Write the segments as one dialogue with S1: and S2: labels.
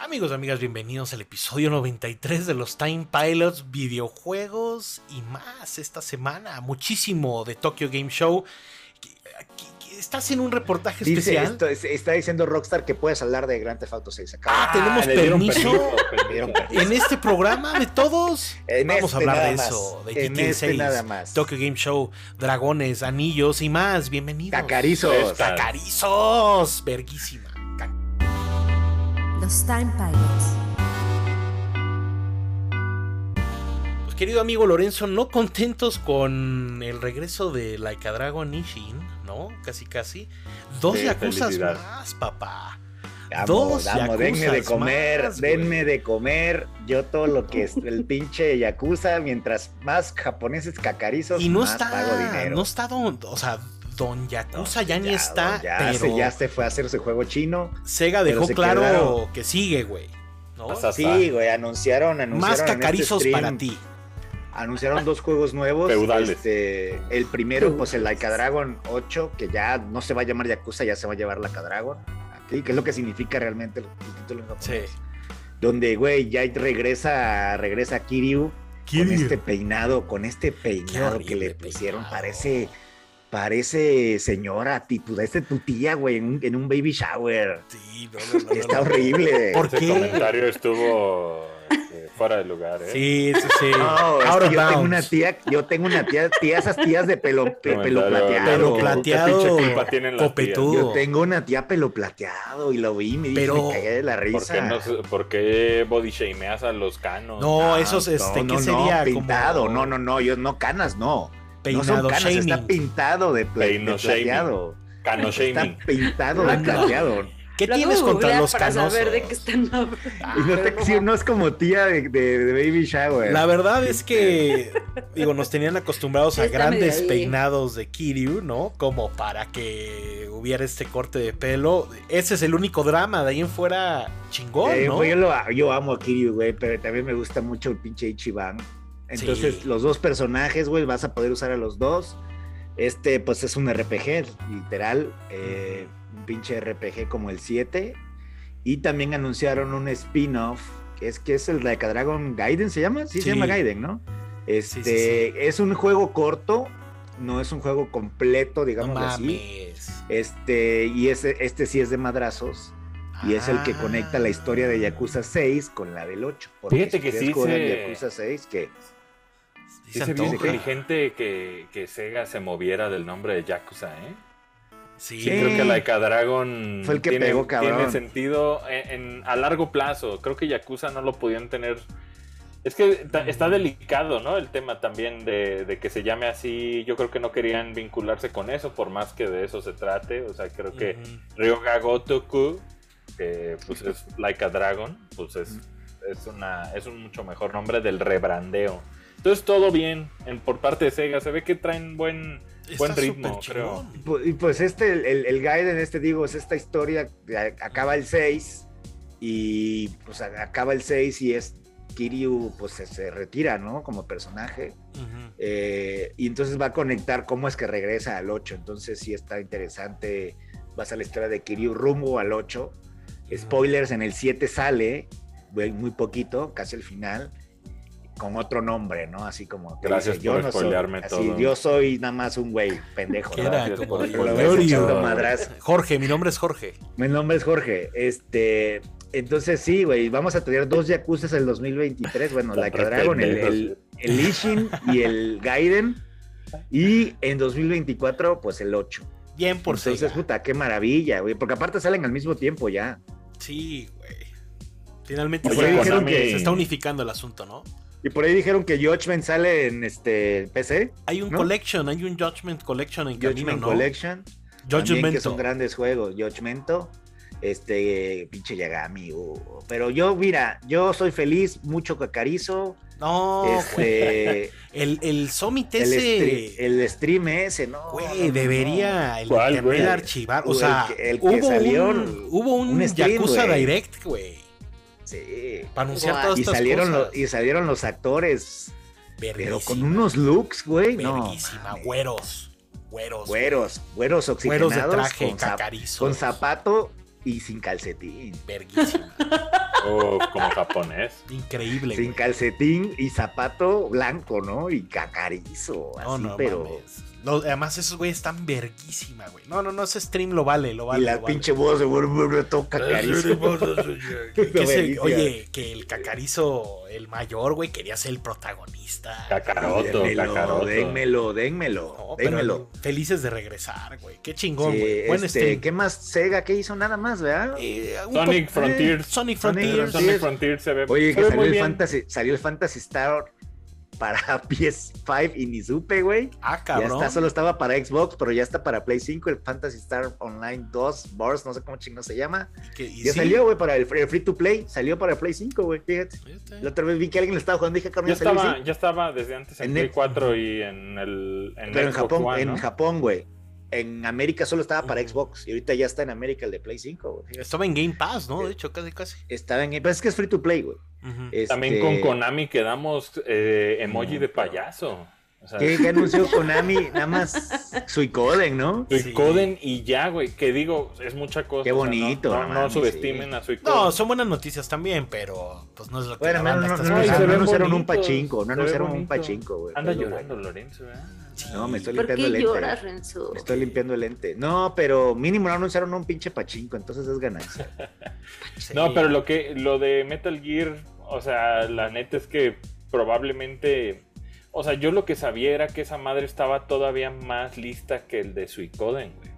S1: Amigos, amigas, bienvenidos al episodio 93 de los Time Pilots, videojuegos y más esta semana. Muchísimo de Tokyo Game Show. ¿Estás en un reportaje
S2: Dice
S1: especial?
S2: esto, es- está diciendo Rockstar que puedes hablar de Grand Theft Auto 6. Acaba-
S1: Ah, tenemos
S3: le dieron
S1: permiso,
S3: permiso,
S2: Me dieron
S3: permiso.
S1: en
S2: permiso.
S1: este programa de todos.
S2: En
S1: Vamos
S2: este
S1: a hablar
S2: nada
S1: de
S2: más.
S1: eso, de
S2: En
S1: GTA
S2: este
S1: 6,
S2: nada más.
S1: Tokyo Game Show, dragones, anillos y más. Bienvenidos.
S2: Tacarizos.
S3: Esta.
S1: Tacarizos, verguísima.
S4: Los Time Pilots.
S1: Pues, querido amigo Lorenzo, no contentos con el regreso de Laika Dragon Ishin, ¿no? Casi, casi. Dos
S3: Sí,
S1: yacuzas
S3: felicidad.
S1: más, papá.
S2: Amo,
S1: Dos
S2: amo, denme de
S1: yakuzas
S2: comer,
S1: más, güey.
S2: denme de comer. Yo todo lo que es el pinche Yakuza, mientras más japoneses cacarizos,
S1: Y no
S2: más pago
S1: está,
S2: dinero.
S1: no está don, o sea, don Yakuza ya, ni
S2: Ya,
S1: está,
S2: ya, se,
S1: pero
S2: ya se fue a hacer su juego chino.
S1: Sega
S2: pero
S1: dejó
S2: se
S1: claro
S2: quedaron.
S1: que sigue, güey. ¿no?
S3: Hasta-
S2: Sí, güey, anunciaron, anunciaron.
S1: Más
S2: en este
S1: cacarizos
S2: stream,
S1: para ti.
S2: Anunciaron dos juegos nuevos.
S3: Feudales.
S2: Este, el primero, pues el Laika Dragon 8, que ya no se va a llamar Yakuza, ya se va a llamar Laika Dragon. Aquí, que es lo que significa realmente el, el título en
S1: Sí.
S2: japonés. Donde, güey, ya regresa, regresa Kiryu con este peinado, con este peinado que
S1: horrible
S2: le pusieron.
S1: peinado.
S2: Parece, parece señora, tipo, este tu tía, güey, en un, en un baby shower.
S1: Sí, no, no, no, no,
S2: Está
S1: no.
S2: horrible. ¿eh?
S1: ¿Por
S3: Ese
S1: qué?
S3: comentario estuvo eh, fuera de lugar, ¿eh?
S1: Sí, sí, sí.
S2: No, es que
S1: Out of
S2: yo tengo
S1: bounds.
S2: una tía, yo tengo una tía, tía esas tías de pelo, pe-
S3: Comentario
S2: pelo plateado.
S1: Pelo
S2: ¿Qué
S1: plateado,
S2: pinche culpa?
S3: culpa tienen las
S1: copetudo.
S2: Yo tengo una tía pelo plateado y lo vi y me, dije,
S1: Oh. Pero-
S2: me cagué de la
S3: ¿Por
S2: risa.
S3: qué, no, se- ¿Por qué body shameas a los canos?
S1: No,
S2: Ah,
S1: esos, este,
S2: no,
S1: ¿qué
S2: no,
S1: sería?
S2: No, pintado,
S1: Como
S2: no, no, no, yo no canas, no. no
S1: Peinado,
S2: son canas, está
S1: shaming.
S2: pintado de, pla-
S3: Peino
S2: de
S3: shaming.
S2: plateado.
S3: Cano
S2: Está
S3: shaming.
S2: pintado de
S1: Ah, No.
S2: plateado.
S1: ¿Qué
S5: Lo
S1: tienes
S5: acabo de
S1: contra
S5: googlear
S1: los
S5: para
S1: canosos?
S5: saber de qué están hablando.
S1: Ah,
S2: Y no, te,
S5: Pero
S2: sí, no es como tía de, de- de baby shower.
S1: La verdad es que, digo, nos tenían acostumbrados
S5: Sí,
S1: a
S5: está
S1: grandes
S5: medio ahí.
S1: peinados de Kiryu, ¿no? Como para que hubiera este corte de pelo. Ese es el único drama, de ahí en fuera chingón,
S2: Eh,
S1: ¿no?
S2: güey, yo, lo- yo amo a Kiryu, güey, pero también me gusta mucho el pinche Ichiban. Entonces,
S1: Sí.
S2: los dos personajes, güey, vas a poder usar a los dos. Este, pues es un RPG, literal. eh, Un pinche RPG como el 7. Y también anunciaron un spin-off, que es que es el Like a Dragon Gaiden, ¿se llama? Sí,
S1: Sí.
S2: se llama Gaiden, ¿no? Este,
S1: Sí, sí,
S2: es un juego corto, no es un juego completo,
S1: no
S2: digamos así.
S1: mames.
S2: Este, y ese, este sí es de madrazos. Y es el que
S1: Ah.
S2: conecta la historia de Yakuza 6 con la del 8. Porque
S3: Fíjate
S2: si
S3: que
S2: ustedes
S3: sí
S2: juegan
S3: se-
S2: Yakuza 6, que
S1: Sí
S3: Sí
S1: se
S3: se vio
S1: antoja.
S3: inteligente que, que Sega se moviera del nombre de Yakuza, ¿eh?
S1: Sí,
S3: Sí, creo que Laika Dragon
S2: Fue el que
S3: tiene,
S2: pegó, cabrón.
S3: tiene sentido en- en- a largo plazo. Creo que Yakuza no lo podían tener. Es que ta- está delicado, ¿no? El tema también de, de que se llame así. Yo creo que no querían vincularse con eso, por más que de eso se trate. O sea,
S1: Mm,
S3: creo que
S1: Ujú.
S3: Ryoga Gotoku, que pues es Laika Dragon, pues es, es, una, es un mucho mejor nombre del rebrandeo. Entonces todo bien en, por parte de Sega. Se ve que traen buen, buen
S1: Está
S3: ritmo,
S1: súper
S3: creo.
S1: chingón.
S2: pu- y pues este, el, el, el Gaiden, este digo, es esta historia, que a- acaba el 6 y pues a- acaba el 6 y es Kiryu, pues se, se retira, ¿no? Como personaje.
S1: Ujú.
S2: Eh, y entonces va a conectar cómo es que regresa al 8. Entonces sí está interesante. Vas a la historia de Kiryu rumbo al 8. Spoilers, en el 7 sale, güey, muy poquito, casi al final, con otro nombre, ¿no? Así como... que
S3: Gracias por
S2: soy-
S3: spoilearme
S2: así,
S3: todo.
S2: Yo soy nada más un güey, pendejo.
S1: Que
S2: ¿no?
S1: era
S3: Gracias
S1: como
S3: por
S1: de
S2: Lo ves
S3: Glorio.
S2: echando madrazos.
S1: Jorge, mi nombre es Jorge.
S2: Mi nombre es Jorge. Este, entonces sí, güey, vamos a tener dos Yakuzas el 2023. Bueno,
S3: Tan
S2: la que Dragon, el, el, el Ishin y el Gaiden. Y en 2024, pues el 8.
S1: Bien por
S2: entonces,
S1: Sega.
S2: puta, qué maravilla, güey. Porque aparte salen al mismo tiempo ya.
S1: Sí, güey. Finalmente
S3: Oye,
S1: por ahí
S2: Konami-
S1: dijeron que se está unificando el asunto, ¿no?
S2: Y por ahí dijeron que Judgment sale en este PC,
S1: Hay un
S2: ¿No?
S1: collection, hay un Judgment Collection en camino,
S2: Judgment
S1: ¿no?
S2: Collection. También que
S1: Judgment.
S2: son grandes juegos, Judgmento, este, pinche Yagami. uh, pero yo, mira, yo soy feliz, mucho cacarizo.
S1: No, güey.
S2: este,
S1: El, el Summit
S2: el,
S1: ese,
S2: stre- el stream ese, ¿no? no,
S1: güey,
S2: no,
S1: debería el
S3: ¿Cuál,
S1: internet
S3: güey?
S1: archivar. O
S2: El
S1: sea,
S2: que- el que
S1: hubo,
S2: salió,
S1: un, hubo un,
S2: un stream,
S1: Yakuza
S2: güey.
S1: Direct, güey.
S2: no, Sí.
S1: Para anunciar
S5: Guau.
S1: todas
S2: Y
S1: estas
S2: salieron,
S1: cosas.
S2: los, y salieron los actores, pero con
S1: Verguísima,
S2: unos looks, güey, no.
S1: verguísima,
S2: mames.
S1: güeros. Güeros.
S2: Güeros, güeros
S1: Güeros
S2: oxigenados.
S1: de traje,
S2: con, zap-
S1: cacarizos.
S2: con zapato y sin calcetín.
S1: Verguísima.
S3: Oh, como japonés.
S1: Increíble.
S2: Sin
S1: güey.
S2: calcetín y zapato blanco, ¿no? Y cacarizo,
S1: No,
S2: así,
S1: no,
S2: pero...
S1: mames. No, además, esos güeyes están verguísima, güey. No, no, no, ese stream lo vale, lo vale.
S2: y la
S1: lo vale.
S2: pinche voz de vuelve todo cacarizo.
S1: Que- que ese-
S2: Delicia.
S1: oye, que el cacarizo, el mayor, güey, quería ser el protagonista.
S3: Cacaroto,
S2: Dénmelo,
S3: cacaroto.
S2: dénmelo, dénmelo,
S1: No,
S2: dénmelo.
S1: pero felices de regresar, güey. Qué chingón,
S2: Sí,
S1: güey. Buen
S2: este,
S1: stream.
S2: ¿Qué más? Sega, ¿qué hizo? Nada más, ¿verdad?
S1: Eh, un
S3: Sonic
S1: po-
S3: Frontier.
S1: Sonic
S2: Sonic
S1: Frontier.
S2: Frontier.
S3: Sonic Frontier se ve.
S2: Oye,
S3: se
S2: que
S3: ve
S2: salió
S3: muy
S2: el,
S3: bien.
S2: Fantasy, salió el Fantasy Star para PS5 y ni supe, güey.
S1: Ah,
S2: Ya
S1: cabrón.
S2: está, solo estaba para Xbox, pero ya está para Play 5, el Fantasy Star Online 2, Bars, no sé cómo chingón se llama.
S1: Que- y
S2: Ya
S1: sí,
S2: salió, güey, para el, el Free to Play, salió para Play 5, güey, fíjate.
S1: este,
S2: La otra vez vi que alguien lo estaba jugando y dije, cabrón,
S3: Ya
S2: ya salió,
S3: estaba,
S2: sí.
S3: ya estaba desde antes en,
S2: En
S3: Play
S2: el-
S3: 4 y en el. En
S2: Pero en
S3: Xbox
S2: Japón,
S3: One,
S2: en
S3: ¿no?
S2: Japón, güey. En América solo estaba para
S1: Ujú.
S2: Xbox y ahorita ya está en América el de Play 5, güey. fíjate.
S1: Estaba en Game Pass, ¿no? De hecho, casi, casi.
S2: Estaba en... Pero es que es Free to Play, güey.
S1: Ujú.
S3: También
S2: Este,
S3: con Konami quedamos eh, emoji
S2: No,
S3: de
S2: pero-
S3: payaso. O sea,
S2: ¿Qué, qué anunció Konami? Nada más Suicoden, ¿no?
S3: Suicoden y ya, güey. Que digo, es mucha cosa.
S2: Qué
S3: o sea,
S2: bonito,
S3: no-
S2: no
S3: no, no
S2: mames,
S3: subestimen
S2: sí.
S3: a Suicoden.
S1: No, son buenas noticias también, pero pues no es lo que
S2: Bueno,
S1: la
S2: no,
S1: banda
S2: no, no,
S1: está
S2: no,
S3: Ay, se
S2: no
S1: esperando.
S3: ven
S2: anunciaron un
S3: bonitos,
S2: pachinco, no
S3: se ven
S2: anunciaron un
S3: bonito.
S2: pachinco, güey.
S3: Anda
S2: Perdón,
S3: llorando, Lorenzo, ¿eh?
S1: Sí.
S2: No, me estoy
S4: ¿Por
S2: limpiando el
S4: qué
S2: lente.
S4: lloras, Renzo?
S2: Me estoy limpiando el lente. No, pero mínimo no anunciaron un pinche pachinko, entonces es ganancia.
S1: Sí.
S3: No, pero lo que lo de Metal Gear, o sea, la neta es que probablemente, o sea, yo lo que sabía era que esa madre estaba todavía más lista que el de Suicoden, güey.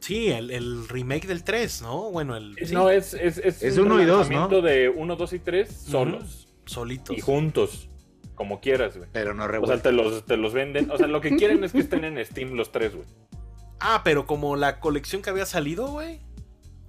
S1: Sí, el, el remake del 3, ¿no? Bueno, el sí,
S3: No, eh. es, es, es,
S2: Es
S3: un
S2: uno y dos,
S3: relanzamiento de 1, 2 y 3 solos
S1: solitos.
S3: y juntos, como quieras, güey.
S2: Pero no
S3: O sea,
S2: revuelto.
S3: te los, te los venden. O sea, lo que quieren es que estén en Steam los tres, güey.
S1: Ah, pero como la colección que había salido, güey.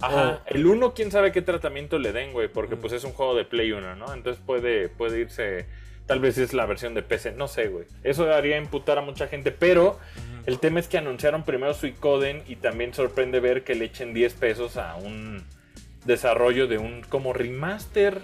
S3: Ajá.
S1: Oh.
S3: El 1, quién sabe qué tratamiento le den, güey, porque
S1: Mm.
S3: pues es un juego de Play 1, ¿no? Entonces puede, puede irse. Tal vez es la versión de PC, no sé, güey. Eso haría imputar a mucha gente, pero el tema es que anunciaron primero Suicoden y también sorprende ver que le echen 10 pesos a un desarrollo de un como remaster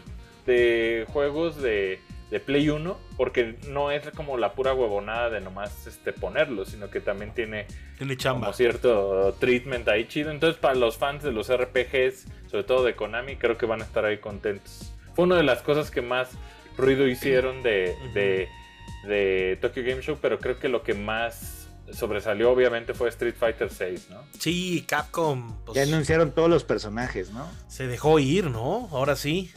S3: de juegos de, de Play 1, porque no es como la pura huevonada de nomás este, ponerlo, sino que también tiene
S1: Tiene chamba.
S3: como cierto treatment ahí chido. Entonces, para los fans de los RPGs, sobre todo de Konami, creo que van a estar ahí contentos. Fue una de las cosas que más ruido hicieron de, de, de Tokyo Game Show, pero creo que lo que más sobresalió, obviamente, fue Street Fighter 6, ¿no?
S1: Sí, Capcom pues,
S2: Ya anunciaron todos los personajes, ¿no?
S1: se dejó ir, ¿no? Ahora sí.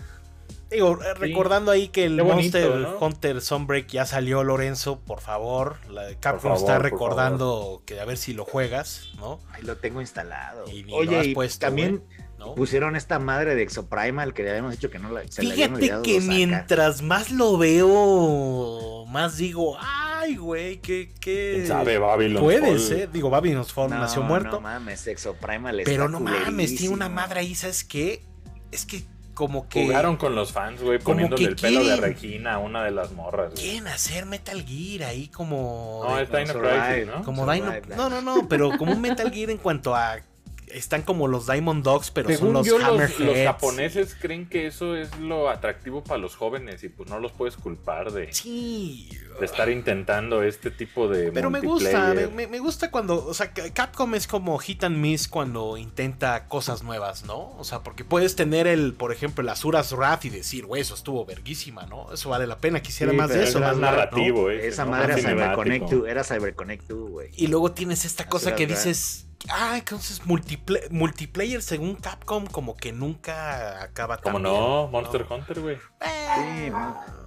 S1: Digo, eh, recordando ahí que el
S3: Qué bonito,
S1: Monster
S3: ¿no?
S1: Hunter Sunbreak ya salió, Lorenzo, por favor. La- Capcom
S3: favor,
S1: está
S3: por
S1: recordando que a ver si lo juegas, ¿no?
S2: Ahí lo tengo instalado.
S1: Y ni lo has
S2: Oye, y
S1: puesto,
S2: también
S1: ¿No?
S2: pusieron esta madre de Exoprimal que le habíamos dicho que no la se la habían
S1: Fíjate
S2: olvidado
S1: que
S2: sacar.
S1: mientras más lo veo, más digo, ay, güey, qué, qué.
S3: ¿Quién sabe? Babylon.
S1: Puedes,
S3: Fall.
S1: eh. Digo, Babylon's Fall
S2: No,
S1: nació muerto.
S2: No mames, Exoprimal está
S1: pero no mames, tiene una
S2: culerísimo.
S1: madre ahí, ¿sabes qué? Es que como que.
S3: Jugaron con los fans, güey,
S1: Como
S3: poniéndole
S1: que
S3: el pelo de
S1: quieren.
S3: Regina a una de las morras, güey.
S1: Quieren hacer Metal Gear ahí como.
S3: No,
S1: de-
S3: es Dino
S2: Survive.
S3: Crisis, ¿no?
S1: como
S2: Survive,
S1: Dino.
S2: ¿no?
S1: No, no, no, pero como un Metal Gear en cuanto a. Están como los Diamond Dogs, pero
S3: Según
S1: son los
S3: yo, los,
S1: Hammerheads.
S3: los japoneses creen que eso es lo atractivo para los jóvenes y pues no los puedes culpar de,
S1: Sí.
S3: de estar intentando este tipo de
S1: Pero me gusta, me,
S3: multiplayer.
S1: me- me gusta cuando, o sea, ca- Capcom es como hit and miss cuando intenta cosas nuevas, ¿no? O sea, porque puedes tener el, por ejemplo, el Asuras Wrath y decir, güey, eso estuvo verguísima, ¿no? Eso vale la pena, quisiera
S2: Sí,
S1: más
S2: pero
S1: de
S3: Es
S1: eso.
S3: más
S1: ¿no?
S3: narrativo, ese,
S2: Esa
S3: pues, ¿no?
S2: madre
S3: Más
S2: era CyberConnect
S3: cinemático.
S2: 2, era CyberConnect 2, güey.
S1: Y luego tienes esta cosa
S2: Asuras
S1: que
S2: Wrath.
S1: dices, ah, entonces multiple- multiplayer según Capcom como que nunca acaba tan
S3: Como
S1: bien,
S3: no, Monster Hunter, güey.
S1: Eh,
S2: Sí, no.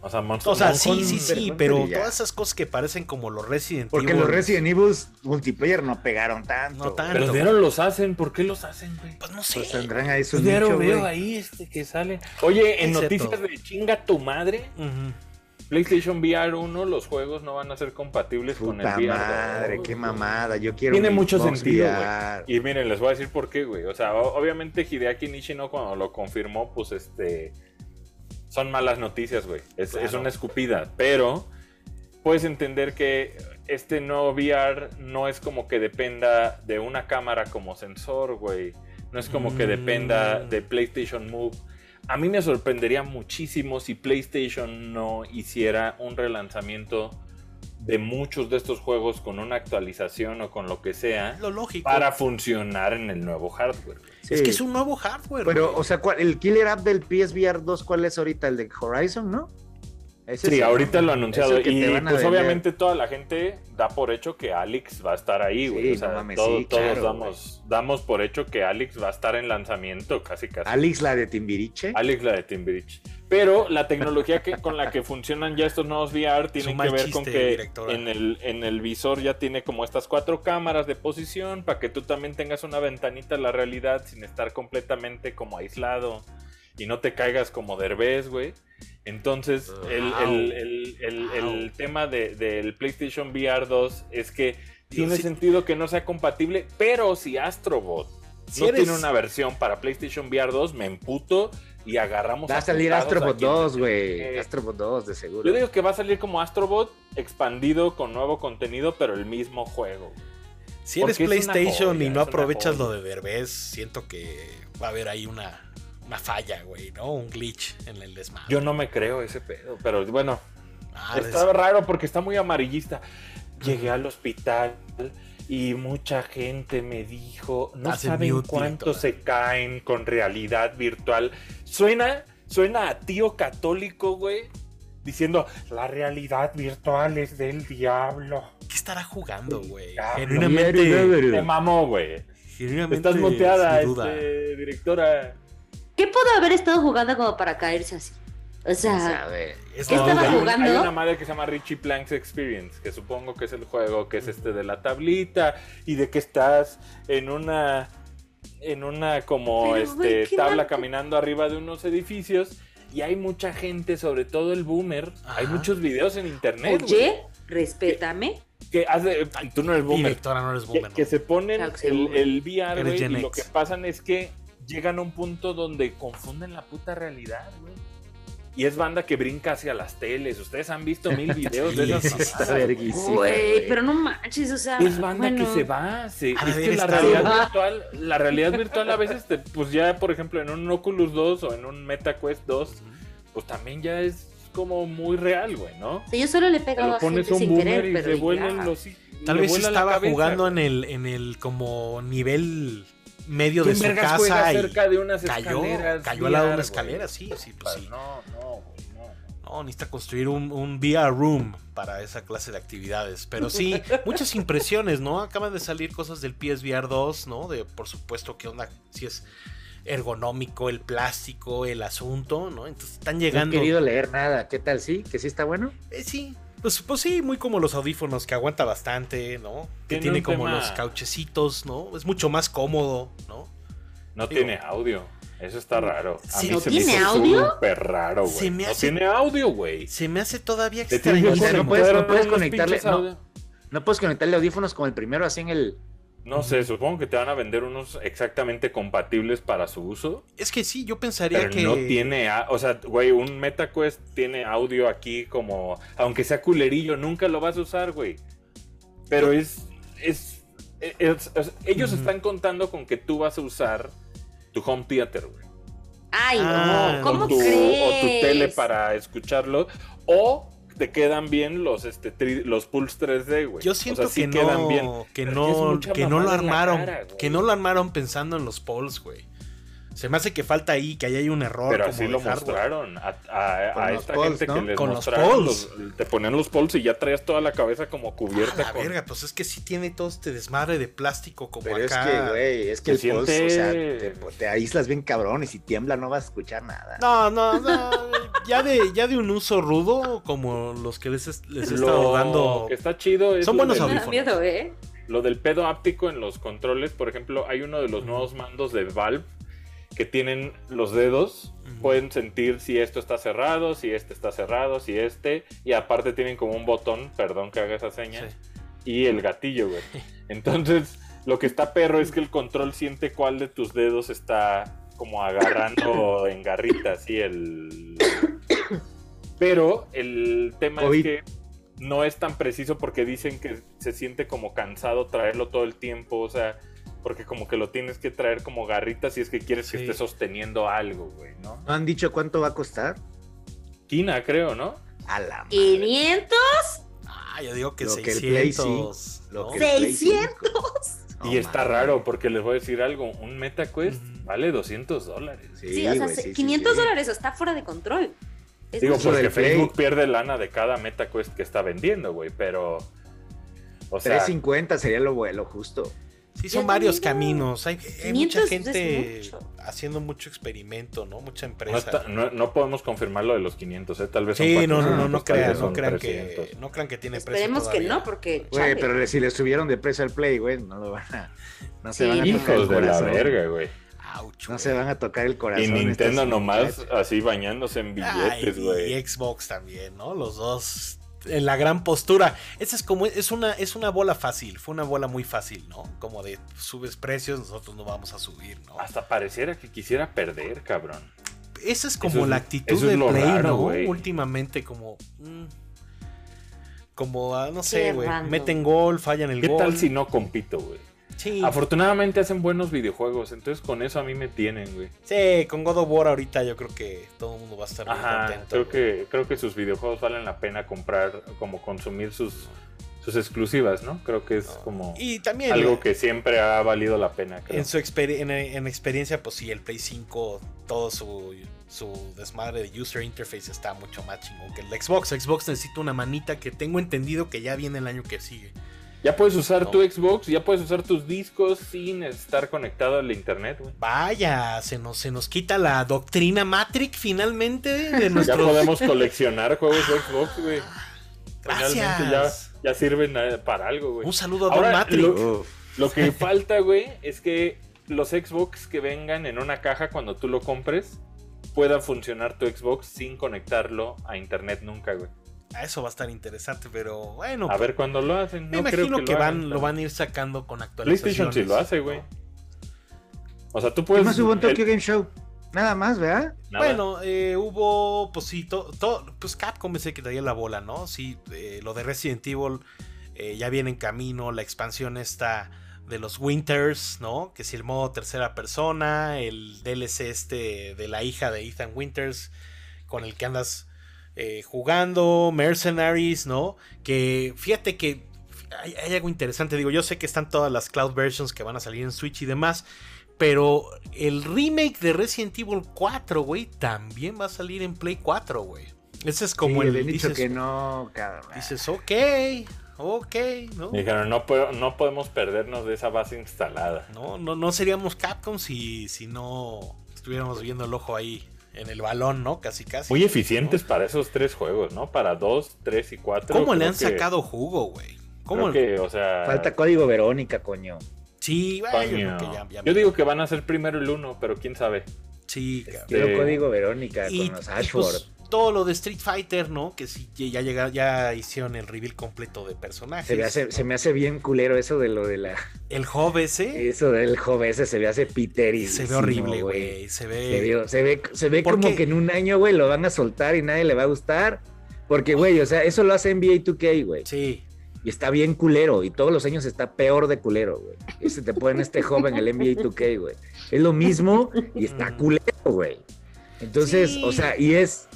S3: O sea, Monster
S1: O sea,
S3: Hunter.
S1: sí, sí, sí,
S2: Hunter
S1: pero
S2: y ya.
S1: todas esas cosas que parecen como los Resident
S2: Porque
S1: Evil.
S2: los Resident Evil multiplayer no pegaron tanto.
S1: No tanto.
S3: Pero dieron los hacen, ¿por qué los hacen, güey?
S1: Pues no sé.
S2: Pues tendrán ahí su
S3: Pues ya lo
S2: nicho,
S3: veo
S2: güey.
S3: ahí este que sale. Oye, en
S1: Es
S3: noticias
S1: cierto.
S3: de chinga tu madre,
S1: Ujú.
S3: PlayStation VR 1, los juegos no van a ser compatibles con el
S2: Puta
S3: VR.
S2: madre,
S3: dos,
S2: qué
S3: güey.
S2: mamada. Yo quiero
S3: Tiene
S2: un
S3: mucho
S2: Xbox
S3: sentido,
S2: VR.
S3: Y miren, les voy a decir por qué, güey. O sea, o- obviamente Hideaki Nishino cuando lo confirmó, pues este... Son malas noticias, güey. Es, es
S1: Claro.
S3: una escupida. Pero puedes entender que este nuevo VR no es como que dependa de una cámara como sensor, güey. No es como que
S1: Mm.
S3: dependa de PlayStation Move. A mí me sorprendería muchísimo si PlayStation no hiciera un relanzamiento de muchos de estos juegos con una actualización o con lo que sea
S1: Es lo lógico.
S3: para funcionar en el nuevo hardware. güey.
S2: Sí.
S1: Es que es un nuevo hardware.
S2: Pero,
S1: güey.
S2: o sea, ¿cuál- el killer app del PSVR 2, ¿cuál es ahorita? ¿El de Horizon, no? Ese
S3: Sí,
S2: ¿no?
S3: ahorita lo
S2: Es
S3: anunciado.
S2: el que
S3: Y
S2: te
S3: pues
S2: van a vender.
S3: obviamente toda la gente da por hecho que Alex va a estar ahí, güey.
S2: Sí,
S3: o sea,
S2: no mames,
S3: todo-
S2: sí,
S3: todos
S2: claro,
S3: damos, damos por hecho que Alex va a estar en lanzamiento, casi casi.
S2: Alex, la de Timbiriche.
S3: Alex la de Timbridge. Pero la tecnología que, con la que funcionan ya estos nuevos VR tiene
S1: mal
S3: que ver
S1: chiste,
S3: con que
S1: directora.
S3: en el, en el visor ya tiene como estas cuatro cámaras de posición para que tú también tengas una ventanita a la realidad sin estar completamente como aislado y no te caigas como derbez, güey. Entonces, el, el- el- el- el
S1: Wow.
S3: tema de- del PlayStation VR 2 es que tiene
S1: si-
S3: sentido que no sea compatible, pero si Astrobot
S1: Si
S3: no
S1: eres-
S3: tiene una versión para PlayStation VR 2, me emputo y agarramos.
S2: Va a salir
S3: putazos
S2: Astrobot
S3: quien-
S2: 2, güey.
S3: Eh,
S2: Astrobot 2, de seguro.
S3: Yo digo que va a salir como Astrobot expandido con nuevo contenido, pero el mismo juego.
S1: si eres
S3: porque es una
S1: PlayStation
S3: joya,
S1: y no
S3: es una
S1: aprovechas
S3: joya.
S1: lo de Derbez, siento que va a haber ahí una, una falla, güey, ¿no? Un glitch en el desmadre.
S3: Yo no me creo ese pedo, pero bueno,
S1: Ah,
S3: está raro porque está muy amarillista. Llegué al hospital y mucha gente me dijo, no
S1: Hace
S3: saben
S1: mute
S3: cuánto
S1: directora.
S3: se caen con realidad virtual. Suena, suena a tío católico, güey, diciendo, la realidad virtual es del diablo.
S2: Eh,
S1: ¿Qué estará jugando, güey?
S3: Ah,
S1: Genuinamente.
S3: Te mamó, güey.
S1: genuinamente,
S3: Estás muteada,
S1: sin duda.
S3: este, directora.
S4: ¿Qué pudo haber estado jugando como para caerse así? O
S2: ¿Quién
S4: sea,
S2: sabe?
S1: Es
S4: ¿Qué
S1: la
S4: estaba
S1: duda.
S3: hay, un-
S4: jugando?
S3: hay una madre que se llama Richie Planks Experience, que supongo que es el juego que es este de la tablita y de que estás en una en una como
S4: Pero, güey,
S3: este
S4: qué
S3: tabla
S4: mal-
S3: caminando arriba de unos edificios y hay mucha gente, sobre todo el boomer, hay
S1: Ajá.
S3: muchos videos en internet güey,
S4: oye, respétame.
S3: que hace ay, tú no eres
S1: Y
S3: boomer,
S1: Victoria no eres
S3: que,
S1: boomer.
S3: que se ponen
S4: Claro que soy
S3: el,
S4: boomer.
S3: el VR,
S1: Eres
S3: güey,
S1: Gen
S3: y lo
S1: X.
S3: que pasan es que llegan a un punto donde confunden la puta realidad, güey. Y es banda que brinca hacia las teles. Ustedes han visto mil videos de
S1: Sí,
S3: esas
S1: sí, sí.
S3: mamadas.
S2: Está verguísima,
S4: Güey, pero no manches, o sea.
S3: Es banda
S4: bueno,
S3: que se va. se-
S1: Ha de
S3: es que
S1: haber
S3: la
S1: estado-
S3: realidad virtual, la realidad virtual a veces, te- pues ya, por ejemplo, en un Oculus 2 o en un Meta Quest 2, pues también ya es como muy real, güey, ¿no?
S4: o sea, yo solo le he pegado
S3: Lo
S4: a gente
S3: pones a un
S4: sin
S3: boomer
S4: querer,
S3: y
S4: pero
S3: se vuelven
S4: ya.
S3: los.
S1: Tal
S3: le
S1: vez
S3: vuela la
S1: estaba
S3: cabeza,
S1: jugando
S3: güey.
S1: en el, en el como nivel medio de
S3: ¿Quién
S1: su
S3: vergas juega
S1: casa y
S3: cerca de unas
S1: cayó,
S3: escaleras,
S1: cayó al lado de una
S3: VR,
S1: escalera,
S3: güey?
S1: sí, sí, pues sí.
S3: No, no, güey, no.
S1: No, necesita construir un, un VR room para esa clase de actividades. Pero sí, muchas impresiones, ¿no? Acaban de salir cosas del PSVR 2, ¿no? De por supuesto qué onda, si es ergonómico, el plástico, el asunto, ¿no? Entonces están
S2: No he
S1: llegando.
S2: querido leer nada. ¿Qué tal sí? ¿Que sí está bueno?
S1: Eh, sí, pues, pues sí, muy como los audífonos, que aguanta bastante, ¿no? Que
S3: Tiene
S1: tiene
S3: un
S1: como
S3: tema-
S1: los cauchecitos, ¿no? Es mucho más cómodo, ¿no?
S3: No
S1: Digo-
S3: tiene audio. Eso está raro. A
S1: Sí,
S3: mí
S1: ¿no
S3: se me
S4: tiene
S3: hizo
S4: audio?
S3: Súper raro, güey.
S1: Se me
S3: No
S1: hace-
S3: tiene audio, güey.
S1: Se me hace todavía
S3: Te tienes que
S2: O sea,
S1: extrañísimo.
S2: no puedes- no
S3: conectar
S2: puedes
S3: unos
S2: conectarle,
S3: pinches
S2: no.
S3: audio.
S2: No puedes conectarle audífonos como el primero, así en el.
S3: No sé, supongo que te van a vender unos exactamente compatibles para su uso.
S1: pues, Es que sí, yo pensaría
S3: Pero
S1: que.
S3: no tiene. a- O sea, güey, un MetaQuest tiene audio aquí como. Aunque sea culerillo, nunca lo vas a usar, güey. Pero es. es, es- es- ellos
S1: Ujú.
S3: están contando con que tú vas a usar tu home theater, güey.
S4: Ay,
S1: Ah,
S4: no, ¿cómo
S3: o tu,
S4: crees?
S3: o tu tele para escucharlo. O te quedan bien los, este, tri- los Pulse 3D, güey.
S1: Yo
S3: O sea,
S1: siento
S3: sí
S1: que,
S3: quedan
S1: no,
S3: bien.
S1: que
S3: pero ya es
S1: no,
S3: mucha
S1: que no lo
S3: mamada en la
S1: armaron,
S3: cara, güey.
S1: que no lo armaron pensando en los polls, güey. Se me hace que falta ahí, que ahí hay un error.
S3: Pero
S1: como
S3: así
S1: de
S3: lo
S1: hardware.
S3: mostraron a, a-
S2: Con
S3: a
S2: los
S3: esta
S2: polls,
S3: gente
S2: ¿no?
S3: que les
S1: Con los
S3: mostraron
S1: polls.
S3: los- te ponían los polls y ya traías toda la cabeza como
S1: A
S3: cubierta
S1: la
S3: con
S1: verga, pues es que sí tiene todo este desmadre de plástico como
S2: Pero es
S1: acá.
S2: que, güey, es que el
S3: Se
S2: post,
S3: siente-
S2: o sea, te, pues, te aíslas bien cabrón y si tiembla no vas a escuchar nada.
S1: No, no, no. ya, de, ya de un uso rudo como los que les, es- les he estado
S3: lo
S1: dando.
S3: que está chido es
S1: Son
S3: lo
S1: buenos
S4: Me
S3: del,
S4: da
S1: audífonos.
S4: miedo, ¿eh?
S3: lo del pedo áptico en los controles por ejemplo hay uno de los
S1: Ujú.
S3: nuevos mandos de Valve que tienen los dedos
S1: Ujú.
S3: pueden sentir si esto está cerrado si este está cerrado si este y aparte tienen como un botón perdón que haga esa
S1: Sí.
S3: seña y el gatillo, güey. Entonces, lo que está perro es que el control siente cuál de tus dedos está como agarrando en garrita, así el. Pero el tema
S2: Covid.
S3: es que no es tan preciso porque dicen que se siente como cansado traerlo todo el tiempo, o sea, porque como que lo tienes que traer como garrita si es que quieres que
S1: Sí.
S3: esté sosteniendo algo, güey, ¿no?
S2: ¿No han dicho cuánto va a costar?
S3: Quina, creo, ¿no?
S2: A la madre.
S4: 500,
S1: Ah, yo digo que
S2: Lo que el Play
S1: 600.
S2: Lo
S1: ¿no?
S2: que el Play
S4: 600.
S2: cinco.
S3: y está raro porque les voy a decir algo, un MetaQuest
S1: Ujú.
S3: vale 200 dólares.
S4: Sí, o sea,
S2: güey, sí, sí,
S4: 500
S2: sí.
S4: dólares está fuera de control. Es
S3: Digo,
S4: mucho.
S2: por-
S3: porque
S2: del Play.
S3: Facebook pierde lana de cada MetaQuest que está vendiendo, güey, pero... O sea,
S2: 350 sería lo, bu- lo justo.
S1: Sí,
S4: Ya
S1: son varios
S4: digo,
S1: caminos. Hay, hay mucha
S4: 500 es
S1: gente
S4: mucho.
S1: haciendo mucho experimento, ¿no? Mucha
S3: no,
S1: empresa.
S3: está- Ah, no- no podemos confirmar lo de los 500, ¿eh? Tal vez son
S1: sí, no, no, no,
S3: 400,
S1: no
S3: tal vez
S1: crean, no
S3: son
S1: crean
S3: 300.
S1: que, no crean que tiene precio.
S4: Esperemos que
S1: todavía.
S4: no, porque.
S2: Güey,
S4: chale.
S2: pero si le subieron de precio al Play, güey, no lo van a. No se
S1: Ah,
S4: Sí.
S2: van a tocar el
S3: Hijos de la
S2: corazón.
S3: verga, güey.
S1: Ouch,
S2: No
S1: güey.
S2: se van a tocar el corazón.
S3: Y
S1: este
S3: Nintendo
S2: estos
S3: nomás
S2: muchachos.
S3: así bañándose en
S1: Ay,
S3: billetes, güey.
S1: Y Xbox también, ¿no? Los dos en la gran postura. Esa es como es una es una bola fácil, fue una bola muy fácil, ¿no? Como de subes precios, nosotros no vamos a subir, ¿no?
S3: Hasta pareciera que quisiera perder, cabrón.
S1: Esa es como
S3: Eso es-
S1: la actitud
S3: eso es
S1: de
S3: lo
S1: Play,
S3: raro,
S1: ¿no?
S3: güey.
S1: Últimamente como mm, como ah, no sé,
S4: Qué
S1: güey,
S4: random.
S1: meten gol, fallan el
S3: ¿Qué
S1: gol.
S3: tal si no compito, güey?
S1: Sí,
S3: Afortunadamente hacen buenos videojuegos, entonces con eso a mí me tienen, güey.
S1: sí, con God of War ahorita yo creo que todo el mundo va a estar muy
S3: Ajá,
S1: contento.
S3: creo
S1: güey.
S3: que, creo que sus videojuegos valen la pena comprar, como consumir sus, sus exclusivas, ¿no? Creo que es como
S1: y también eh,
S3: algo que siempre ha valido la pena, creo.
S1: En su exper- en, en experiencia, pues sí, el Play 5, todo su, su desmadre de user interface está mucho más chingón que el de Xbox. Xbox necesita una manita que tengo entendido que ya viene el año que sigue.
S3: Ya puedes usar
S1: No.
S3: tu Xbox, ya puedes usar tus discos sin estar conectado al internet, güey.
S1: Vaya, se nos, se nos quita la doctrina Matrix finalmente de
S3: Ya
S1: nuestros...
S3: podemos coleccionar juegos de Xbox, güey. Realmente ya,
S1: Gracias.
S3: ya sirven eh, para algo, güey.
S1: Un saludo a
S3: Ahora,
S1: Don Matrix.
S3: lo-
S2: Uf,
S3: Lo que falta, güey, es que los Xbox que vengan en una caja cuando tú lo compres pueda funcionar tu Xbox sin conectarlo a internet nunca, güey.
S1: Ah, Eso va a estar interesante, pero bueno.
S3: A ver cuándo lo hacen.
S1: me
S3: No creo
S1: imagino que,
S3: lo
S1: van,
S3: hagan,
S1: lo van a ir sacando con actualizaciones.
S3: PlayStation sí lo hace, güey. O sea, tú puedes.
S2: Nomás hubo un
S3: Pues, el-
S2: Tokyo Game Show. Nada más, ¿verdad?
S3: nada.
S1: Bueno, eh, hubo, pues sí, to- to- pues Capcom es el que traía la bola, ¿no? Sí, eh, lo de Resident Evil eh, ya viene en camino, la expansión está de los Winters, ¿no? Que si el modo tercera persona, el DLC este de la hija de Ethan Winters, con el que andas eh, jugando, Mercenaries, ¿no? Que fíjate que hay, hay algo interesante, digo, yo sé que están todas las cloud versions que van a salir en Switch y demás, pero el remake de Resident Evil 4, güey, también va a salir en Play 4, güey. Ese es como
S2: Sí,
S1: el...
S2: le han dicho
S1: dices-
S2: que no, cabrón.
S1: Dices, ok, ok, ¿no?
S3: Me Dijeron, no, puedo- no podemos perdernos de esa base instalada.
S1: No, no, no seríamos Capcom si, si no estuviéramos viendo el ojo ahí en el balón, ¿no? Casi, casi.
S3: Muy eficientes para esos tres juegos, ¿no? Para dos, tres y cuatro.
S1: ¿Cómo le
S3: creo
S1: han
S3: que-
S1: sacado jugo, güey? ¿Cómo?
S3: creo que, o sea.
S2: Falta código Verónica, coño.
S1: Sí, bueno, yo creo
S3: coño.
S1: que ya- ya
S3: Yo
S1: me-
S3: digo que van a ser primero el uno, pero quién sabe.
S1: Sí, cabrón.
S2: Quiero
S3: Sí.
S2: código Verónica
S1: Y-
S2: con los
S1: y,
S2: Ashford.
S1: pues, todo lo de Street Fighter, ¿no? Que sí, que ya llega, ya hicieron el reveal completo de personajes.
S2: se, me hace, se me hace bien culero eso de lo de la.
S1: El joven ese
S2: Eso del joven ese se me hace
S1: se
S2: piterísimo.
S1: ve horrible, güey. Se ve.
S2: Se ve, se ve, se ve
S1: ¿Por
S2: como
S1: qué?
S2: que en un año, güey, lo van a soltar y nadie le va a gustar. Porque, güey, o sea, eso lo hace NBA 2K, güey.
S1: Sí.
S2: Y está bien culero. Y todos los años está peor de culero, güey. Y se te ponen este joven el NBA 2K, güey. Es lo mismo y está
S1: Mm.
S2: culero, güey. Entonces,
S1: Sí.
S2: o sea, y es.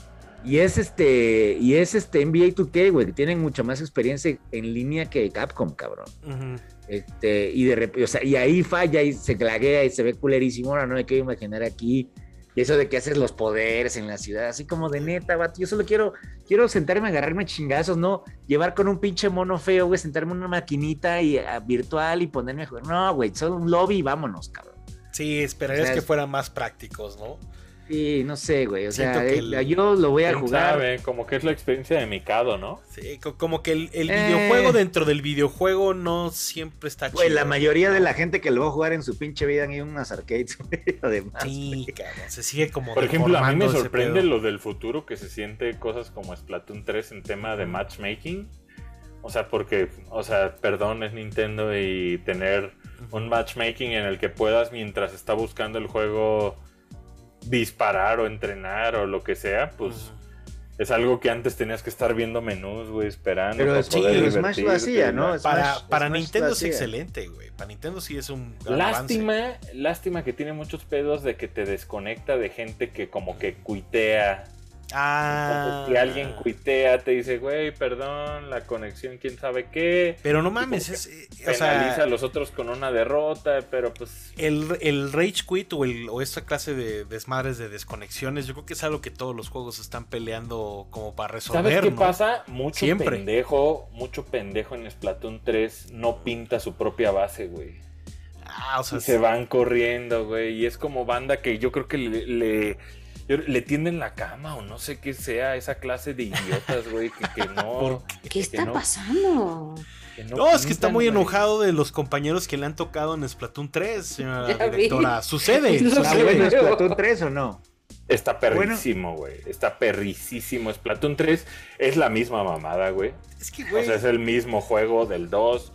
S2: Y es este. Y es este NBA 2K, güey. Que tienen mucha más experiencia en línea que Capcom, cabrón.
S1: Ujú.
S2: Este, y de rep- o sea, y ahí falla y se claguea y se ve culerísimo. Ahora no me quiero imaginar aquí. Y eso de que haces los poderes en la ciudad, así como de neta, vato. Yo solo quiero, quiero sentarme, agarrarme a chingazos, no llevar con un pinche mono feo, güey, sentarme en una maquinita y, a- virtual y ponerme a jugar. No, güey, solo un lobby y vámonos, cabrón.
S1: Sí, esperarías
S2: O sea,
S1: que
S2: es-
S1: fueran más prácticos, ¿no?
S2: Sí, no sé, güey. O sea,
S1: Siento que
S2: eh,
S1: el-
S2: yo lo voy a
S3: ¿Quién
S2: jugar.
S3: sabe? Como que es la experiencia de Mikado, ¿no?
S1: Sí, co- como que el, el
S2: Eh.
S1: videojuego dentro del videojuego no siempre está chido.
S2: Güey, la mayoría de la gente que lo va a jugar en su pinche vida han ido a unas arcades, güey, además.
S1: Sí, cabrón, se sigue como.
S3: Por ejemplo, a mí
S1: deformando
S3: me
S1: ese
S3: sorprende
S1: pedo.
S3: lo del futuro que se siente cosas como Splatoon 3 en tema de matchmaking. O sea, porque, o sea, perdón, es Nintendo y tener un matchmaking en el que puedas, mientras está buscando el juego, disparar o entrenar o lo que sea, pues
S1: Ujú.
S3: es algo que antes tenías que estar viendo menús, güey, esperando.
S2: Pero,
S3: para
S2: sí,
S3: poder
S1: pero
S2: Smash lo
S3: divertirte,
S2: hacía,
S3: ¿no?
S2: ¿no?
S1: Para,
S2: Smash-
S1: para
S2: Smash
S1: Nintendo
S2: lo
S1: es
S2: hacía.
S1: excelente, güey. Para Nintendo sí es un. gran avance.
S3: Lástima, lástima que tiene muchos pedos de que te desconecta de gente que como que cuitea
S1: Ah.
S3: Entonces, si alguien cuitea, te dice, güey, perdón, la conexión, quién sabe qué.
S1: Pero no mames, es, eh, o
S3: Penaliza
S1: sea,
S3: a los otros con una derrota, pero pues.
S1: el, el rage quit o, el, o esta clase de desmadres de desconexiones, yo creo que es algo que todos los juegos están peleando como para resolver.
S3: ¿Sabes qué
S1: ¿no?
S3: pasa? Mucho
S1: Siempre.
S3: pendejo, mucho pendejo en Splatoon 3 no pinta su propia base, güey.
S1: Ah, o sea,
S3: Y se van corriendo, güey. Y es como banda que yo creo que le, le, yo- le tienden la cama o no sé qué sea esa clase de idiotas, güey, que, que no.
S1: ¿Por
S4: ¿Qué está
S3: no-
S4: pasando?
S3: que
S1: No, es que está
S3: pintan,
S1: muy
S3: güey.
S1: enojado de los compañeros que le han tocado en Splatoon 3, señora
S4: Ya vi.
S1: directora. Sucede,
S4: Lo
S2: ¿Está
S4: sé.
S2: Ah, bueno
S1: sucede.
S2: Splatoon 3 o no?
S3: Está perrísimo, güey. Está perricísimo. Splatoon 3 es la misma mamada, güey.
S1: Es que,
S3: O
S1: güey,
S3: sea, es el mismo juego del 2.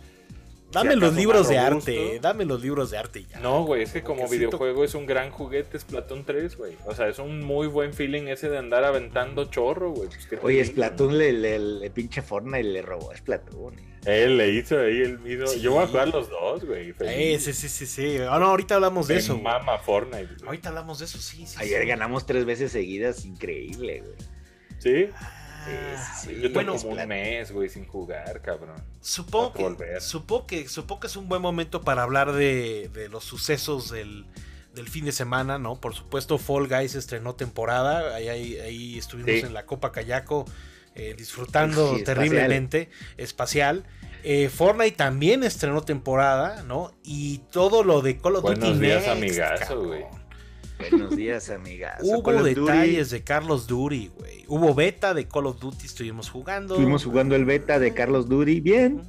S1: dame
S3: si
S1: los
S3: acaso
S1: libros
S3: más
S1: de
S3: robusto.
S1: arte, dame los libros de arte y ya.
S3: No, güey, es que como
S1: Porque siento-
S3: videojuego es un gran juguete Splatoon 3, güey. O sea, es un muy buen feeling ese de andar aventando chorro, güey. Pues, ¿qué te
S2: Oye,
S3: digo,
S2: Splatoon le, le- le pinche Fortnite le robó a Splatoon. eh.
S3: no? Él le hizo ahí el mismo.
S1: Sí.
S3: Yo voy a jugar los dos, güey.
S1: Eh, sí, sí, sí, sí. Ah, no, ahorita hablamos de eso. güey.
S3: Mama Fortnite. güey.
S1: Ahorita hablamos de eso, sí, sí.
S2: Ayer
S1: sí.
S2: ganamos tres veces seguidas, increíble, güey.
S3: ¿Sí?
S1: Ah,
S2: Sí, sí,
S3: Yo tengo
S1: Bueno,
S3: como
S2: Splatoon.
S3: un mes, güey, sin jugar, cabrón.
S1: Supongo
S3: Hay que
S1: que,
S3: volver.
S1: supongo, que, supongo que es un buen momento para hablar de, de los sucesos del, del fin de semana, ¿no? Por supuesto, Fall Guys estrenó temporada. Ahí, ahí, ahí estuvimos
S3: Sí.
S1: en la Copa Kayako eh, disfrutando
S2: Sí, espacial.
S1: terriblemente, espacial. Eh, Fortnite también estrenó temporada, ¿no? Y todo lo de Call of
S3: Buenos
S1: Duty.
S3: días,
S1: Next,
S3: amigazo,
S1: cabrón.
S3: güey.
S2: Buenos días, amigas.
S1: Hubo detalles de Carlos Duty, güey. Hubo beta de Call of Duty, estuvimos jugando.
S2: Estuvimos jugando el beta de Carlos Duri. Bien,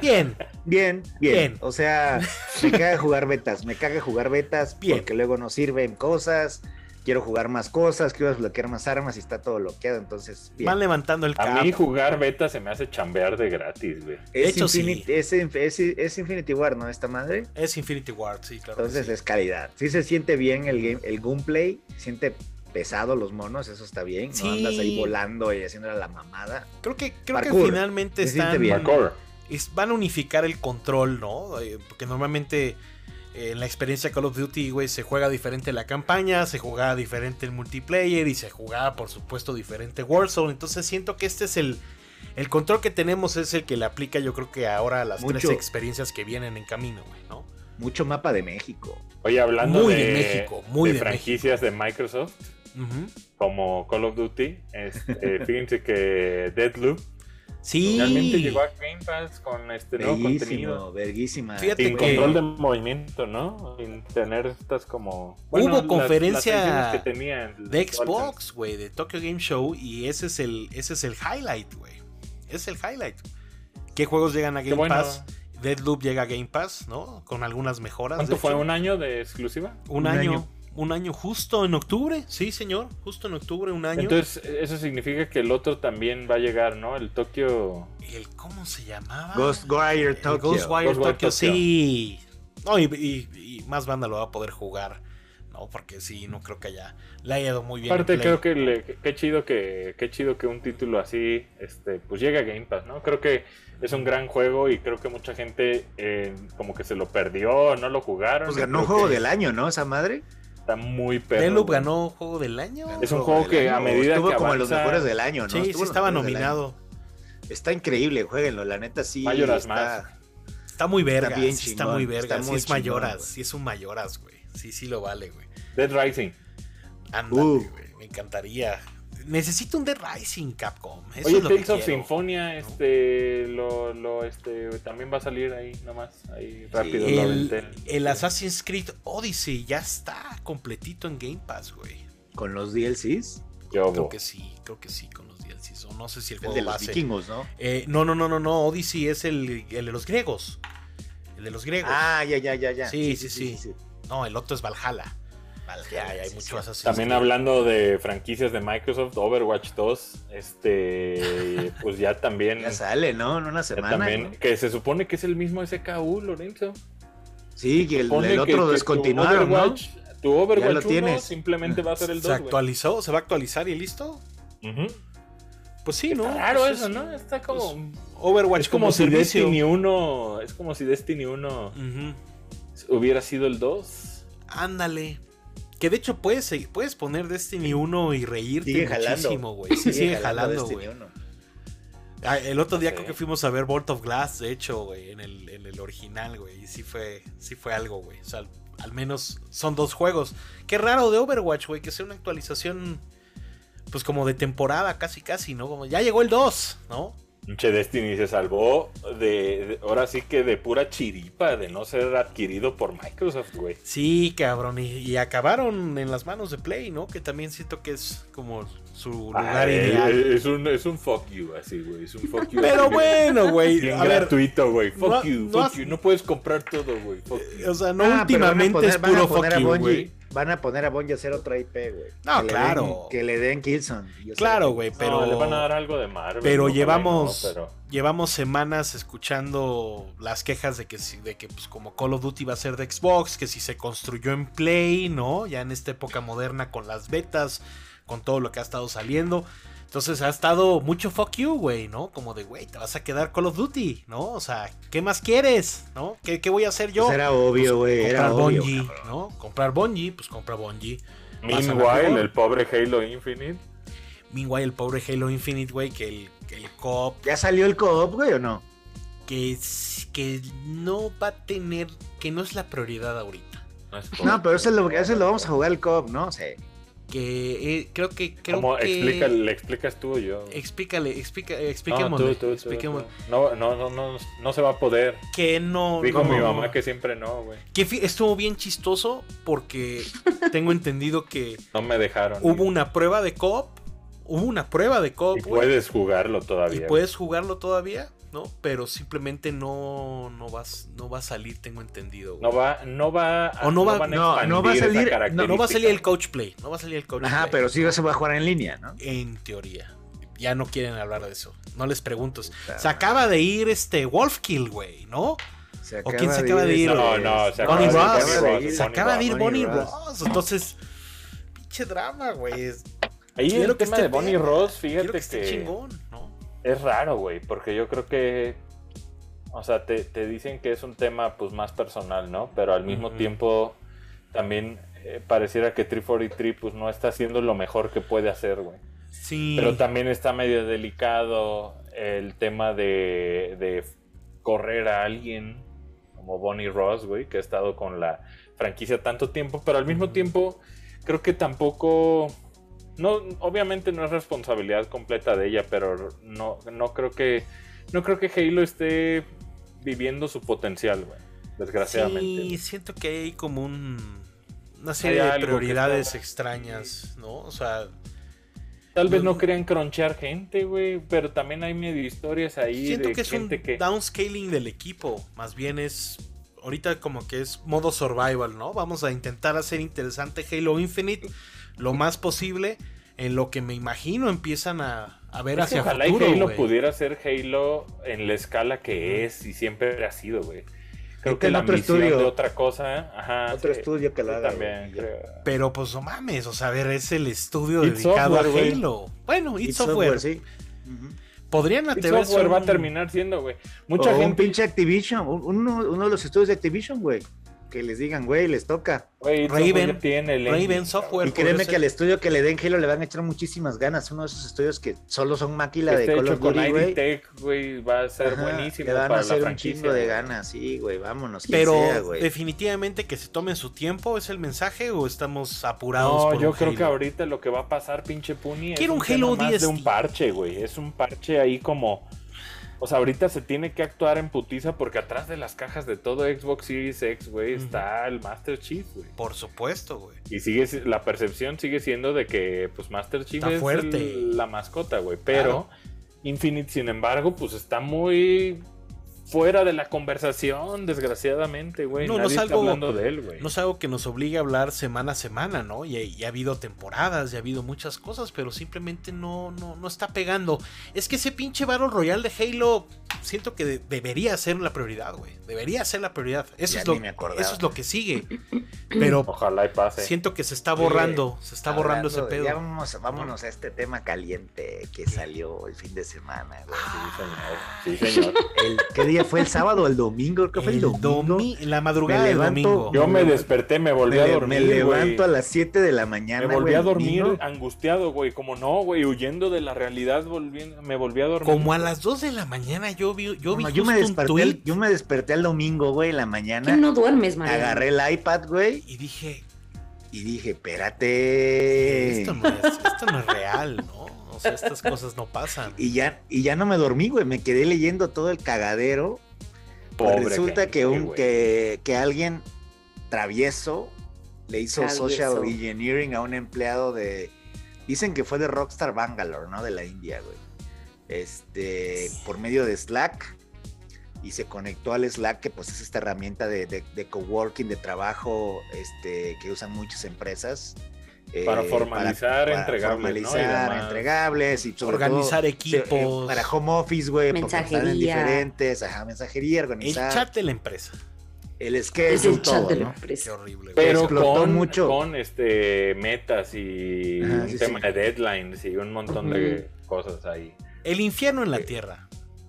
S1: Bien,
S2: bien, bien.
S1: Bien.
S2: O sea, me caga jugar betas. Me caga jugar betas
S1: Bien.
S2: porque luego no sirven cosas. Quiero jugar más cosas, quiero desbloquear más armas y está todo bloqueado. Entonces, bien.
S1: van levantando el
S3: A mí
S1: capo.
S3: jugar beta se me hace chambear de gratis, güey.
S1: de
S2: Es,
S1: hecho,
S2: Infinity,
S1: sí.
S2: es, inf- es- es Infinity War, ¿no? Esta madre.
S1: Es Infinity Ward, sí, claro. que
S2: Entonces
S1: sí.
S2: es calidad. Sí se siente bien el, game, el gameplay. Siente pesado los monos, eso está bien. No
S1: Sí.
S2: andas ahí volando y haciéndole la mamada.
S1: creo que, creo que
S2: Parkour.
S1: finalmente
S2: Se siente
S1: están,
S2: bien.
S3: Parkour.
S1: es- van a unificar el control, ¿no? Eh, Porque normalmente eh, en la experiencia Call of Duty, güey, se juega diferente la campaña, se jugaba diferente el multiplayer y se jugaba, por supuesto, diferente Warzone. Entonces siento que este es el. El control que tenemos es el que le aplica, yo creo que ahora a las
S2: Mucho.
S1: tres experiencias que vienen en camino, güey, ¿no?
S2: Mucho mapa de México.
S3: Oye, hablando
S1: Muy
S3: de,
S1: de México, muy
S3: de
S1: de
S3: franquicias de Microsoft,
S1: Ujú.
S3: como Call of Duty, este, fíjense que Deadloop
S1: Sí.
S3: realmente llegó a Game Pass con este nuevo
S2: Verguísimo,
S3: contenido.
S2: verguísima.
S1: Fíjate
S3: Sin
S1: que-
S3: control de movimiento, ¿no? Sin tener estas como.
S1: Hubo
S3: las-
S1: conferencia
S3: las sesiones que tenían,
S1: de Xbox, güey, de Tokyo Game Show y ese es el ese es el highlight, güey. Es el highlight. ¿Qué juegos llegan a
S3: Qué
S1: Game
S3: bueno.
S1: Pass? Deadloop llega a Game Pass, ¿no? Con algunas mejoras.
S3: ¿Cuánto
S1: de
S3: fue?
S1: hecho.
S3: ¿Un año de exclusiva?
S1: Un
S2: Un
S1: año,
S2: año.
S1: un año justo en octubre, sí, señor, justo en octubre un año.
S3: Entonces, eso significa que el otro también va a llegar, ¿no? El Tokio.
S1: el cómo se llamaba?
S2: Ghostwire
S1: Ah. El
S2: Tokyo.
S1: Ghostwire
S3: Ghostwire
S1: Tokyo,
S3: Tokyo.
S1: sí. No, y, y- y más banda lo va a poder jugar, ¿no? Porque sí, no creo que haya le haya ido muy bien. en
S3: Aparte,
S1: Play.
S3: creo que le- qué chido que qué chido que un título así este pues llegue a Game Pass, ¿no? Creo que es un gran juego y creo que mucha gente eh, como que se lo perdió, no lo jugaron.
S2: Pues ganó
S3: Creo
S2: juego
S3: que
S2: del año, ¿no? Esa madre.
S3: Está muy perro.
S1: Deadloop
S3: güey.
S1: ganó juego del año.
S3: Es un
S2: Juego
S3: juego que
S2: del
S3: a
S2: año.
S3: medida
S2: Estuvo
S3: que
S2: como en los
S3: avanza-
S2: mejores del año, ¿no?
S1: sí,
S2: Estuvo
S1: sí
S2: en los
S1: estaba
S2: mejores del año.
S1: nominado.
S2: Está increíble, jueguenlo. La neta sí.
S3: Mayoras
S2: está-
S3: Mask.
S1: Está muy verga,
S2: Está bien
S1: sí
S2: chingón,
S1: está muy
S2: está
S1: verga, sí
S2: muy
S1: es
S2: chingón,
S1: mayoras,
S2: güey.
S1: sí es un mayoras, güey. Sí, sí lo vale, güey.
S3: Dead Rising.
S1: Ándale,
S2: Uh.
S1: güey, me encantaría. Necesito un The Rising Capcom, eso
S3: Oye,
S1: es lo que
S3: Tales of
S1: quiero.
S3: Symphonia, este, lo, lo, este, también va a salir ahí nomás, ahí rápido lo aventé.
S1: El, el Assassin's Creed Odyssey ya está completito en Game Pass, güey.
S2: Con los DLCs.
S3: Qué obo.
S1: Creo que sí, creo que sí con los DLCs. O no sé si el
S2: El
S1: juego
S2: de los
S1: base.
S2: vikingos, ¿no?
S1: Eh, no, no, no, no, no. Odyssey es el, el de los griegos. El de los griegos.
S2: Ah, ya, ya, ya, ya.
S1: Sí, sí, sí. No, el otro es Valhalla.
S2: Vale,
S1: Ya, ya hay
S2: sí,
S1: mucho
S2: sí.
S1: Assassin's
S3: También
S1: Creed.
S3: hablando de franquicias de Microsoft, Overwatch 2, este, pues ya también,
S1: Mm.
S2: Ya sale, ¿no? En una
S3: ya
S2: semana.
S3: también,
S2: ¿no?
S3: que se supone que es el mismo SKU, Lorenzo.
S2: Sí, que el,
S3: Pone
S2: el
S3: que- que
S2: otro
S3: tu
S2: descontinuaron, ¿no?
S3: Overwatch- Tu Overwatch
S2: lo
S3: 1
S2: tienes.
S3: simplemente va a ser el 2,
S1: Se actualizó, se va a actualizar y listo. Pues sí, ¿no?
S3: Claro
S1: Pues
S3: eso,
S1: es-
S3: ¿no? Está como...
S1: Overwatch
S3: es como, si
S1: servicio.
S3: Destiny 1, es como si Destiny 1
S1: Ujú.
S3: hubiera sido el 2.
S1: Ándale. Que de hecho puedes, seguir- puedes poner Destiny 1 y reírte
S2: Sigue jalando.
S1: muchísimo, güey. Sí, sigue jalando,
S2: Destiny
S1: güey.
S2: 1.
S1: Ah, El otro día
S3: Sí.
S1: creo que fuimos a ver Bolt of Glass, de hecho, güey, en el, en el original, güey. Y sí fue, sí fue algo, güey. O sea, al, al menos son dos juegos. Qué raro de Overwatch, güey, que sea una actualización, pues como de temporada, casi, casi, ¿no? Como ya llegó el 2, ¿no?
S3: Pinche Destiny se salvó de, de- Ahora sí que de pura chiripa, de no ser adquirido por Microsoft, güey.
S1: Sí, cabrón. Y, y acabaron en las manos de Play, ¿no? Que también siento que es como su lugar
S3: Ah,
S1: ideal.
S3: eh, Es un, es un fuck you, así, güey. Es un fuck you.
S1: Pero
S3: así, güey.
S1: bueno, güey.
S3: Bien
S1: A ver,
S3: gratuito, güey. Fuck
S1: no-
S3: you,
S1: no
S3: fuck
S1: has-
S3: you. No puedes comprar todo, güey. Fuck you.
S1: o sea, no
S2: Ah, pero
S1: últimamente
S2: van a
S1: es
S2: poner-
S1: puro
S2: van a poner
S1: fuck
S2: a
S1: you,
S2: Bungie-
S1: güey.
S2: Van a poner a Bungie a hacer otra IP, güey.
S1: No,
S2: Que le
S1: claro.
S2: den- que le den Kilson. Yo sé Pues
S1: Claro,
S2: que-
S1: güey, pero.
S3: Pero le van a dar algo de Marvel.
S1: pero
S3: ojalá y
S1: llevamos-
S3: no, pero-
S1: llevamos semanas escuchando las quejas de que si- de que pues como Call of Duty va a ser de Xbox, que si se construyó en Play, ¿no? Ya en esta época moderna con las betas, con todo lo que ha estado saliendo. Entonces ha estado mucho fuck you, güey, ¿no? Como de, güey, te vas a quedar Call of Duty, ¿no? O sea, ¿qué más quieres? ¿No? ¿Qué, qué voy a hacer yo?
S2: Pues era obvio, güey.
S1: comprar
S2: era obvio.
S1: Bungie, ¿no? Comprar Bungie, pues compra Bungie. Pásala,
S3: Meanwhile,
S1: por
S3: el pobre Halo Infinite.
S1: Meanwhile, el pobre Halo Infinite, güey, que el, que el cop
S2: ¿Ya salió el co-op, güey, o no?
S1: que, es- que no va a tener, que no es la prioridad ahorita.
S2: No, pero eso es lo, eso lo vamos a jugar el co-op, ¿no? O sea,
S1: Que eh, creo que... Creo
S3: ¿Cómo
S1: que...
S3: explica, le explicas tú o yo?
S1: Explícale, explica,
S3: No,
S1: expliquemos,
S3: Ah, tú, tú, tú,
S1: expliquemos.
S3: tú. No, no, no, no, no se va a poder.
S1: que no... no,
S3: Dijo mi
S1: no,
S3: mamá
S1: no.
S3: que siempre no, güey.
S1: Que fi- estuvo bien chistoso porque tengo entendido que
S3: No me dejaron.
S1: hubo una prueba de co-op, hubo una prueba de co-op,
S3: Y
S1: güey,
S3: puedes jugarlo
S1: y
S3: todavía.
S1: puedes jugarlo todavía, ¿no? Pero simplemente no, no, vas, no va a salir, tengo entendido. güey.
S3: No va, no va, a-
S1: O no va-
S3: van a
S2: no, no va a
S3: expandir esa
S2: salir- no,
S1: No,
S2: no
S3: característica.
S1: no va a salir el coach play, no va a salir el coach
S2: ajá,
S1: play.
S2: pero sí se va a jugar en línea, ¿no?
S1: En teoría. Ya no quieren hablar de eso. No les pregunto.
S2: Puta
S1: Pues, Se acaba de ir este Wolfkill, güey, ¿no?
S2: Se
S1: ¿O quién se acaba de ir?
S3: No, no, se
S1: Bonnie
S3: acaba
S1: Ross.
S3: de ir Bonnie Ross.
S1: Se acaba de ir
S2: Bonnie
S1: Bonnie
S2: Ross.
S1: Ross. Entonces, pinche drama, güey. Es-
S3: Ahí
S1: Quiero
S3: el
S1: que
S3: tema
S1: esté
S3: de Bonnie
S1: bien.
S3: Ross,
S1: Quiero
S3: fíjate
S1: que
S3: que,
S1: esté chingón, ¿no?
S3: es raro, güey, porque yo creo que, o sea, te, te dicen que es un tema pues más personal, ¿no? Pero al mismo
S1: Ujú.
S3: tiempo también eh, pareciera que 343 pues no está haciendo lo mejor que puede hacer, güey.
S1: Sí.
S3: Pero también está medio delicado el tema de, de correr a alguien como Bonnie Ross, güey, que ha estado con la franquicia tanto tiempo, pero al mismo
S1: Ujú.
S3: tiempo creo que tampoco... No, obviamente no es responsabilidad completa de ella, pero no, no creo que no creo que Halo esté viviendo su potencial, güey. Desgraciadamente.
S1: Sí,
S3: güey.
S1: siento que hay como un, una serie
S3: Hay
S1: de
S3: algo que
S1: prioridades
S3: está-
S1: extrañas, ¿no? O sea,
S3: Tal vez no querían cronchar gente, güey, pero también hay medio historias ahí
S1: siento
S3: de
S1: que es un
S3: gente que
S1: downscaling del equipo. Más bien es. Ahorita como que es modo survival, ¿no? Vamos a intentar hacer interesante Halo Infinite lo más posible. En lo que me imagino empiezan a, a ver
S3: Es que
S1: hacia
S3: ojalá
S1: futuro.
S3: y Halo
S1: güey.
S3: pudiera ser Halo en la escala que es y siempre ha sido, güey.
S2: Creo
S3: Creo que
S2: en
S3: la
S2: otro
S3: misión
S2: estudio.
S3: de otra cosa, ajá.
S2: Otro
S3: sí,
S2: estudio que
S3: sí,
S2: lo haga. güey.
S3: también, creo.
S1: Pero pues no mames, o sea, a ver, es el estudio
S3: Id
S1: dedicado
S3: Software,
S1: a
S3: güey.
S1: Halo. Bueno, It,
S2: Id
S1: Software.
S2: sí. Ujú.
S1: Podrían
S3: Id
S1: atreverse
S3: Software va a
S1: un-
S3: terminar siendo, güey.
S2: Mucha
S3: Mucha
S2: un
S3: gente,
S2: pinche Activision, un- uno, uno de los estudios de Activision, güey. Que les digan, güey, les toca.
S3: güey, Id
S1: Raven-
S3: Software ya tiene el
S1: Raven
S3: engine,
S1: Software,
S2: Y
S1: Por
S2: créeme
S3: pues,
S1: eso-
S2: que al estudio que le den Halo le van a echar muchísimas ganas. Uno de esos estudios que solo son máquina
S3: cabrón.
S2: de
S3: Está
S2: Call
S3: hecho
S2: of
S3: con
S2: Duty,
S3: ID
S2: güey.
S3: Tech, güey, va a ser
S2: Ajá,
S3: buenísimo
S2: Le van
S3: para
S2: a hacer
S3: la
S2: un
S3: franquicia.
S2: chingo de
S3: güey.
S2: ganas, sí, güey, vámonos. quien
S1: Pero
S2: sea, güey.
S1: definitivamente que se tomen su tiempo, ¿es el mensaje o estamos apurados?
S3: No,
S1: por
S3: yo
S1: un
S3: creo que
S1: Halo?
S3: ahorita lo que va a pasar, pinche Puni,
S1: Quiero
S3: es
S1: un Halo
S3: tema más de
S1: 10.
S3: un parche, güey. Es un parche ahí como. O sea, ahorita se tiene que actuar en putiza porque atrás de las cajas de todo Xbox Series X, güey,
S1: Ujú.
S3: está el Master Chief, güey.
S1: Por supuesto, güey.
S3: Y sigue, si- la percepción sigue siendo de que, pues, Master Chief
S1: Está
S3: es
S1: fuerte.
S3: el- la mascota, güey. Pero Infinite, sin embargo, pues está muy fuera de la conversación, desgraciadamente, güey.
S1: No, no
S3: Nadie
S1: es
S3: está
S1: algo-
S3: hablando de él, güey.
S1: No es algo que nos obligue a hablar semana a semana, ¿no? Y, y ha habido temporadas, y ha habido muchas cosas, pero simplemente no, no, no está pegando. Es que ese pinche Battle Royale de Halo, siento que de- debería ser la prioridad, güey. Debería ser la prioridad. Eso,
S2: Ya
S1: es lo,
S2: ni me acordaba. Oh,
S1: eso es lo que sigue. Pero
S3: Ojalá y pase.
S1: siento que se está borrando, se está borrando ese
S2: Hablando de-
S1: pedo.
S2: Ya vamos, vámonos a este
S1: Ah.
S2: tema caliente que salió el fin de semana, güey.
S3: Sí, señor. Sí, señor.
S2: El, ¿Qué día fue el sábado o el domingo, creo que fue el, domingo.
S1: domi- la madrugada
S2: Me
S1: del
S2: levanto-
S1: domingo.
S3: Yo me desperté, me volví
S2: me,
S3: a
S2: le-
S3: dormir.
S2: me
S3: güey.
S2: levanto a las 7 de la mañana.
S3: Me volví
S2: güey,
S3: a dormir
S2: niño.
S3: angustiado, güey. Como no, güey, huyendo de la realidad, volviendo, me volví a dormir.
S1: Como a las 2 de la mañana yo vi, yo vi
S2: No, yo, me
S1: justo un
S2: desperté
S1: tweet
S2: el, yo me desperté el domingo, güey, en la
S4: ¿Qué
S2: mañana.
S4: no duermes, María?
S2: agarré el iPad, güey,
S1: y dije,
S2: y dije, espérate.
S1: esto no es, esto no es real, ¿no? O sea, estas cosas no pasan.
S2: Y ya, y ya no me dormí, güey. Me quedé leyendo todo el cagadero. Pues
S3: Pobre
S2: resulta
S3: gente,
S2: que, un,
S3: güey.
S2: que, que alguien travieso le hizo
S4: Travieso.
S2: social engineering a un empleado de. Dicen que fue de Rockstar Bangalore, ¿no? De la India, güey. Este, por medio de Slack. Y se conectó al Slack, que pues es esta herramienta de, de, de coworking, de trabajo, este, que usan muchas empresas. eh,
S3: Para formalizar entregables, ¿no? Y
S2: formalizar
S3: demás.
S2: entregables y sobre todo-
S1: Organizar
S2: Sí, eh,
S1: equipos.
S2: para home office, güey, porque están en
S4: Mensajería.
S2: diferentes, ajá, mensajería,
S1: el
S2: organizar. El,
S1: chat de la empresa.
S4: Es
S2: schedule,
S4: el chat
S2: todo,
S4: de la
S2: ¿no?
S1: Qué
S4: empresa.
S1: horrible. güey.
S3: Pero
S2: explotó
S3: con,
S2: mucho.
S3: con este, metas y
S2: Ajá,
S3: un
S2: sí,
S3: tema
S2: sí.
S3: de deadlines y un montón de cosas ahí.
S1: El infierno en la tierra.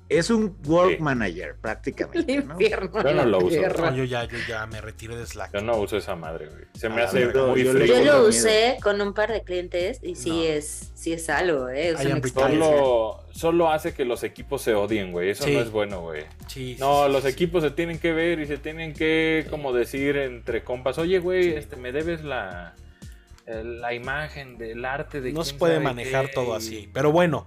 S2: Es un work
S3: Sí.
S2: manager, prácticamente,
S4: El
S2: ¿no?
S4: infierno.
S3: Yo no
S4: la
S3: lo uso.
S4: tierra.
S1: No, yo ya, yo ya me retiré de Slack.
S3: Yo no uso esa madre, güey. Se me
S2: Ah,
S3: hace
S2: yo-
S3: muy
S2: yo
S3: frío.
S4: Yo
S2: Tengo
S4: lo
S2: miedo.
S4: usé con un par de clientes y sí
S1: No.
S4: es sí es algo, ¿eh? O sea,
S1: I am retired.
S4: me explico.
S3: Solo, solo hace que los equipos se odien, güey. Eso
S1: Sí.
S3: no es bueno, güey.
S1: Sí, sí,
S3: No,
S1: sí,
S3: los
S1: sí.
S3: equipos se tienen que ver y se tienen que, como decir, entre compas, oye, güey,
S1: Sí.
S3: este, me debes la, la imagen del arte de...
S1: No se
S3: quién
S1: puede
S3: sabe
S1: manejar
S3: qué",
S1: todo
S3: y-
S1: así. Pero bueno,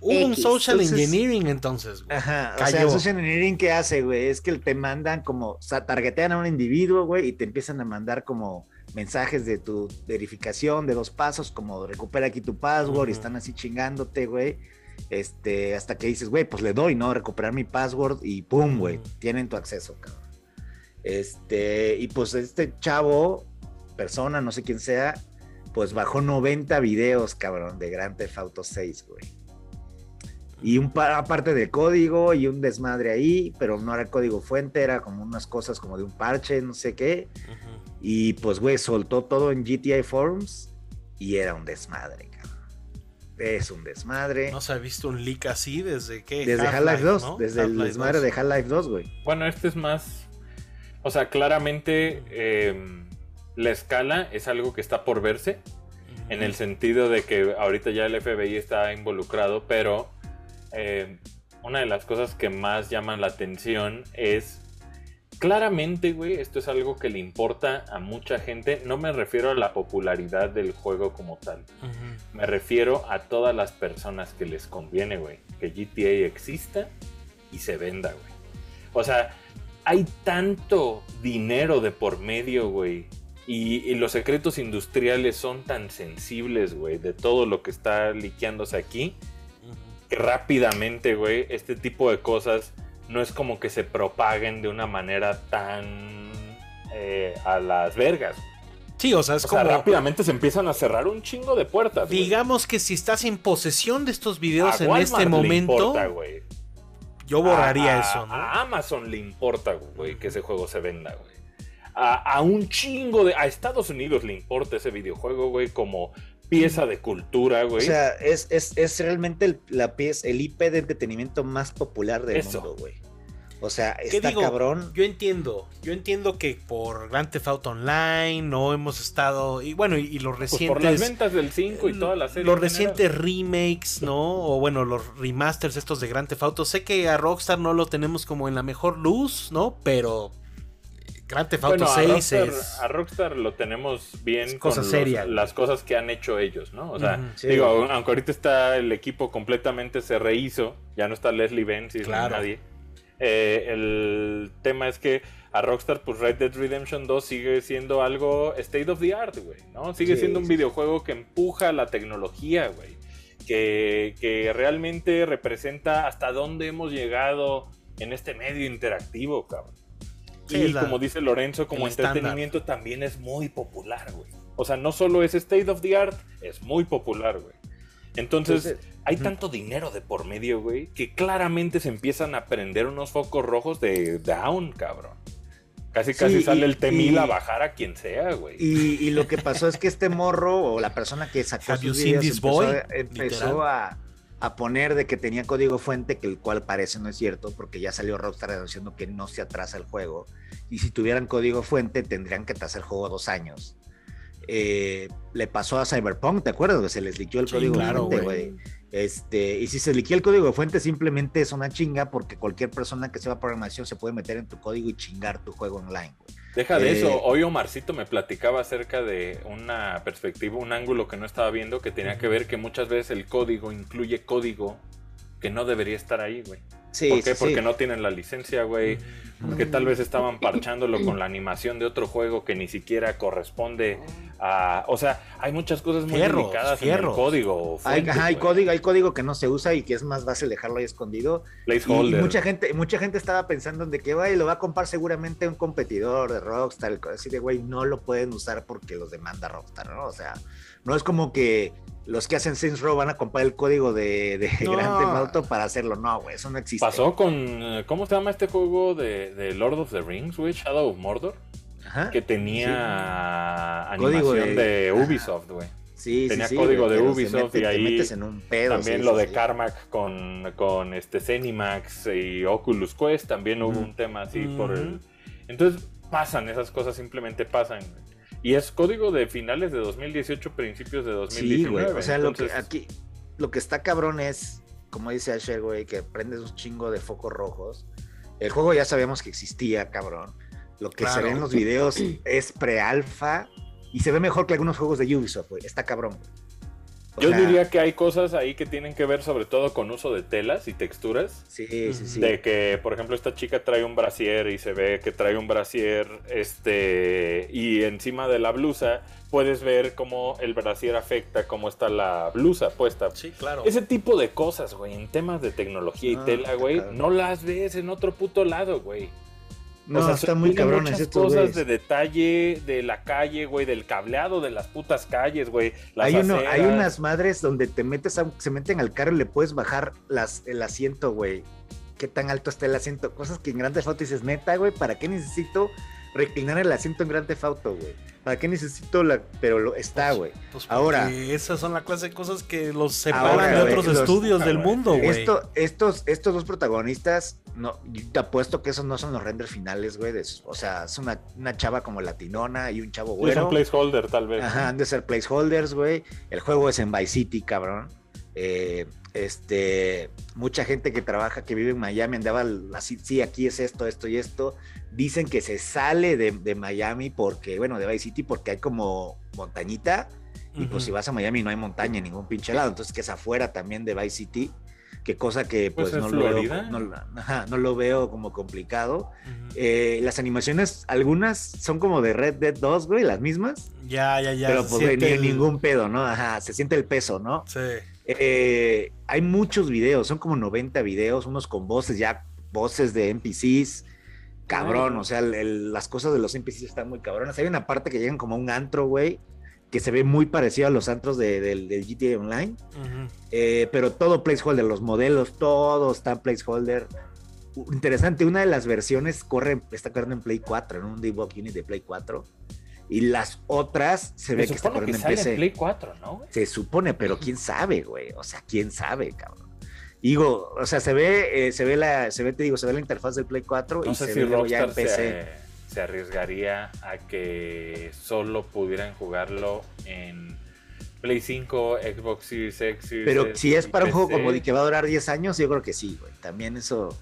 S1: hubo un
S4: X,
S1: social
S2: entonces- Ah.
S1: engineering entonces. güey.
S2: Ajá, o sea,
S1: Cayó.
S2: social engineering, ¿qué hace, güey? Es que te mandan como, o sea, targetean a un individuo, güey, y te empiezan a mandar como mensajes de tu verificación de dos pasos, como recupera aquí tu password, y
S1: Ujú.
S2: están así chingándote, güey. Este, hasta que dices, güey, pues le doy, ¿no? Recuperar mi password y pum, güey,
S1: Ujú.
S2: tienen tu acceso, cabrón. Este, y pues este chavo, persona, no sé quién sea, pues bajó 90 videos, cabrón, de Grand Theft Auto 6, güey. Y un par, aparte del código y un desmadre ahí, pero no era el código fuente, era como unas cosas como de un parche, no sé qué.
S1: Ujú.
S2: Y pues, güey, soltó todo en GTA Forums y era un desmadre, cabrón. Es un desmadre.
S1: No se ha visto un leak así desde que.
S2: desde Half-Life 2, desde el desmadre de Half-Life 2, güey.
S3: Bueno, este es más... O sea, claramente eh, la escala es algo que está por verse, en el sentido de que ahorita ya el FBI está involucrado, pero eh, una de las cosas que más llaman la atención es claramente, güey, esto es algo que le importa a mucha gente. No me refiero a la popularidad del juego como tal. Me refiero a todas las personas que les conviene, güey, que GTA exista y se venda, güey. O sea, hay tanto dinero de por medio, güey. Y, y los secretos industriales son tan sensibles, güey, de todo lo que está liqueándose aquí, que rápidamente, güey, este tipo de cosas no es como que se propaguen de una manera tan eh, a las vergas.
S1: Sí, o sea, es
S3: o
S1: como.
S3: sea, rápidamente se empiezan a cerrar un chingo de puertas. güey.
S1: digamos que si estás en posesión de estos
S3: A
S1: videos en
S3: Walmart
S1: este
S3: le
S1: momento,
S3: importa, güey.
S1: yo borraría
S3: A- a-
S1: eso, ¿no?
S3: A Amazon le importa, güey, que ese juego se venda, güey. A, a un chingo de. A Estados Unidos le importa ese videojuego, güey, como pieza de cultura, güey.
S2: O sea, es, es, es realmente el, la pieza, el IP de entretenimiento más popular del
S3: Eso.
S2: mundo, güey. O sea, está
S1: digo?
S2: cabrón.
S1: Yo entiendo, yo entiendo que por Grand Theft Auto Online no hemos estado. Y bueno, y, y los
S3: Pues
S1: recientes. eh,
S3: por las ventas del 5 y toda la serie.
S1: Los
S3: en general.
S1: recientes remakes, ¿no? O bueno, los remasters estos de Grand Theft Auto. Sé que a Rockstar no lo tenemos como en la mejor luz, ¿no? Pero Grand Theft Auto
S3: Bueno, a
S1: 6
S3: Rockstar,
S1: es...
S3: a Rockstar lo tenemos bien
S1: es
S3: con
S1: cosa
S3: los-
S1: seria, güey.
S3: las cosas que han hecho ellos, ¿no? O sea,
S1: Ujú.
S2: Sí.
S3: digo, aunque ahorita está el equipo completamente se rehizo, ya no está Leslie Benz y
S1: Claro.
S3: nadie. Eh, el tema es que a Rockstar, pues Red Dead Redemption 2 sigue siendo algo state of the art, güey, ¿no? Sigue
S2: Sí,
S3: siendo un
S2: sí, sí.
S3: videojuego que empuja la tecnología, güey. Que, que realmente representa hasta dónde hemos llegado en este medio interactivo, cabrón.
S1: Sí,
S3: y
S1: es la-
S3: como dice Lorenzo, como
S1: el estándar.
S3: entretenimiento también es muy popular, güey. O sea, no solo es state of the art, es muy popular, güey. Entonces,
S2: Entonces,
S3: hay
S2: ujú.
S3: tanto dinero de por medio, güey, que claramente se empiezan a prender unos focos rojos de down, cabrón. Casi
S2: Sí,
S3: casi
S2: y-
S3: sale el temil
S2: y-
S3: a bajar a quien sea, güey.
S2: Y, y lo que pasó es que este morro o la persona que sacó
S1: Have you
S2: sus
S1: seen
S2: videos
S1: this
S2: empezó,
S1: boy?
S2: a- empezó a, a poner de que tenía código fuente, que el cual parece no es cierto, porque ya salió Rockstar anunciando que no se atrasa el juego. Y si tuvieran código fuente, tendrían que atrasar el juego dos años. Eh, le pasó a Cyberpunk, ¿te acuerdas? Que se les liqueó el
S1: Sí,
S2: código
S1: claro,
S2: fuente,
S1: güey.
S2: güey. Este, y si se liquea el código fuente, simplemente es una chinga, porque cualquier persona que sepa programación se puede meter en tu código y chingar tu juego online, güey.
S3: Deja de
S2: Eh,
S3: eso. Hoy Omarcito me platicaba acerca de una perspectiva, un ángulo que no estaba viendo que tenía que ver que muchas veces el código incluye código que no debería estar ahí, güey.
S2: Sí,
S3: ¿Por qué?
S2: sí, sí.
S3: Porque no tienen la licencia, güey. Porque tal vez estaban parchándolo con la animación de otro juego que ni siquiera corresponde a. O sea, hay muchas cosas muy
S1: Fierros,
S3: delicadas en el
S1: fierros.
S3: código.
S2: Hay,
S3: fuente,
S2: ajá, hay
S3: güey.
S2: código, hay código que no se usa y que es más fácil dejarlo ahí escondido. Y, y
S3: Placeholder.
S2: mucha gente, mucha gente estaba pensando en de que "Ay, lo va a comprar seguramente un competidor de Rockstar, el co- así de güey, no lo pueden usar porque los demanda Rockstar, ¿no? O sea, no es como que los que hacen Saints Row van a comprar el código de, de
S1: No.
S2: Grand Theft Auto para hacerlo, no, güey, eso no existe.
S3: Pasó con. eh, ¿Cómo se llama este juego de, de Lord of the Rings, güey? Shadow of Mordor.
S2: Ajá.
S3: Que tenía
S2: Código
S3: animación
S2: de-
S3: de, Ubisoft, güey.
S2: Sí,
S3: tenía
S2: güey,
S3: código de
S2: pero se
S3: Ubisoft
S2: mete-
S3: y
S2: te
S3: ahí
S2: metes en un pedo,
S3: También
S2: sí,
S3: lo
S2: sí,
S3: de
S2: sí.
S3: Carmack con, con este Cenimax y Oculus Quest. También hubo
S2: Ujú.
S3: un tema así por
S1: Ujú.
S3: el. Entonces pasan esas cosas, simplemente pasan. Y es código de finales de 2018, principios de
S2: Sí,
S3: 2019.
S2: güey. O sea, lo que
S3: Entonces,
S2: aquí, lo que está cabrón es, como dice Asher, güey, que prendes un chingo de focos rojos. El juego ya sabíamos que existía, cabrón. Lo que se
S1: Claro.
S2: ve en los videos es pre-alfa y se ve mejor que algunos juegos de Ubisoft, güey. Está cabrón. O
S3: Yo
S2: sea,
S3: diría que hay cosas ahí que tienen que ver sobre todo con uso de telas y texturas.
S2: Sí, sí, sí.
S3: De que, por ejemplo, esta chica trae un brasier y se ve que trae un brasier, este, y encima de la blusa puedes ver cómo el brasier afecta, cómo está la blusa puesta.
S1: Sí, claro.
S3: Ese tipo de cosas, güey, en temas de tecnología y
S2: Ah,
S3: tela, güey,
S2: cabrón.
S3: no las ves en otro puto lado, güey.
S2: No,
S3: O sea,
S2: están muy
S3: tiene
S2: cabrones
S3: muchas
S2: estos
S3: cosas
S2: güeyes.
S3: de detalle de la calle, güey, del cableado de las putas calles, güey. las
S2: Hay, uno, hay
S3: aceras.
S2: unas madres donde te metes a- se meten al carro y le puedes bajar las, el asiento, güey. Qué tan alto está el asiento. Cosas que en Grand Theft Auto dices, neta, güey, ¿para qué necesito reclinar el asiento en Grand Theft Auto, güey? ¿Para qué necesito la...? Pero lo, está, güey.
S1: Pues
S2: Ahora-
S1: porque esas son la clase de cosas que los separan
S2: Ahora,
S1: de
S2: güey,
S1: otros
S2: los-
S1: estudios
S3: Ah,
S1: del
S3: güey.
S1: mundo, güey.
S2: Esto, estos, estos dos protagonistas, no, yo te apuesto que esos no son los renders finales, güey. de sus- O sea, es una, una chava como latinona y un chavo
S3: Sí, Es
S2: güero.
S3: un placeholder, tal vez.
S2: Ajá, han de ser placeholders, güey. El juego es en Vice City, cabrón. Eh, este, mucha gente que trabaja, que vive en Miami, andaba al- así, sí, aquí es esto, esto y esto. Dicen que se sale de, de Miami porque, bueno, de Vice City porque hay como montañita. Y pues si vas a Miami no hay montaña en ningún pinche lado. Entonces que es afuera también de Vice City. Que cosa que pues,
S3: Pues, en
S2: no, lo veo,
S3: Florida.
S2: no lo- ajá, no lo veo como complicado.
S1: Ujú.
S2: Eh, las animaciones, algunas son como de Red Dead 2, güey, las mismas
S1: ya, ya, ya.
S2: pero
S1: se
S2: pues güey,
S1: siente
S2: ni-
S1: el-
S2: ningún pedo, ¿no? Ajá, se siente el peso, ¿no?
S1: Sí.
S2: Eh, hay muchos videos, son como 90 videos, unos con voces, ya voces de NPCs, cabrón, o sea, el- el- las cosas de los NPCs están muy cabronas. Hay una parte que llegan como a un antro, güey, que se ve muy parecido a los antros de- del- del GTA Online.
S1: Ujú.
S2: Eh, pero todo placeholder, los modelos, todo está placeholder. U- Interesante, una de las versiones corre, está corriendo en Play 4, en un debug unit de Play 4. Y las otras se ve
S3: Se
S2: que está
S3: supone que
S2: corriendo en
S3: sale
S2: PC.
S3: en Play 4, ¿no? güey?
S2: Se supone, pero quién sabe, güey. O sea, quién sabe, cabrón. Digo, o sea, se ve, eh, se ve la, se ve, te digo, se ve la interfaz del Play 4
S3: No
S2: y
S3: sé
S2: se
S3: si
S2: ve luego ya
S3: Rockstar
S2: en PC.
S3: se, se arriesgaría a que solo pudieran jugarlo en Play 5, Xbox Series X. Series
S2: Pero
S3: S
S2: si es
S3: y
S2: para un juego
S3: PC.
S2: como de que va a durar 10 años, yo creo que sí, güey. También eso,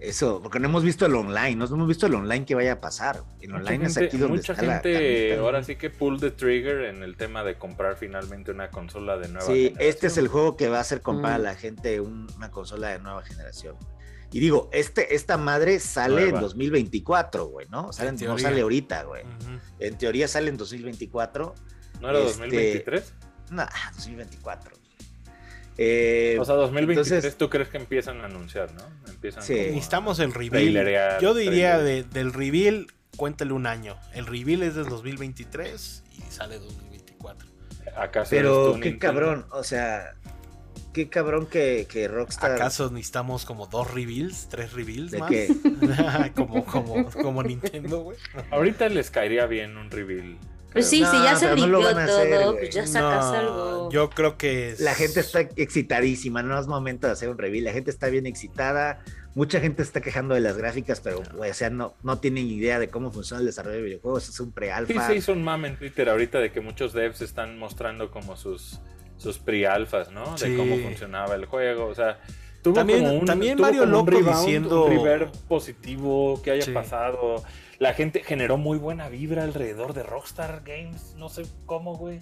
S2: eso, porque no hemos visto el online, no hemos visto el online que vaya a pasar. El
S3: Mucha
S2: online es
S3: gente-
S2: aquí donde
S3: mucha
S2: está la-
S3: gente
S2: la-
S3: ahora sí que pull the trigger en el tema de comprar finalmente una consola de nueva
S2: Sí,
S3: generación.
S2: este es el juego que va a hacer comprar a
S4: Mm.
S2: la gente un- una consola de nueva generación. Y digo, este, esta madre sale
S3: Nueva.
S2: en 2024, güey, ¿no? Sale en-
S1: En
S2: no
S1: teoría. Mm.
S2: sale ahorita, güey.
S1: Ujú.
S2: En teoría sale en 2024.
S3: ¿No era
S2: este-
S3: 2023?
S2: Nah, 2024. Eh,
S3: O sea, 2023
S2: entonces-
S3: tú crees que empiezan a anunciar, ¿no? Empiezan
S2: Sí.
S3: como a-
S1: Necesitamos el reveal.
S3: Trailerear,
S1: Yo diría
S3: trailer.
S1: de- del reveal, cuéntale un año. El reveal es del 2023 y sale 2024.
S3: ¿Acaso eres
S2: pero
S3: tú,
S2: qué
S3: Nintendo?
S2: cabrón, o sea, qué cabrón que, que Rockstar.
S1: ¿Acaso necesitamos como dos reveals, tres reveals
S2: ¿De
S1: más?
S2: qué?
S1: como, como, como Nintendo, güey.
S3: Ahorita les caería bien un reveal
S4: Pues sí, si ya
S2: No,
S4: se
S2: pero no lo
S4: limpió
S2: van a
S4: todo,
S2: hacer, güey.
S4: pues ya sacas
S1: No,
S4: algo.
S1: Yo creo que. es-
S2: La gente está excitadísima, no es momento de hacer un reveal. La gente está bien excitada. Mucha gente está quejando de las gráficas, pero güey, o sea, no, no tienen idea de cómo funciona el desarrollo de videojuegos. Es un
S3: Sí,
S2: pre-alfa.
S3: se hizo un mame en Twitter ahorita de que muchos devs están mostrando como sus, sus pre-alfas, ¿no?
S1: Sí.
S3: De cómo funcionaba el juego. O sea, tuvo
S1: También-
S3: como un,
S1: también
S3: tuvo
S1: Mario
S3: como un
S1: Loco
S3: rebound,
S1: diciendo-
S3: un reverb positivo que haya
S1: Sí.
S3: pasado. La gente generó muy buena vibra alrededor de Rockstar Games. No sé cómo, güey.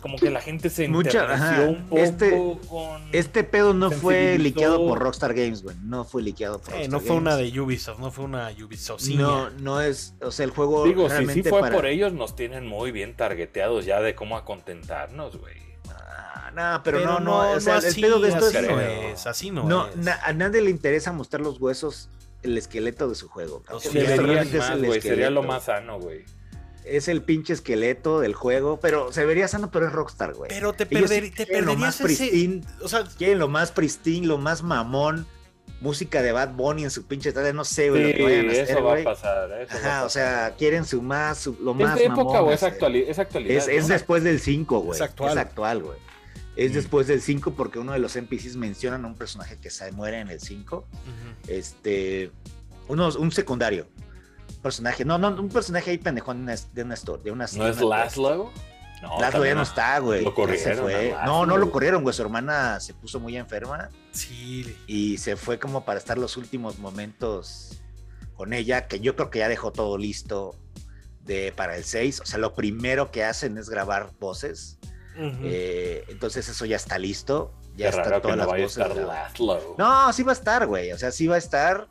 S3: Como que la gente se
S2: Mucha- ajá.
S3: enterneció un poco
S2: Este-
S3: con...
S2: Este pedo no fue
S3: Sensibilizó.
S2: liqueado por Rockstar Games, güey. No fue liqueado por
S1: Eh,
S2: Rockstar
S1: no fue una
S2: Games.
S1: de Ubisoft, no fue una Ubisoft.
S2: No, no es. O sea, el juego.
S3: Digo, si
S2: realmente
S3: sí fue
S2: para...
S3: por ellos, nos tienen muy bien targeteados ya de cómo acontentarnos, güey.
S2: Ah, no, pero, no, no. O sea, el
S1: así-
S2: pedo de esto
S1: así
S2: es.
S1: no
S3: creo.
S1: es. Así no,
S2: No,
S1: es.
S2: na- a nadie le interesa mostrar los huesos, el esqueleto de su juego. cabrón.
S1: Sí,
S2: Esto
S3: Deberían
S2: realmente es
S3: más,
S2: el
S3: güey. Sería lo
S2: esqueleto.
S3: más sano, güey.
S2: Es el pinche esqueleto del juego, pero se vería sano, pero es Rockstar, güey.
S1: Pero te,
S2: Ellos sí
S1: perder- te
S2: quieren lo más
S1: perderías ese.
S2: pristine,
S1: O sea,
S2: quieren lo más pristine, lo más mamón, música de Bad Bunny en su pinche tarde, no sé, güey, lo
S3: Sí,
S2: que vayan a
S3: eso
S2: hacer,
S3: va
S2: güey.
S3: a pasar. Eso
S2: Ajá,
S3: va a
S2: o
S3: pasar.
S2: sea, quieren su más, su- lo
S3: ¿Es
S2: más
S3: de época
S2: mamón,
S3: o es,
S2: este.
S3: actuali- es actualidad?
S2: Es, es
S3: ¿no?
S2: después del 5, güey.
S1: Es
S2: Es
S1: actual.
S2: actual. güey. Es
S1: Mm.
S2: después del 5 porque uno de los NPCs mencionan a un personaje que se muere en el 5. Este, uno, un secundario. Un personaje, no, no, un personaje ahí pendejón de una, de una store, de una
S3: ¿No es
S2: una-
S3: Laszlo? No,
S2: Laszlo ya
S3: también
S2: no está, güey.
S3: Lo
S2: Ya
S3: corrieron
S2: se
S3: a
S2: fue.
S3: Laszlo,
S2: No, no lo
S3: güey.
S2: corrieron, güey. Su hermana se puso muy enferma
S1: sí.
S2: y se fue como para estar los últimos momentos con ella, que yo creo que ya dejó todo listo de, para el 6. O sea, lo primero que hacen es grabar voces.
S1: Ujú.
S2: Eh, entonces eso ya está listo. Ya
S3: Qué raro
S2: están
S3: que
S2: todas
S3: no
S2: las
S3: vaya a
S2: voces.
S3: estar
S2: grabadas.
S3: Laszlo.
S2: No, sí va a estar, güey. O sea, sí va a estar.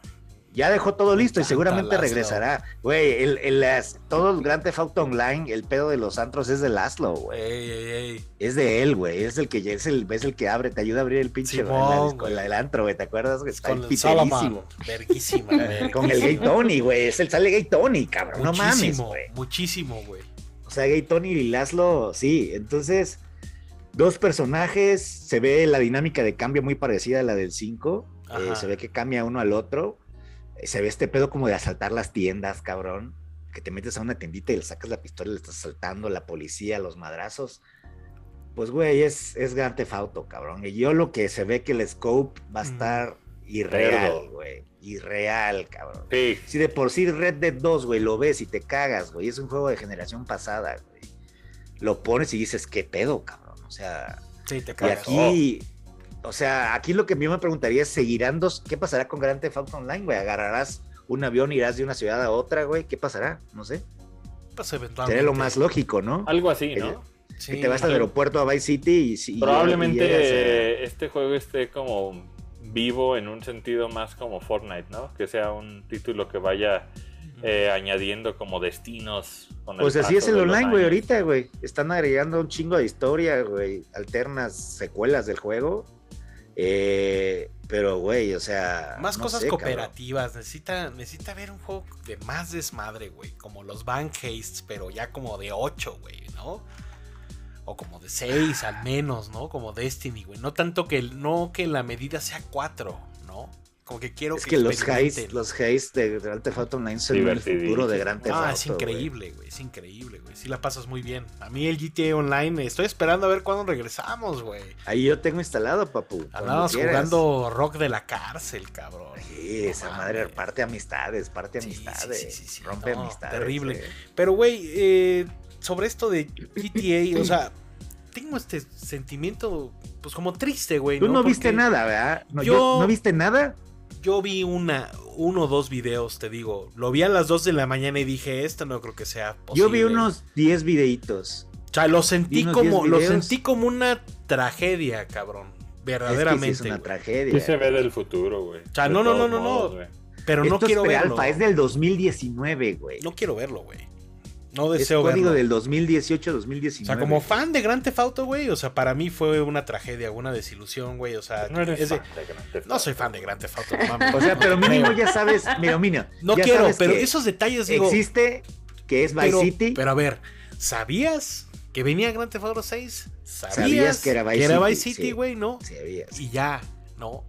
S2: Ya dejó todo listo y
S1: Tanta
S2: seguramente
S1: Laszlo.
S2: regresará. Güey, el, el las- todo el Grand Theft Auto Online, el pedo de los antros es de Laszlo, güey.
S1: Ey, ey, ey.
S2: Es de él, güey. Es el que es el, es el que abre, te ayuda a abrir el pinche
S1: Simón,
S2: la disco-
S1: güey.
S2: la- el antro, güey. ¿Te acuerdas? Que
S1: Es
S2: está
S1: con el
S2: piterísimo.
S1: Salaman. Verguísima, verguísima.
S2: Con el Gay Tony, güey. Es el sale Gay Tony, cabrón. no mames,
S1: Muchísimo,
S2: güey.
S1: muchísimo, güey.
S2: O sea, Gay Tony y Laszlo, sí. Entonces, dos personajes, se ve la dinámica de cambio muy parecida a la del 5.
S1: Ajá.
S2: se ve que cambia uno al otro. Eh, se ve este pedo como de asaltar las tiendas, cabrón. Que te metes a una tiendita y le sacas la pistola y le estás asaltando, la policía, los madrazos. Pues, güey, es, es Grand Theft Auto, cabrón. Y yo lo que se ve que el scope va a
S1: Mm.
S2: estar irreal,
S3: Cerdo.
S2: güey. Irreal, cabrón.
S3: Sí,
S2: Si de por sí Red Dead 2, güey, lo ves y te cagas, güey. Es un juego de generación pasada, güey. Lo pones y dices, ¿qué pedo, cabrón? O sea,
S1: Sí, te
S2: y
S1: cagas.
S2: aquí, o sea, aquí lo que yo me preguntaría es, ¿seguirán dos? ¿Qué pasará con Grand Theft Auto Online, güey? ¿Agarrarás un avión, irás de una ciudad a otra, güey? ¿Qué pasará? No sé.
S1: Pues, eventualmente.
S2: Sería lo más lógico, ¿no?
S3: algo así, ¿no?
S1: Sí.
S2: Que te vas al aeropuerto a Vice City y... si- y- y
S3: Probablemente
S2: llegas
S3: eh, este juego esté como vivo en un sentido más como Fortnite, ¿no? Que sea un título que vaya eh, añadiendo como destinos. con
S2: a-
S3: el
S2: Pues así es
S3: paso
S2: el
S3: de los
S2: online, güey,
S3: años.
S2: ahorita, güey. Están agregando un chingo de historia, güey. Alternas secuelas del juego. Eh, pero, güey, o sea...
S1: Más
S2: no
S1: cosas
S2: sé, cabrón.
S1: cooperativas. Necesita, necesita haber un juego de más desmadre, güey. Como los Bank Heists, pero ya como de 8, güey, ¿no? O como de 6 al menos, ¿no? Como Destiny, güey. No tanto que el- no que la medida sea 4, ¿no? Como que quiero
S2: Es que los
S1: experimenten.
S2: heists, los heists de Grand Theft Auto Online son el
S3: Divertidísimo.
S2: futuro de Grand Theft Auto.
S1: Ah, es
S2: güey.
S1: increíble, güey. Es increíble, güey. Sí la pasas muy bien. A mí el GTA Online, estoy esperando a ver cuándo regresamos, güey.
S2: Ahí yo tengo instalado, papu. cuando
S1: Andábamos
S2: quieras.
S1: jugando rock de la cárcel, cabrón.
S2: Sí, esa
S1: No
S2: madre
S1: mames.
S2: parte amistades, parte
S1: Sí, sí, sí,
S2: amistades.
S1: sí, sí,
S2: rompe
S1: no,
S2: amistades.
S1: terrible.
S2: güey.
S1: Pero, güey, eh, sobre esto de GTA, o sea, tengo este sentimiento, pues como triste, güey.
S2: Tú no,
S1: Porque
S2: viste nada, ¿verdad? No, yo...
S1: yo-
S2: ¿No viste nada?
S1: Yo vi una, uno o dos videos, te digo. Lo vi a las 2 de la mañana y dije, esto no creo que sea posible.
S2: Yo vi unos 10 videitos.
S1: O sea, lo sentí
S2: vi unos
S1: como,
S2: 10
S1: lo
S2: videos.
S1: sentí como una tragedia, cabrón. Verdaderamente.
S2: Es, que sí es una
S1: güey.
S2: tragedia.
S3: Sí se ve del futuro, güey.
S1: sea,
S3: De
S1: no, no,
S3: todos
S1: no, no,
S3: modos,
S1: no.
S3: güey.
S1: Pero no
S2: Esto
S1: quiero
S2: es
S1: verlo.
S2: pre-alfa, es del 2019, güey.
S1: No quiero verlo, güey. No
S2: es
S1: deseo
S2: código
S1: verlo.
S2: del 2018, 2019.
S1: O sea, como fan de Grand Theft Auto, güey, o sea, para mí fue una tragedia, una desilusión, güey, o sea,
S3: No eres
S1: es de-
S3: fan de Grand Theft
S1: no soy fan de Grand Theft Auto, no mames.
S2: O sea,
S1: No
S2: pero
S1: te
S2: mínimo
S1: creo.
S2: ya sabes, mira, mira.
S1: No
S2: ya
S1: quiero,
S2: sabes
S1: pero
S2: que
S1: esos detalles digo,
S2: existe, que es Vice
S1: pero,
S2: City.
S1: pero a ver, ¿sabías que venía Grand Theft Auto 6? ¿Sabías,
S2: que era Vice City, sí.
S1: güey, no?
S2: Sí, había, sí.
S1: Y ya, ¿no?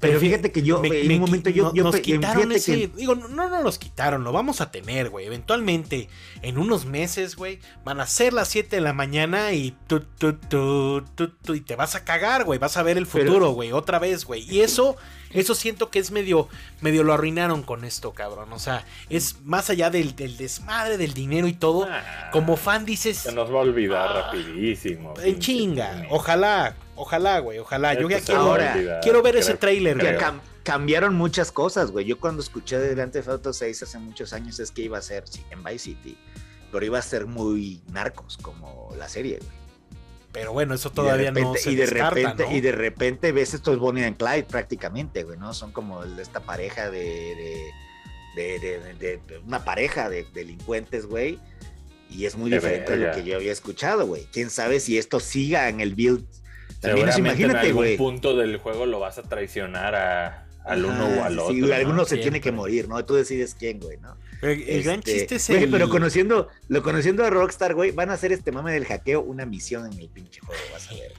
S2: Pero fíjate que yo, en un momento yo,
S1: no-
S2: yo
S1: nos
S2: pe- eh,
S1: quitaron
S2: fíjate
S1: ese,
S2: que-
S1: digo, no, no nos quitaron, lo vamos a tener, güey. Eventualmente, en unos meses, güey, van a ser las 7 de la mañana y tu, tu, tu, tu, tu, y te vas a cagar, güey. Vas a ver el
S2: Pero-
S1: futuro, güey, otra vez, güey. Y eso, eso siento que es medio, medio lo arruinaron con esto, cabrón. O sea, es más allá del, del desmadre, del dinero y todo.
S3: Ah,
S1: Como fan dices,
S3: Se nos va a olvidar
S1: Ah.
S3: rapidísimo.
S1: en
S3: pinche
S1: chinga,
S3: Disney.
S1: ojalá, ojalá, güey, ojalá. Yo
S3: Esto
S1: ya
S3: se va a
S1: quiero,
S2: ahora,
S3: olvidar,
S1: quiero ver ese
S3: creo.
S1: trailer,
S2: que
S1: güey.
S2: cam- cambiaron muchas cosas, güey. Yo cuando escuché de Grand Theft Auto 6 hace muchos años es que iba a ser sí, en Vice City, pero iba a ser muy narcos como la serie, güey.
S1: Pero bueno, eso
S2: Y de
S1: todavía no
S2: repente-
S1: se
S2: y de
S1: descarta,
S2: repente
S1: ¿no?
S2: y de repente ves estos Bonnie and Clyde prácticamente, güey, ¿no? Son como el de esta pareja de de, de- de- de- de- de- una pareja de delincuentes, güey. Y es muy
S3: Qué
S2: diferente a lo
S3: verga.
S2: que yo había escuchado, güey. Quién sabe si esto siga en el build. También eso,
S3: Seguramente en
S2: imagínate,
S3: algún
S2: güey.
S3: punto del juego lo vas a traicionar a, al
S2: Ajá,
S3: uno o al
S2: Ah, sí,
S3: otro.
S2: sí,
S3: ¿no?
S2: alguno se tiene
S1: Siempre.
S2: que morir, ¿no? Tú decides quién, güey, ¿no?
S1: El, el gran
S2: Este,
S1: chiste es
S2: güey,
S1: el...
S2: Pero conociendo, lo conociendo a Rockstar, güey, van a hacer este mame del hackeo una misión en el pinche juego, vas a ver.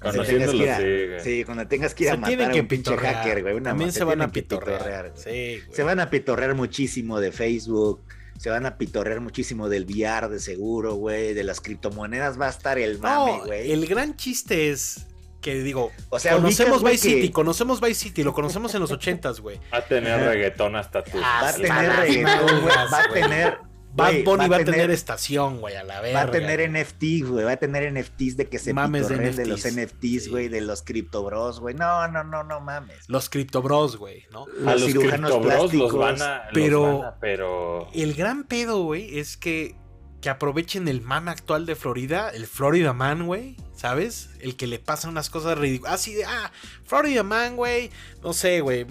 S2: Cuando tengas
S3: Conociéndolo,
S2: que ir a-
S3: sí, güey.
S2: Sí, cuando tengas que ir
S1: se
S2: a
S1: tienen
S2: matar a
S1: que
S2: un pinche
S1: pitorrear.
S2: hacker, güey. una
S1: También
S2: ma-
S1: se van a
S2: tienen que
S1: pitorrear.
S2: güey.
S1: Sí, güey.
S2: Se van a pitorrear muchísimo de Facebook, se van a pitorrear muchísimo del VR de seguro, güey, de las criptomonedas va a estar el mame,
S1: No,
S2: güey.
S1: el gran chiste es que digo,
S2: o sea,
S1: conocemos
S2: ubicas, güey,
S1: Vice City,
S2: que
S1: conocemos Vice City, lo conocemos en los ochentas, güey.
S3: Va a tener
S2: Ajá.
S3: reggaetón hasta tu.
S1: Ah,
S2: Va a
S1: Hasta
S2: tener
S1: las
S2: reggaetón, güey, va
S1: nalgas,
S2: a
S1: güey.
S2: tener...
S1: Bad
S2: güey,
S1: Bunny va a tener estación, güey, a la verga.
S2: Va a tener
S1: güey.
S2: NFTs, güey. Va a tener NFTs de que se
S1: Mames de
S2: pitorreen de, los
S1: NFTs,
S2: NFTs,
S1: sí.
S2: güey, de los Crypto Bros, güey. No, no, no, no mames.
S1: Los Crypto Bros, güey, ¿no?
S3: a los criptobros los van a. los
S1: pero-
S3: van a- pero.
S1: El gran pedo, güey, es que, que aprovechen el mame actual de Florida, el Florida Man, güey, ¿sabes? El que le pasa unas cosas ridículas. Así de, ah, Florida Man, güey, no sé, güey,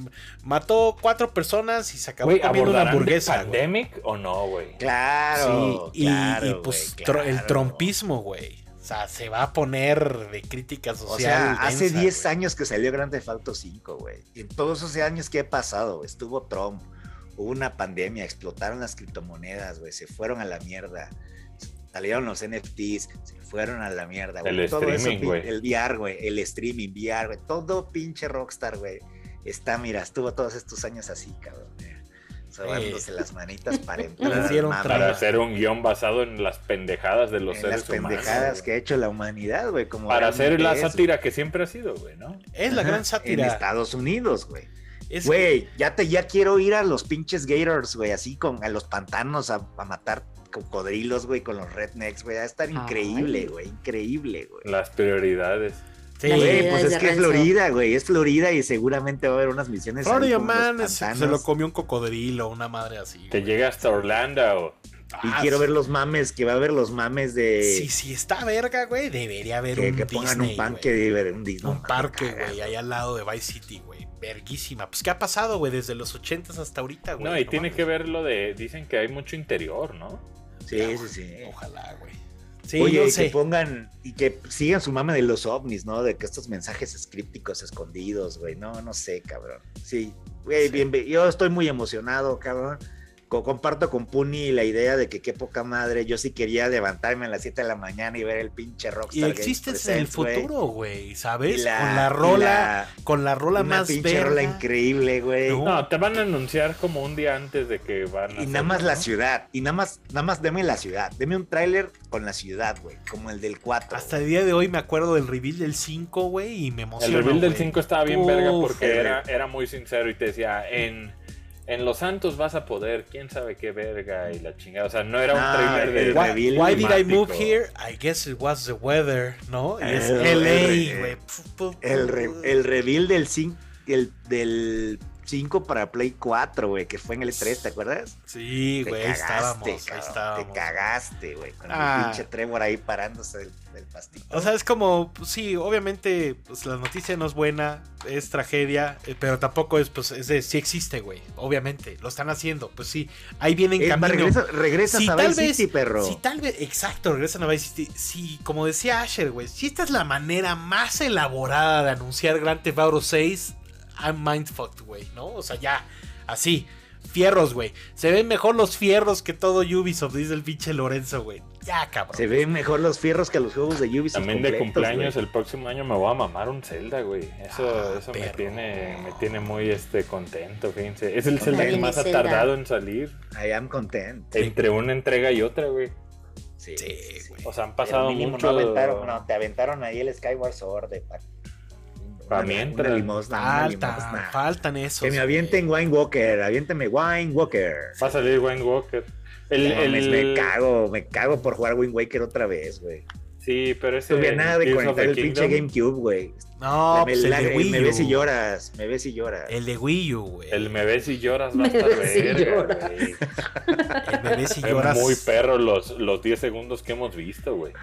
S1: mató cuatro personas y se acabó
S3: Güey,
S1: comiendo una
S3: ¿abordarán
S1: hamburguesa, güey.
S3: Pandemic o no, güey?
S2: Claro.
S1: Sí, y,
S2: claro,
S1: y,
S2: güey,
S1: pues
S2: claro.
S1: tro- el trompismo, güey. O sea, se va a poner de crítica social.
S2: O sea, hace
S1: densa,
S2: 10
S1: güey.
S2: años que salió Grand Theft Auto 5, güey. Y En todos esos años que he pasado, güey, estuvo Trump, hubo una pandemia, explotaron las criptomonedas, güey, se fueron a la mierda. Salieron los NFTs, se fueron a la mierda, güey.
S3: El
S2: Todo eso,
S3: streaming,
S2: pin-
S3: güey.
S2: El VR, güey, el streaming, VR, güey. Todo pinche rockstar, güey. Está, mira, estuvo todos estos años así, cabrón. mira, Sobándose las manitas para entrar.
S1: Les
S2: al
S1: dieron
S2: mame,
S1: traba.
S3: Para hacer un guión basado en las pendejadas de los
S2: en las
S3: seres humanos.
S2: pendejadas que ha hecho la humanidad, güey. como
S3: Para hacer la
S2: realmente es, güey.
S3: sátira que siempre ha sido, güey, ¿no?
S1: Es la
S2: Ajá,
S1: gran sátira.
S2: En Estados Unidos, güey.
S1: Es
S2: Güey, ya, te- ya quiero ir a los pinches Gators, güey, así con a los pantanos a, a matar cocodrilos, güey, con los rednecks, güey. Va a estar increíble,
S4: Ay.
S2: güey, increíble, güey.
S3: Las prioridades.
S1: que-
S4: La
S1: sí.
S2: Güey,
S4: Navidad
S2: pues
S4: es
S2: es
S4: de
S2: que es
S4: rancho.
S2: Florida, güey, es Florida y seguramente va a haber unas misiones. ahí
S1: Florida
S2: con los
S1: Man es- se
S2: pantanos.
S1: lo comió un cocodrilo, una madre así.
S3: Te
S1: güey.
S3: llega hasta Orlando.
S2: Y
S1: Ah,
S2: quiero
S1: sí.
S2: ver los mames, que va a haber los mames de
S1: Sí, sí, está verga, güey. Debería haber
S2: Eh, que,
S1: un
S2: que pongan
S1: Disney,
S2: un
S1: güey.
S2: parque, de, un Disney.
S1: Un parque,
S2: Caga,
S1: güey, ahí al lado de Vice City, güey. Verguísima. Pues, ¿qué ha pasado, güey? Desde los 80 hasta ahorita, güey.
S3: No, y tiene
S1: mames.
S3: que ver lo de. Dicen que hay mucho interior, ¿no?
S2: Sí, sí, sí.
S1: Ojalá, güey. Sí,
S2: Oye,
S1: no
S2: y
S1: sé.
S2: que pongan y que sigan su mame de los ovnis, ¿no? De que estos mensajes escrípticos escondidos, güey. No, no sé, cabrón. Sí, güey,
S1: Sí.
S2: bien- yo estoy muy emocionado, cabrón. Co- comparto con Puni la idea de que qué poca madre. Yo sí quería levantarme a las 7 de la mañana y ver el pinche Rockstar.
S1: Y
S2: Games
S1: existes en el
S2: Presents, güey.
S1: futuro, güey,
S2: Y
S1: ¿sabes?
S2: la-
S1: con la
S2: y
S1: rola, con la
S2: la-
S1: rola
S2: una
S1: más
S2: pinche
S1: verga.
S2: rola increíble, güey.
S1: No,
S3: No, te van a anunciar como un día antes de que van
S2: Y
S3: a.
S2: nada
S3: hacerlo,
S2: más la
S3: ¿no?
S2: ciudad, y nada más, nada más deme la ciudad, deme un tráiler con la ciudad, güey, como el del 4.
S1: Hasta el día de hoy me acuerdo del reveal del 5, güey, y me
S3: El
S1: emocionó.
S3: reveal del
S1: güey.
S3: 5 estaba bien
S1: Uf,
S3: verga porque
S2: güey.
S3: era, era muy sincero y te decía, en, en Los Santos vas a poder, quién sabe qué verga y la chingada. O sea, no era un
S2: Ah,
S3: trailer de...
S2: el
S1: Why,
S2: reveal
S1: why did I
S3: climático.
S1: move here? I guess it was the weather, ¿no? Y es
S2: Ah, El-
S1: LA,
S2: el-
S1: güey. Pf, pf,
S2: El, re-
S1: pf.
S2: el reveal del 5 el, del 5 para Play 4, güey, que fue en el 3, ¿te acuerdas?
S1: Sí,
S2: Te
S1: güey, ahí
S2: cagaste,
S1: estábamos, ahí
S2: cabrón,
S1: estábamos.
S2: Te cagaste, güey, con
S1: Ah.
S2: el pinche Trevor ahí parándose del, del pastel.
S1: O sea, es como, pues, sí, obviamente, pues la noticia no es buena, es tragedia, eh, pero tampoco es, pues, es de, sí existe, güey, obviamente, lo están haciendo, pues sí, ahí vienen
S2: Es más,
S1: camino.
S2: Eh, regresa- regresas
S1: Si
S2: a
S1: tal
S2: Vice
S1: vez-
S2: City, perro.
S1: Si tal vez, exacto, regresan a Vice City. Si, como decía Asher, güey, si esta es la manera más elaborada de anunciar Grand Theft Auto 6, I'm mindfucked, güey, ¿no? O sea, ya, así. Fierros, güey. Se ven mejor los fierros que todo Ubisoft, dice el pinche Lorenzo, güey. Ya, cabrón.
S2: Se ven mejor los fierros que los juegos de Ubisoft.
S3: También de
S2: completos,
S3: cumpleaños,
S2: güey.
S3: el próximo año me voy a mamar un Zelda, güey. Eso,
S1: Ah,
S3: eso me
S1: perro.
S3: tiene, me tiene muy este contento, fíjense. Es el
S2: Ya
S3: Zelda que
S4: viene
S3: más ha
S4: Zelda.
S3: tardado en salir.
S2: I am content.
S3: Entre una entrega y otra, güey.
S2: Sí,
S1: Sí,
S2: sí, sí.
S1: güey.
S3: O sea, han
S2: Pero
S3: pasado
S2: mínimo
S3: mucho.
S2: No, aventaron, no, te aventaron ahí el Skyward Sword de pa-
S3: Pa'
S2: una-
S3: mientras.
S2: una limosna, una
S1: Faltan,
S2: limosna.
S1: faltan esos.
S2: Que me avienten Wine Walker, aviéntame Wine Walker.
S3: Va a salir Wayne Walker. El,
S2: No
S3: el-
S2: mames, Me cago, me cago por jugar Wind Waker otra vez, güey.
S3: Sí, pero ese.
S2: No nada de
S3: Tears of
S2: conectar
S3: the
S2: el pinche
S3: Kingdom,
S2: GameCube, güey.
S1: güey. No,
S2: me,
S1: pues el
S2: la- eh,
S1: de Wii
S2: me
S1: U.
S2: ves y lloras, me ves y lloras.
S1: El de Wii U, güey.
S3: El
S1: El
S3: me ves y lloras va
S4: Me
S3: a estar
S4: ves y
S3: verga,
S4: lloras.
S3: güey.
S1: bebé si
S3: Fue
S1: lloras.
S3: muy perro los, los 10 segundos que hemos visto, güey.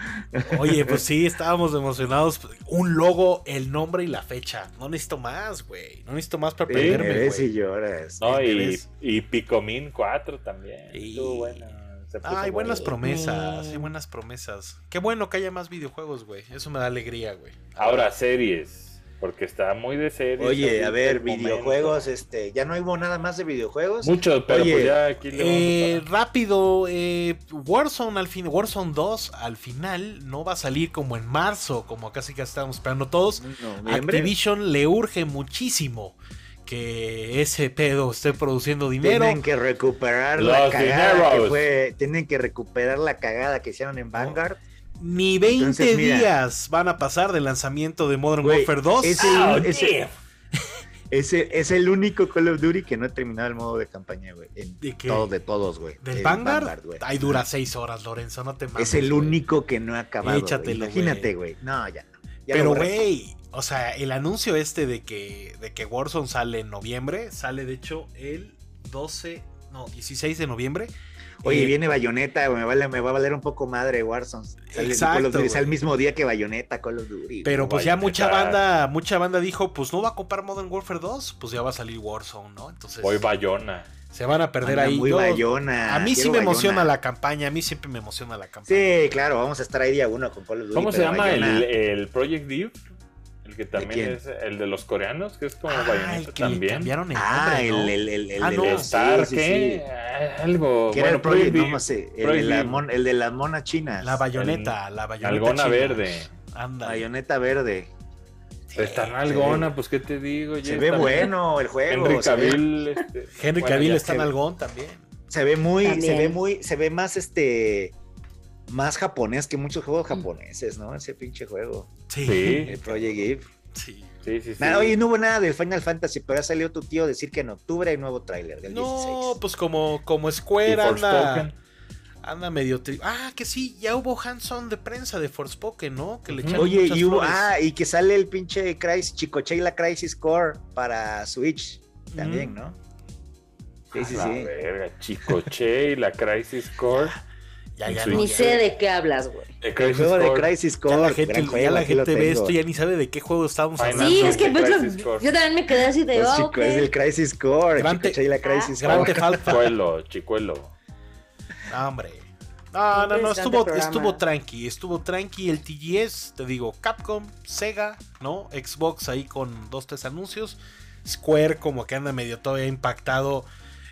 S1: Oye, pues sí, estábamos emocionados. Un logo, el nombre y la fecha. No necesito más, güey. No necesito más para
S2: Sí,
S3: verme,
S2: me
S1: perderme,
S2: ves y
S1: güey.
S2: lloras.
S3: No,
S1: ¿Qué
S3: y,
S1: crees?
S3: y Picomín 4 también.
S1: Sí.
S3: Estuvo bueno. Se
S2: pues,
S3: puso
S1: Ay, buenas
S3: bueno.
S1: promesas, hay buenas promesas. Qué bueno que haya más videojuegos, güey. Eso me da alegría, güey.
S3: Ahora series, porque está muy de series.
S2: Oye,
S3: ahorita
S2: a
S3: el
S2: ver,
S3: momento.
S2: videojuegos, este, ya no hubo nada más de videojuegos.
S3: Muchos, pero
S2: Oye,
S3: pues ya aquí le vamos
S1: Eh,
S3: a parar.
S1: rápido, eh, Warzone al fin, Warzone 2 al final no va a salir como en marzo, como casi que estábamos esperando todos.
S2: No, noviembre.
S1: Activision le urge muchísimo que ese pedo esté produciendo dinero.
S2: Tienen que recuperar la
S3: Los
S2: cagada que
S3: dineros.
S2: fue, tienen que recuperar la cagada que hicieron en Vanguard.
S1: Ni 20
S2: Entonces, mira.
S1: días van a pasar del lanzamiento de Modern
S2: Güey,
S1: Warfare 2.
S2: es el,
S3: Ah,
S2: es, es el- es el único Call of Duty que no ha terminado el modo de campaña, güey. En
S1: ¿De qué?
S2: todo, de todos, güey.
S1: ¿Del
S2: El
S1: Vanguard?
S2: güey.
S1: Ahí dura 6 horas, Lorenzo, no te mames.
S2: Es el
S1: güey.
S2: único que no ha acabado. güey.
S1: Échatelo,
S2: Imagínate, güey. No, ya. no. Ya lo
S1: Pero,
S2: borré.
S1: güey, o sea, el anuncio este de que, de que Warzone sale en noviembre, sale de hecho el 12, no, 16 de noviembre.
S2: Oye,
S1: Eh,
S2: viene Bayonetta, güey, me, vale, me va a valer un poco madre Warzone. Sale
S1: Exacto,
S2: Call of Duty,
S1: güey.
S2: sale el mismo día que Bayonetta, Call of Duty.
S1: Pero pues ya
S3: Vaya,
S1: mucha
S3: ¿qué tal?
S1: banda, mucha banda dijo, pues no va a comprar Modern Warfare 2, pues ya va a salir Warzone, ¿no? Entonces
S3: Hoy Bayona.
S1: se van a perder
S2: Anda
S1: ahí.
S2: muy
S1: Yo-
S2: Bayona.
S1: a mí sí
S2: quiero
S1: me emociona
S2: Bayona.
S1: la campaña, a mí siempre me emociona la campaña.
S2: Sí, claro, vamos a estar ahí día uno con Call of Duty.
S3: ¿Cómo se
S2: pero
S3: llama el,
S2: Bayona-
S3: el Project Div? El que también
S2: quién?
S3: es el de los coreanos, que es como
S1: Ah,
S3: Bayonetta
S1: el que le
S3: también.
S1: cambiaron el
S2: Ah,
S1: nombre, ¿no?
S2: el, el, el, el,
S1: Ah,
S2: el-
S1: no.
S2: el-
S3: Star,
S2: sí, sí,
S3: ¿qué?
S2: sí.
S3: Ah, Algo.
S2: Que era
S3: bueno,
S2: el Project,
S3: Div.
S2: no, no sé, el, de
S3: Project
S2: la
S3: Div.
S2: mon- el de las monas chinas.
S1: La bayoneta, la bayoneta.
S3: Algona
S1: china.
S3: verde.
S1: Anda.
S2: bayoneta verde.
S3: Está en algona, pues qué te digo.
S2: Se
S3: ya
S2: ve
S3: está-
S2: bueno el juego.
S3: Henry
S2: se ve-
S3: Cavill. este,
S1: Henry
S3: bueno,
S1: Cavill
S3: ya.
S1: está en algón también.
S2: Se ve muy, se
S4: También.
S2: ve muy, se ve más este, más japonés que muchos juegos japoneses, ¿no? Ese pinche juego,
S3: Sí.
S2: el Project Eve.
S1: Sí.
S3: Sí, sí, sí.
S2: Nada, oye, no hubo nada del Final Fantasy, pero ha salido tu tío a decir que en octubre hay nuevo tráiler del
S1: No,
S2: 16.
S1: pues como, como
S3: Y
S1: Square anda,
S3: Forspoken.
S1: anda medio tri- Ah, que sí, ya hubo hands-on de prensa de Forspoken, ¿no? Que le
S3: Ujú.
S1: echaron
S2: Oye,
S1: muchas
S2: y hubo,
S1: flores.
S2: ah, y que sale el pinche Crisis, Chico la Crisis Core para Switch también, ¿no? Sí, sí,
S3: Ah, la
S2: sí.
S3: verga, Chicoche y la Crisis Core.
S1: Ya, ya,
S3: Sí.
S1: no,
S4: Ni
S1: ya.
S4: sé de qué hablas, güey.
S3: El
S2: El
S3: Crisis
S2: juego de
S3: Core.
S2: Crisis
S1: Ya
S2: Core.
S1: la
S2: gran
S1: gente, ya
S2: juego,
S1: la
S2: aquí lo
S1: gente ve
S2: tengo.
S1: esto, ya ni sabe de qué juego estábamos
S3: Ay,
S1: hablando.
S4: Sí, es que
S3: Crisis
S4: pues, lo-
S3: Core.
S4: yo también me quedé así de,
S2: Pues,
S4: oh,
S2: chico,
S4: ok.
S2: es el Crisis Core,
S1: Gran
S2: Chico
S1: te-
S2: la Crisis
S1: Gran
S2: Core.
S1: Theft Auto.
S3: Chicuelo, chicuelo.
S1: No, Ah, hombre. No, no, no,
S4: Interesante
S1: estuvo,
S4: programa.
S1: estuvo tranqui, estuvo tranqui el TGS, te digo, Capcom, Sega, ¿no? Xbox ahí con dos, tres anuncios, Square como que anda medio todavía impactado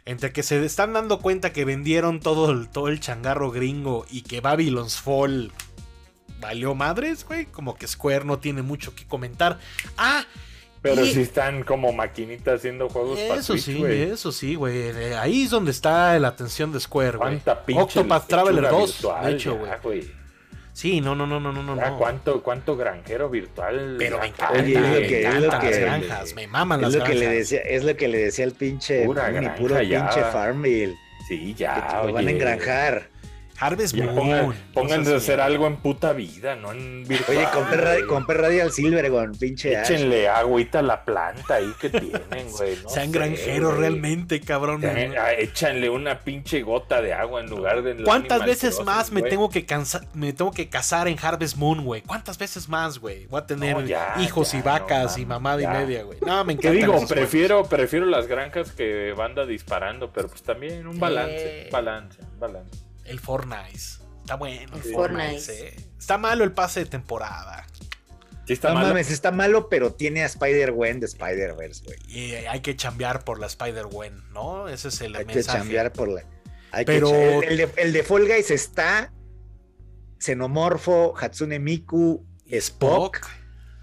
S1: entre que se están dando cuenta que vendieron todo el, todo el changarro gringo y que Babylon's Fall valió madres, güey, como que Square no tiene mucho que comentar. Ah,
S3: Pero
S1: Y-
S3: sí están como maquinitas haciendo juegos para
S1: eso
S3: Switch,
S1: sí,
S3: güey.
S1: eso sí, güey, eh, ahí es donde está la atención de Square, güey.
S3: ¿Cuánta pinche
S1: Octopath
S3: lechuga
S1: Traveler 2,
S3: virtual
S1: de hecho,
S3: ya,
S1: güey. Sí, no, no, no, no, no, no.
S3: Ya,
S1: no.
S3: ¿Cuánto, ¿Cuánto granjero virtual?
S1: Pero me
S3: acá,
S1: encanta,
S2: Oye, es
S1: me
S2: lo
S3: güey.
S2: que- es lo
S1: encantan
S2: que-
S1: las granjas, me maman
S2: Es
S1: las
S2: lo que
S1: granjas.
S2: le decía, es lo que le decía el pinche
S3: Pura
S2: Ni
S3: granja
S2: puro
S3: ya.
S2: pinche Farmville.
S3: Sí,
S2: que
S3: ya.
S2: te lo van a
S3: oye.
S2: engranjar.
S1: Harvest
S3: Ya,
S1: Moon.
S3: pongan-
S1: cosas
S3: pónganse a
S1: así.
S3: hacer algo en puta vida, no en virtual.
S2: Oye, compré,
S3: güey.
S2: ra- compré Radial Silver con pinche Ash.
S3: Échenle agüita a la planta ahí que tienen, güey. no
S1: Sean
S3: sé,
S1: granjeros
S3: güey.
S1: realmente, cabrón.
S3: Eh, ah, Échanle una pinche gota de agua en lugar de. la
S1: ¿Cuántas
S3: Animal
S1: veces
S3: Crossing,
S1: más me
S3: güey?
S1: tengo, que cansa- me tengo que casar en Harvest Moon, güey? ¿Cuántas veces más, güey? Voy a tener
S3: No, ya,
S1: hijos
S3: ya,
S1: y vacas
S3: no,
S1: y
S3: mames,
S1: mamada
S3: ya.
S1: y media, güey. No, me encanta.
S3: Te digo, prefiero, prefiero las granjas que banda disparando, pero pues también un balance,
S1: Sí.
S3: balance, balance.
S1: El Fortnite. Está bueno el
S3: Sí.
S1: Fortnite. eh. Está malo el pase de temporada.
S3: Sí está
S2: No
S3: malo.
S2: mames, está malo, pero tiene a Spider-Gwen de Spider-Verse, güey.
S1: Y hay que chambear por la Spider-Gwen, ¿no? Ese es el
S2: Hay que
S1: mensaje.
S2: chambear por la. Hay
S1: Pero-
S2: que cha- el, de, el de Fall Guys está Xenomorfo, Hatsune Miku, Spock
S1: Spock.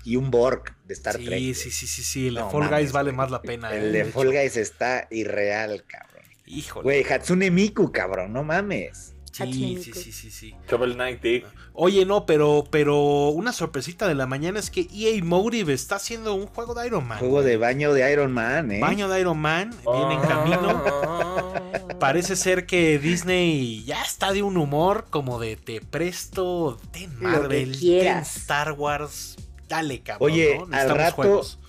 S2: y un Borg de Star
S1: sí,
S2: Trek. güey.
S1: sí, sí, sí, sí. El de
S2: No
S1: Fall
S2: mames,
S1: Guys vale
S2: güey.
S1: más la pena.
S2: El
S1: ¿eh?
S2: de
S1: hecho.
S2: Fall Guys está irreal, cabrón.
S1: Híjole.
S2: Güey, Hatsune Miku, cabrón, no mames.
S1: sí, sí, sí, sí, sí.
S3: Shovel Knight, Dick.
S1: Oye, no, pero, pero una sorpresita de la mañana es que EA Motive está haciendo un juego de Iron Man.
S2: Juego de baño de Iron Man, ¿eh?
S1: Baño de Iron Man, viene en camino.
S4: Oh.
S1: Parece ser que Disney ya está de un humor como de te presto, ten
S4: Lo que
S1: Marvel, ten
S4: quieras.
S1: Star Wars, dale cabrón.
S2: Oye,
S1: ¿no?
S2: al
S1: Necesitamos
S2: rato-
S1: juegos.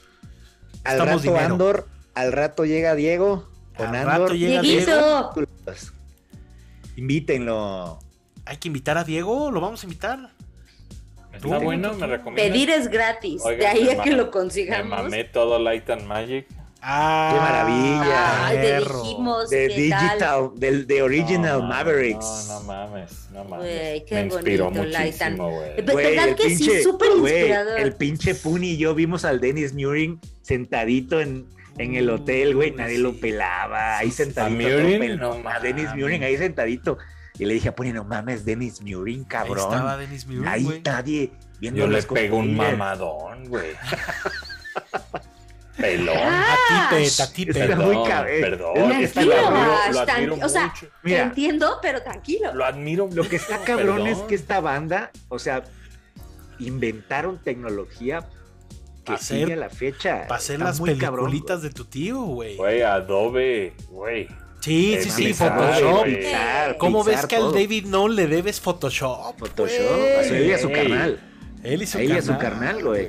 S2: al rato
S1: necesitamos dinero.
S2: Andor, al rato llega Diego con
S1: Al
S2: Andor.
S1: rato llega Diego.
S4: Dieguito,
S2: Pues, Invítenlo.
S1: Hay que invitar a Diego, lo vamos a invitar.
S3: Está bueno, me recomiendas.
S4: pedir es gratis.
S3: Oigan,
S4: de ahí
S3: me
S4: a que
S3: ma-
S4: lo
S3: Me
S4: consigamos.
S3: mamé todo Light and Magic.
S1: Ah,
S2: ¡Qué maravilla!
S4: Ay, te
S1: perro.
S4: dijimos
S2: De
S4: Pues, qué tal.
S2: Digital, del de Original
S3: No, mames,
S2: Mavericks.
S3: No, no mames, no mames.
S4: Güey, qué
S3: me inspiró
S4: bonito, Light and-
S3: muchísimo, güey.
S4: Pe- ¿Verdad que sí? Súper
S2: güey,
S4: inspirador.
S2: El pinche Puni y yo vimos al Dennis Murin sentadito en, en el hotel, güey. Nadie
S1: Mm, Sí.
S2: lo pelaba. Ahí sentadito.
S3: ¿A Murin?
S2: todo pelado.
S3: No
S2: a Dennis
S3: mames.
S2: Murin ahí sentadito. Y le dije a Puni, no mames, Dennis Murin,
S1: Ahí
S2: cabrón.
S1: estaba Dennis Muir,
S2: Ahí
S1: güey.
S2: nadie viendo
S3: Yo les pego un mamadón, güey.
S1: Ah,
S3: Pelón.
S4: Ah,
S1: Tatipe, tatipe.
S2: Está muy cabrón.
S3: Perdón,
S2: Es que
S3: es que lo
S2: tranquilo,
S3: admiro,
S4: Ash,
S3: lo admiro
S4: tranqui- o sea,
S3: mucho.
S4: Te
S2: Mira,
S4: entiendo, pero tranquilo.
S3: Lo admiro
S2: lo que está
S3: mucho,
S2: cabrón es
S3: perdón.
S2: que esta banda, o sea, inventaron tecnología que
S1: Pa' hacer-
S2: sigue a la fecha.
S1: Para hacer
S2: Está
S1: las
S2: muy cabrón,
S1: peliculitas de tu tío, güey.
S3: Güey, Adobe, güey.
S1: Sí,
S2: Eh,
S1: sí,
S2: mames,
S1: sí,
S3: sabe,
S1: Photoshop.
S2: Eh,
S3: güey.
S2: Pixar,
S1: ¿Cómo
S2: Pixar,
S1: ves que al
S2: todo.
S1: David no le debes Photoshop?
S2: Photoshop,
S1: güey?
S2: a su- él y a su
S3: Ey.
S2: canal.
S1: Él y su
S2: a él y
S1: carnal.
S2: a su carnal, güey.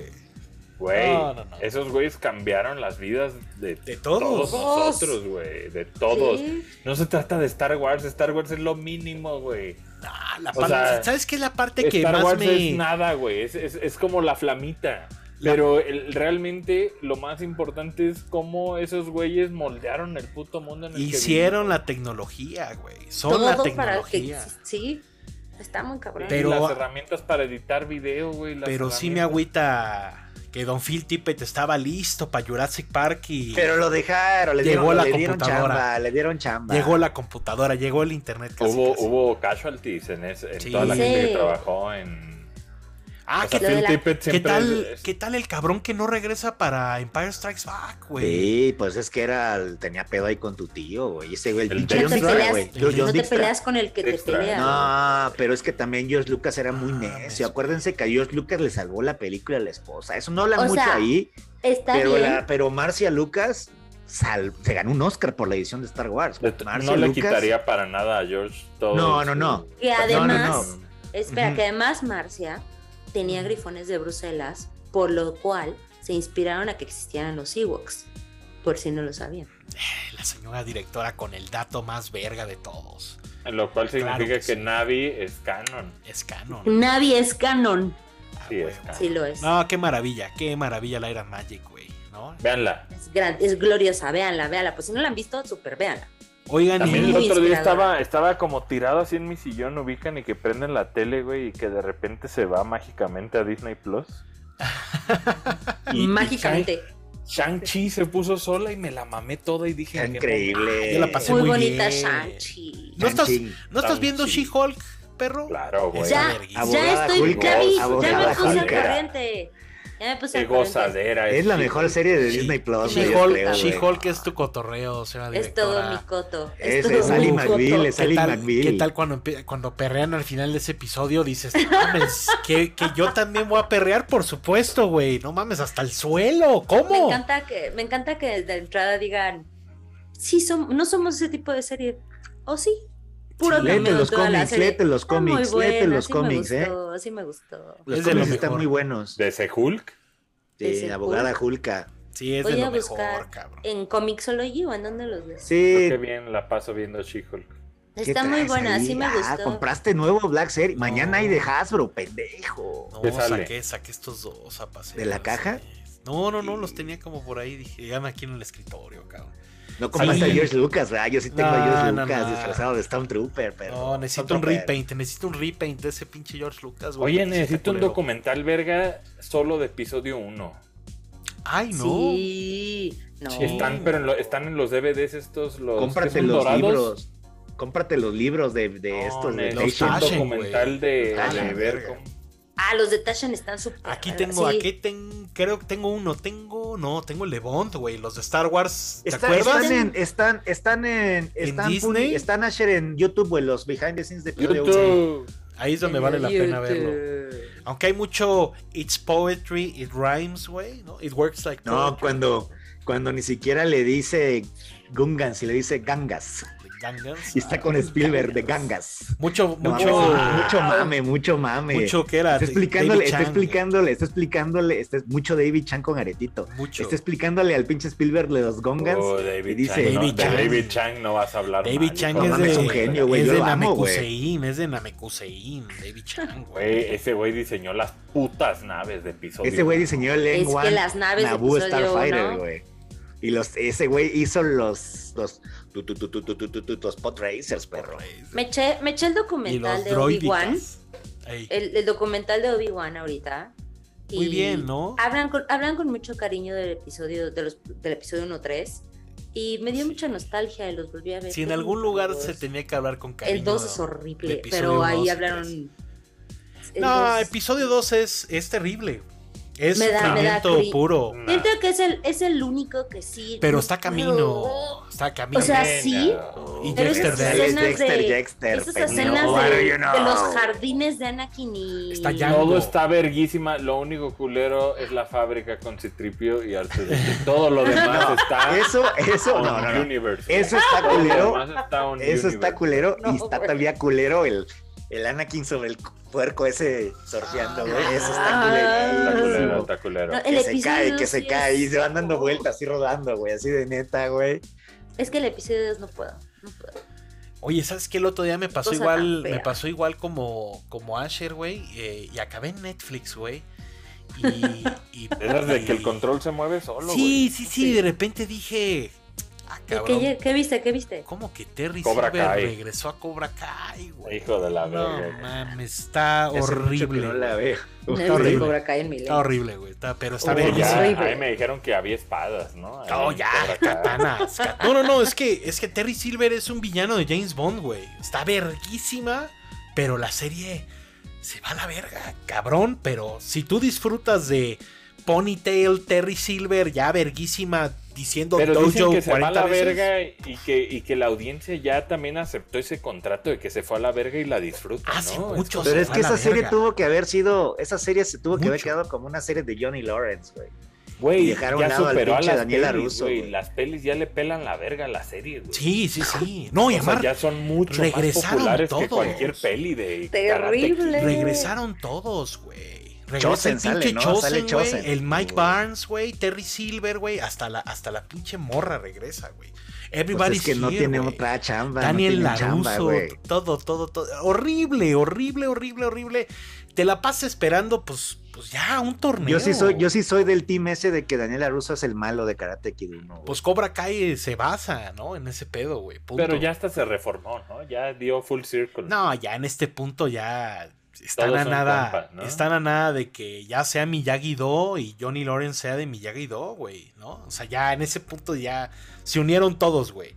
S3: Güey,
S1: No, no, no.
S3: esos güeyes cambiaron las vidas de,
S1: De todos.
S3: nosotros, güey. De todos.
S4: Sí.
S3: No se trata de Star Wars. Star Wars es lo mínimo, güey.
S1: Ah, la
S3: O
S1: parte-
S3: sea,
S1: ¿Sabes qué es la parte que
S3: Star
S1: más
S3: Wars
S1: me.
S3: es nada, güey. Es, es- es como la flamita. Pero el- realmente lo más importante es cómo esos güeyes moldearon el puto mundo en el
S1: Hicieron
S3: que
S1: la tecnología, güey. Son la
S4: Todo para que.
S1: tecnología.
S4: Sí, está muy cabrón.
S1: Pero-
S3: pero las herramientas para editar video, güey. las
S1: Pero sí me
S3: herramientas.
S1: agüita que Don Phil Tippett estaba listo para Jurassic Park y
S2: Pero lo dejaron, le
S1: Llegó
S2: dieron,
S1: la
S2: le dieron
S1: computadora.
S2: chamba, le dieron chamba.
S1: llegó la computadora, llegó el internet. casi,
S3: Hubo,
S1: casi.
S3: hubo casualties en, ese- en
S1: Sí.
S3: toda la gente
S4: Sí.
S3: que trabajó en.
S1: Ah,
S3: o sea,
S1: ¿qué,
S4: Lo de
S3: Phil
S4: la-
S3: Tippett
S1: qué
S3: siempre
S1: tal,
S3: es-
S1: ¿qué tal el cabrón que no regresa para Empire Strikes Back, güey?
S2: Sí, pues es que era, el- tenía pedo ahí con tu tío, güey. Ese güey, el
S3: El
S2: pinche
S4: no
S2: John
S4: te,
S3: Extra,
S2: Dixtra,
S4: peleas,
S2: güey.
S1: Yo-
S4: no
S2: John
S4: te
S2: Dixtra.
S4: peleas con el que
S3: Extra.
S4: te pelea.
S2: No, pero es que también George Lucas era muy necio.
S1: Ah, Mames.
S2: Acuérdense que a George Lucas le salvó la película a la esposa. Eso no habla
S4: O
S2: mucho
S4: sea,
S2: ahí,
S4: Está
S2: pero,
S4: bien.
S2: la- pero Marcia Lucas sal- se ganó un Oscar por la edición de Star Wars.
S3: de-
S2: Marcia
S3: no le
S2: Lucas-
S3: quitaría para nada a George todo.
S2: No,
S3: su-
S2: no, no.
S4: Que
S2: No, no,
S4: además,
S2: no.
S4: espera,
S2: Ujú.
S4: que además Marcia tenía grifones de Bruselas, por lo cual se inspiraron a que existieran los Ewoks, por si no lo sabían.
S1: La señora directora con el dato más verga de todos.
S3: En lo cual significa
S1: Claro que sí.
S3: que, Navi es canon.
S1: Es canon.
S4: Nadie es canon.
S1: Ah,
S3: Sí, es
S1: huevo.
S3: canon.
S4: Sí lo es.
S1: No, qué maravilla, qué maravilla la era Magic, güey, ¿no?
S3: Véanla.
S4: Es, gran- es gloriosa, véanla, véanla. Pues si no la han visto, súper véanla.
S1: Oigan,
S3: También el
S1: y,
S4: Muy
S3: otro día
S4: inspiradora.
S3: estaba, estaba como tirado así en mi sillón, ubican y que prenden la tele, güey, y que de repente se va mágicamente a Disney Plus. Y- y
S4: Mágicamente.
S3: Shang- Shang-Chi se puso sola y me la mamé toda y dije.
S2: Está
S3: "Qué
S2: increíble.
S1: Yo la pasé
S4: Muy,
S1: muy
S4: bonita
S1: bien.
S4: Shang-Chi.
S1: ¿No estás,
S2: Shang-Chi.
S1: ¿no estás viendo
S3: Shang-Chi.
S1: She-Hulk, perro?
S3: Claro, güey.
S1: Esa
S4: Ya,
S1: verguísima.
S2: Abogada
S4: ya estoy,
S2: Hulka,
S4: ya vi, ya
S2: abogada
S4: me puse al
S2: Hulka.
S4: corriente. Ya me puse
S3: Qué
S4: al corriente.
S3: gozadera.
S2: Es la
S3: She-
S2: mejor serie de
S1: Sí.
S2: Disney Plus. güey, yo creo,
S1: She-Hulk
S2: güey.
S1: She-Hulk es tu cotorreo, señora
S4: Es todo
S1: directora.
S4: mi coto.
S2: Es,
S4: Es, todo
S2: es Ali
S4: mi coto.
S2: McBeal, es
S1: ¿Qué
S2: Ali
S1: tal,
S2: McBeal.
S1: qué tal cuando, empie- cuando perrean al final de ese episodio? Dices, "No mames, que, que yo también voy a perrear, por supuesto, güey. No mames, hasta el suelo.
S4: Me
S1: ¿Cómo?
S4: encanta que, me encanta que de entrada digan, sí, som- no somos ese tipo de serie. ¿O sí? Puro
S1: Sí,
S4: cameo
S2: léete los
S4: toda la
S2: cómics,
S4: serie.
S2: léete los
S4: Está muy
S2: cómics, léete los
S4: sí
S2: cómics,
S4: me
S2: ¿eh?
S4: gustó, Sí me gustó.
S2: Los
S1: Es de
S2: cómics
S1: lo
S2: están
S1: mejor.
S2: muy buenos.
S3: De ese Hulk.
S2: Sí,
S4: ese
S2: la abogada Julka.
S1: Sí, es
S4: Voy
S1: de
S4: a
S1: lo mejor,
S4: buscar
S1: cabrón.
S4: en Comixology o en dónde los ves.
S2: Sí.
S3: Creo que bien la paso viendo She-Hulk.
S2: ¿qué
S4: Está muy
S2: traes
S4: buena,
S2: ahí?
S4: sí me
S2: Ah,
S4: gustó.
S2: compraste nuevo Black Series. Mañana
S1: No.
S2: hay de Hasbro, pendejo.
S1: No,
S3: ¿Qué sale?
S1: saqué, saqué estos dos a pasear.
S2: ¿De la caja?
S1: No, no, no, los tenía como por ahí. Dije, llama aquí en el escritorio, cabrón.
S2: No como hasta
S1: Sí.
S2: George Lucas, ¿verdad? Yo sí tengo
S1: No,
S2: a George
S1: no,
S2: Lucas
S1: no.
S2: disfrazado de Stormtrooper, pero.
S1: No, necesito un
S2: Stormtrooper.
S1: repaint, necesito un repaint de ese pinche George Lucas, güey.
S3: Oye,
S1: porque sí está
S3: necesito un
S1: culero.
S3: documental verga solo de episodio 1.
S1: Ay, no.
S4: Sí, no.
S1: Sí,
S3: Están, pero en lo- están en los DVDs estos, los que
S2: Cómprate
S3: son
S2: los
S3: dorados.
S2: libros. Cómprate los libros de, de
S3: No,
S2: estos. De
S1: los
S2: Nation.
S3: necesito un
S1: Fashion, güey.
S3: documental de,
S2: Ah, la
S3: de
S1: verga.
S3: cómo-
S4: Ah, los de Tashan están súper.
S1: Aquí
S4: Ah, sí.
S1: tengo, aquí ten- creo que tengo uno, tengo, no, tengo el de Bond, güey, los de Star Wars, ¿te
S2: Está-
S1: acuerdas?
S2: Están en, están, están en,
S1: ¿En
S2: están,
S1: Disney?
S2: publi- están Asher en YouTube, güey, los behind the scenes de episodio uno.
S3: YouTube.
S1: Ahí es donde vale la pena verlo. Aunque hay mucho It's Poetry, It Rhymes, güey, ¿no? It Works Like
S2: No,
S1: Poetry.
S2: cuando, cuando ni siquiera le dice Gungans y le dice Gangas.
S1: de Gangas.
S2: Y está con Spielberg de Gangas.
S1: Mucho,
S2: No,
S1: mucho,
S2: mames, mucho mame, mucho mame.
S1: mucho que era.
S2: está
S1: de-
S2: explicándole,
S1: David
S2: está
S1: Chan,
S2: explicándole, está explicándole, está mucho David Chan con aretito.
S1: güey, Mucho.
S2: Está explicándole al pinche Spielberg de los Gongans.
S3: Oh, David,
S2: y dice-
S3: Chang, no,
S1: David
S3: de
S1: Chang.
S3: David Chang no vas a hablar
S1: David
S3: mal,
S1: Chang
S3: hijo,
S1: es
S2: mames,
S1: de,
S2: es un genio, güey,
S1: es
S2: yo
S1: de
S2: lo amo, güey.
S1: Namekusein, es de Namekusein, David Chan,
S3: Güey,
S1: güey.
S3: ese güey diseñó las putas naves de episodio.
S2: Ese güey diseñó el
S4: Es
S2: lengua
S4: que las naves de
S2: Naboo
S4: episodio
S2: Starfighter,
S4: uno-
S2: güey. Y los, ese güey hizo los los tu, tu, tu, tu, tu, tu, tu, tu, los Pod Racers, perro.
S4: Me eché, me eché el
S1: Y
S4: documental
S1: los
S4: de Obi-Wan.
S1: droidicas. Ey,
S4: El, el documental de Obi-Wan ahorita.
S1: Muy
S4: y
S1: bien, ¿no?
S4: Hablan con, hablan con mucho cariño del episodio, de los, del episodio 1-3. Y me dio mucha nostalgia y los volví a ver.
S1: Si en
S4: Qué
S1: algún
S4: bonitos
S1: lugar
S4: los
S1: se
S4: dos.
S1: tenía que hablar con cariño.
S4: El 2 es
S1: de
S4: horrible,
S1: episodio
S4: pero ahí
S1: dos y
S4: hablaron. el
S1: No,
S4: dos-
S1: episodio 2 es, es terrible. Es
S4: Me da- me da
S1: sufrimiento
S4: cri-
S1: puro.
S3: Nah.
S4: Siento que es el, es el único que sí. "Oh,
S1: Pero
S4: no
S1: está
S4: puedo.
S1: camino. Está camino.
S4: O sea,
S3: Nena.
S4: sí,
S1: y
S4: pero
S1: Dexter
S4: esas
S1: de-
S2: Dale,
S4: escenas
S2: Dexter,
S4: de-
S2: Dexter,
S4: Esas
S2: pendejo.
S4: escenas
S2: What
S4: de,
S2: do you
S4: de
S2: know?
S4: los jardines de Anakin y.
S1: Está ya-
S3: Todo
S1: Django.
S3: está verguísima, lo único culero es la fábrica con Citripio y Arturo. Todo lo demás está
S2: Eso, eso,
S3: on
S2: no, no, no.
S3: universe.
S2: Eso está
S3: Todo lo
S2: culero.
S3: demás está on
S2: Eso está
S3: universe.
S2: culero.
S4: No,
S2: y está
S4: güey.
S2: todavía culero el, el Anakin sobre el puerco ese surfeando, güey. Eso está
S4: Ah.
S3: Está culero,
S2: culero.
S3: está culero.
S4: No,
S2: Que
S4: el
S2: se
S4: episodio
S2: cae, que
S4: dos
S2: se
S4: sí
S2: cae y
S4: es-
S2: se van dando vueltas, así rodando, güey, así de neta, güey.
S4: Es que el episodio 2 no puedo. No puedo.
S1: Oye, ¿sabes qué? El otro día me pasó
S4: cosa
S1: igual,
S4: tan fea.
S1: me pasó igual como, como Asher, güey, eh, y acabé en Netflix, güey. Y, y-
S3: Esas de que el
S1: y-
S3: control se mueve solo,
S1: Sí, sí, sí,
S4: Sí.
S1: de repente dije, ah,
S4: ¿Qué,
S1: cabrón,
S4: qué- qué viste? ¿Qué viste?
S1: ¿cómo que Terry
S3: Cobra
S1: Silver
S3: Kai.
S1: regresó a Cobra Kai,
S3: güey.
S1: güey?
S3: Hijo de la
S1: No
S3: verga.
S1: mames, está
S2: Hace mucho que
S1: horrible.
S2: no la veo.
S4: Me
S1: horrible.
S4: vi Cobra Kai en mi
S1: Está
S4: lengua.
S1: horrible, güey. Está, pero está
S4: Uy,
S3: Oye, Oh, ya,
S1: verguísima.
S4: horrible.
S3: ahí me dijeron que había espadas, ¿no? Ahí
S1: No,
S3: en
S1: Oh, ya,
S3: Cobra Kai.
S1: katanas. kat- No, no, no, es que, es que Terry Silver es un villano de James Bond, güey. Está verguísima, pero la serie se va a la verga, cabrón. Pero si tú disfrutas de Ponytail, Terry Silver, ya verguísima, diciendo
S3: Pero dicen
S1: Dojo
S3: que se va a
S1: 40
S3: la
S1: veces.
S3: verga y que, y que la audiencia ya también aceptó ese contrato de que se fue a la verga y la disfruta,
S1: Hace
S3: ¿no?
S1: Ah, mucho
S3: Es como-
S2: Pero
S1: se
S2: es
S1: fue
S2: que
S1: a la
S2: esa serie
S1: verga.
S2: tuvo que haber sido, esa serie se tuvo que haber
S1: Mucho.
S2: quedado como una serie de Johnny Lawrence, güey.
S3: Güey,
S2: Dejar a un
S3: ya
S2: lado al
S3: superó a
S2: pinche
S3: las
S2: Daniela
S3: pelis,
S2: Russo,
S3: güey.
S2: güey.
S3: Las pelis ya le pelan la verga a la serie, güey.
S1: Sí, sí, sí. No, y
S3: O sea,
S1: además,
S3: ya son mucho más
S1: regresaron
S3: populares que
S1: todos.
S3: cualquier peli de
S4: Terrible.
S3: Karate Kid.
S1: regresaron todos, güey. Regresa
S2: Chosen
S1: el pinche
S2: sale, ¿no? Sale
S1: Chosen, güey,
S2: Chosen.
S1: El Mike
S2: Güey.
S1: Barnes, güey. Terry Silver, güey. Hasta la, hasta la pinche morra regresa, güey.
S2: Pues
S1: Everybody's
S2: es que no
S1: Here,
S2: tiene
S1: güey.
S2: otra chamba. no
S1: Daniel
S2: tiene chamba,
S1: Laruso,
S2: güey.
S1: todo, todo, todo. Horrible, horrible, horrible, horrible. Te la pasas esperando, pues, pues ya, un torneo.
S2: Yo sí soy, yo sí soy del team ese de que Daniel Laruso es el malo de Karate Kid uno, güey.
S1: Pues Cobra Kai se basa, ¿no? En ese pedo, güey. punto.
S3: Pero ya hasta se reformó, ¿no? Ya dio full circle.
S1: No, ya en este punto ya están
S3: Todos
S1: a
S3: son
S1: nada.
S3: compas, ¿no?
S1: Están a nada de que ya sea Miyagi-Do y Johnny Lawrence sea de Miyagi-Do, güey, ¿no? O sea, ya en ese punto ya se unieron todos, güey.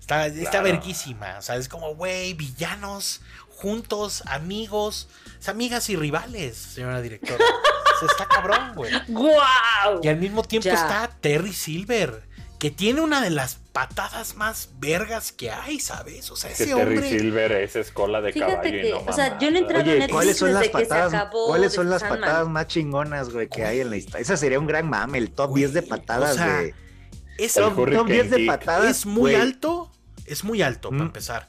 S1: Está, está
S3: Claro.
S1: verguísima. O sea, es como, güey, villanos, juntos, amigos, o sea, amigas y rivales, señora directora. O sea, está cabrón, güey.
S4: ¡Guau!
S1: Y al mismo tiempo
S4: Ya.
S1: está Terry Silver, que tiene una de las patadas más vergas que hay, ¿sabes? O sea,
S3: Es que
S1: ese
S3: Terry
S1: hombre.
S3: Silver es escola de
S4: Fíjate
S3: caballo
S4: que,
S3: y no
S4: o sea,
S3: mamá.
S4: yo no entraba
S3: Oye,
S4: en
S2: Oye,
S4: Netflix
S2: ¿cuáles son las
S4: desde que se
S2: patadas?
S4: acabó
S2: ¿Cuáles son
S4: de
S2: las
S4: Sandman?
S2: patadas más chingonas, güey, que hay en la historia? Esa sería un gran mame, el top
S1: Güey,
S2: 10 de patadas
S1: o sea,
S2: de
S1: ese
S3: El
S2: top,
S1: hombre
S3: Hurricane
S2: top 10 de
S3: Kick.
S2: patadas.
S1: es muy
S2: güey.
S1: alto, es muy alto para
S2: Mm.
S1: empezar.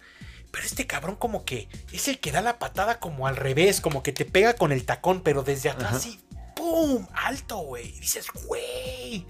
S1: Pero este cabrón como que es el que da la patada como al revés, como que te pega con el tacón, pero desde
S2: Ajá.
S1: atrás y ¡pum! Alto, güey. Y Dices, güey.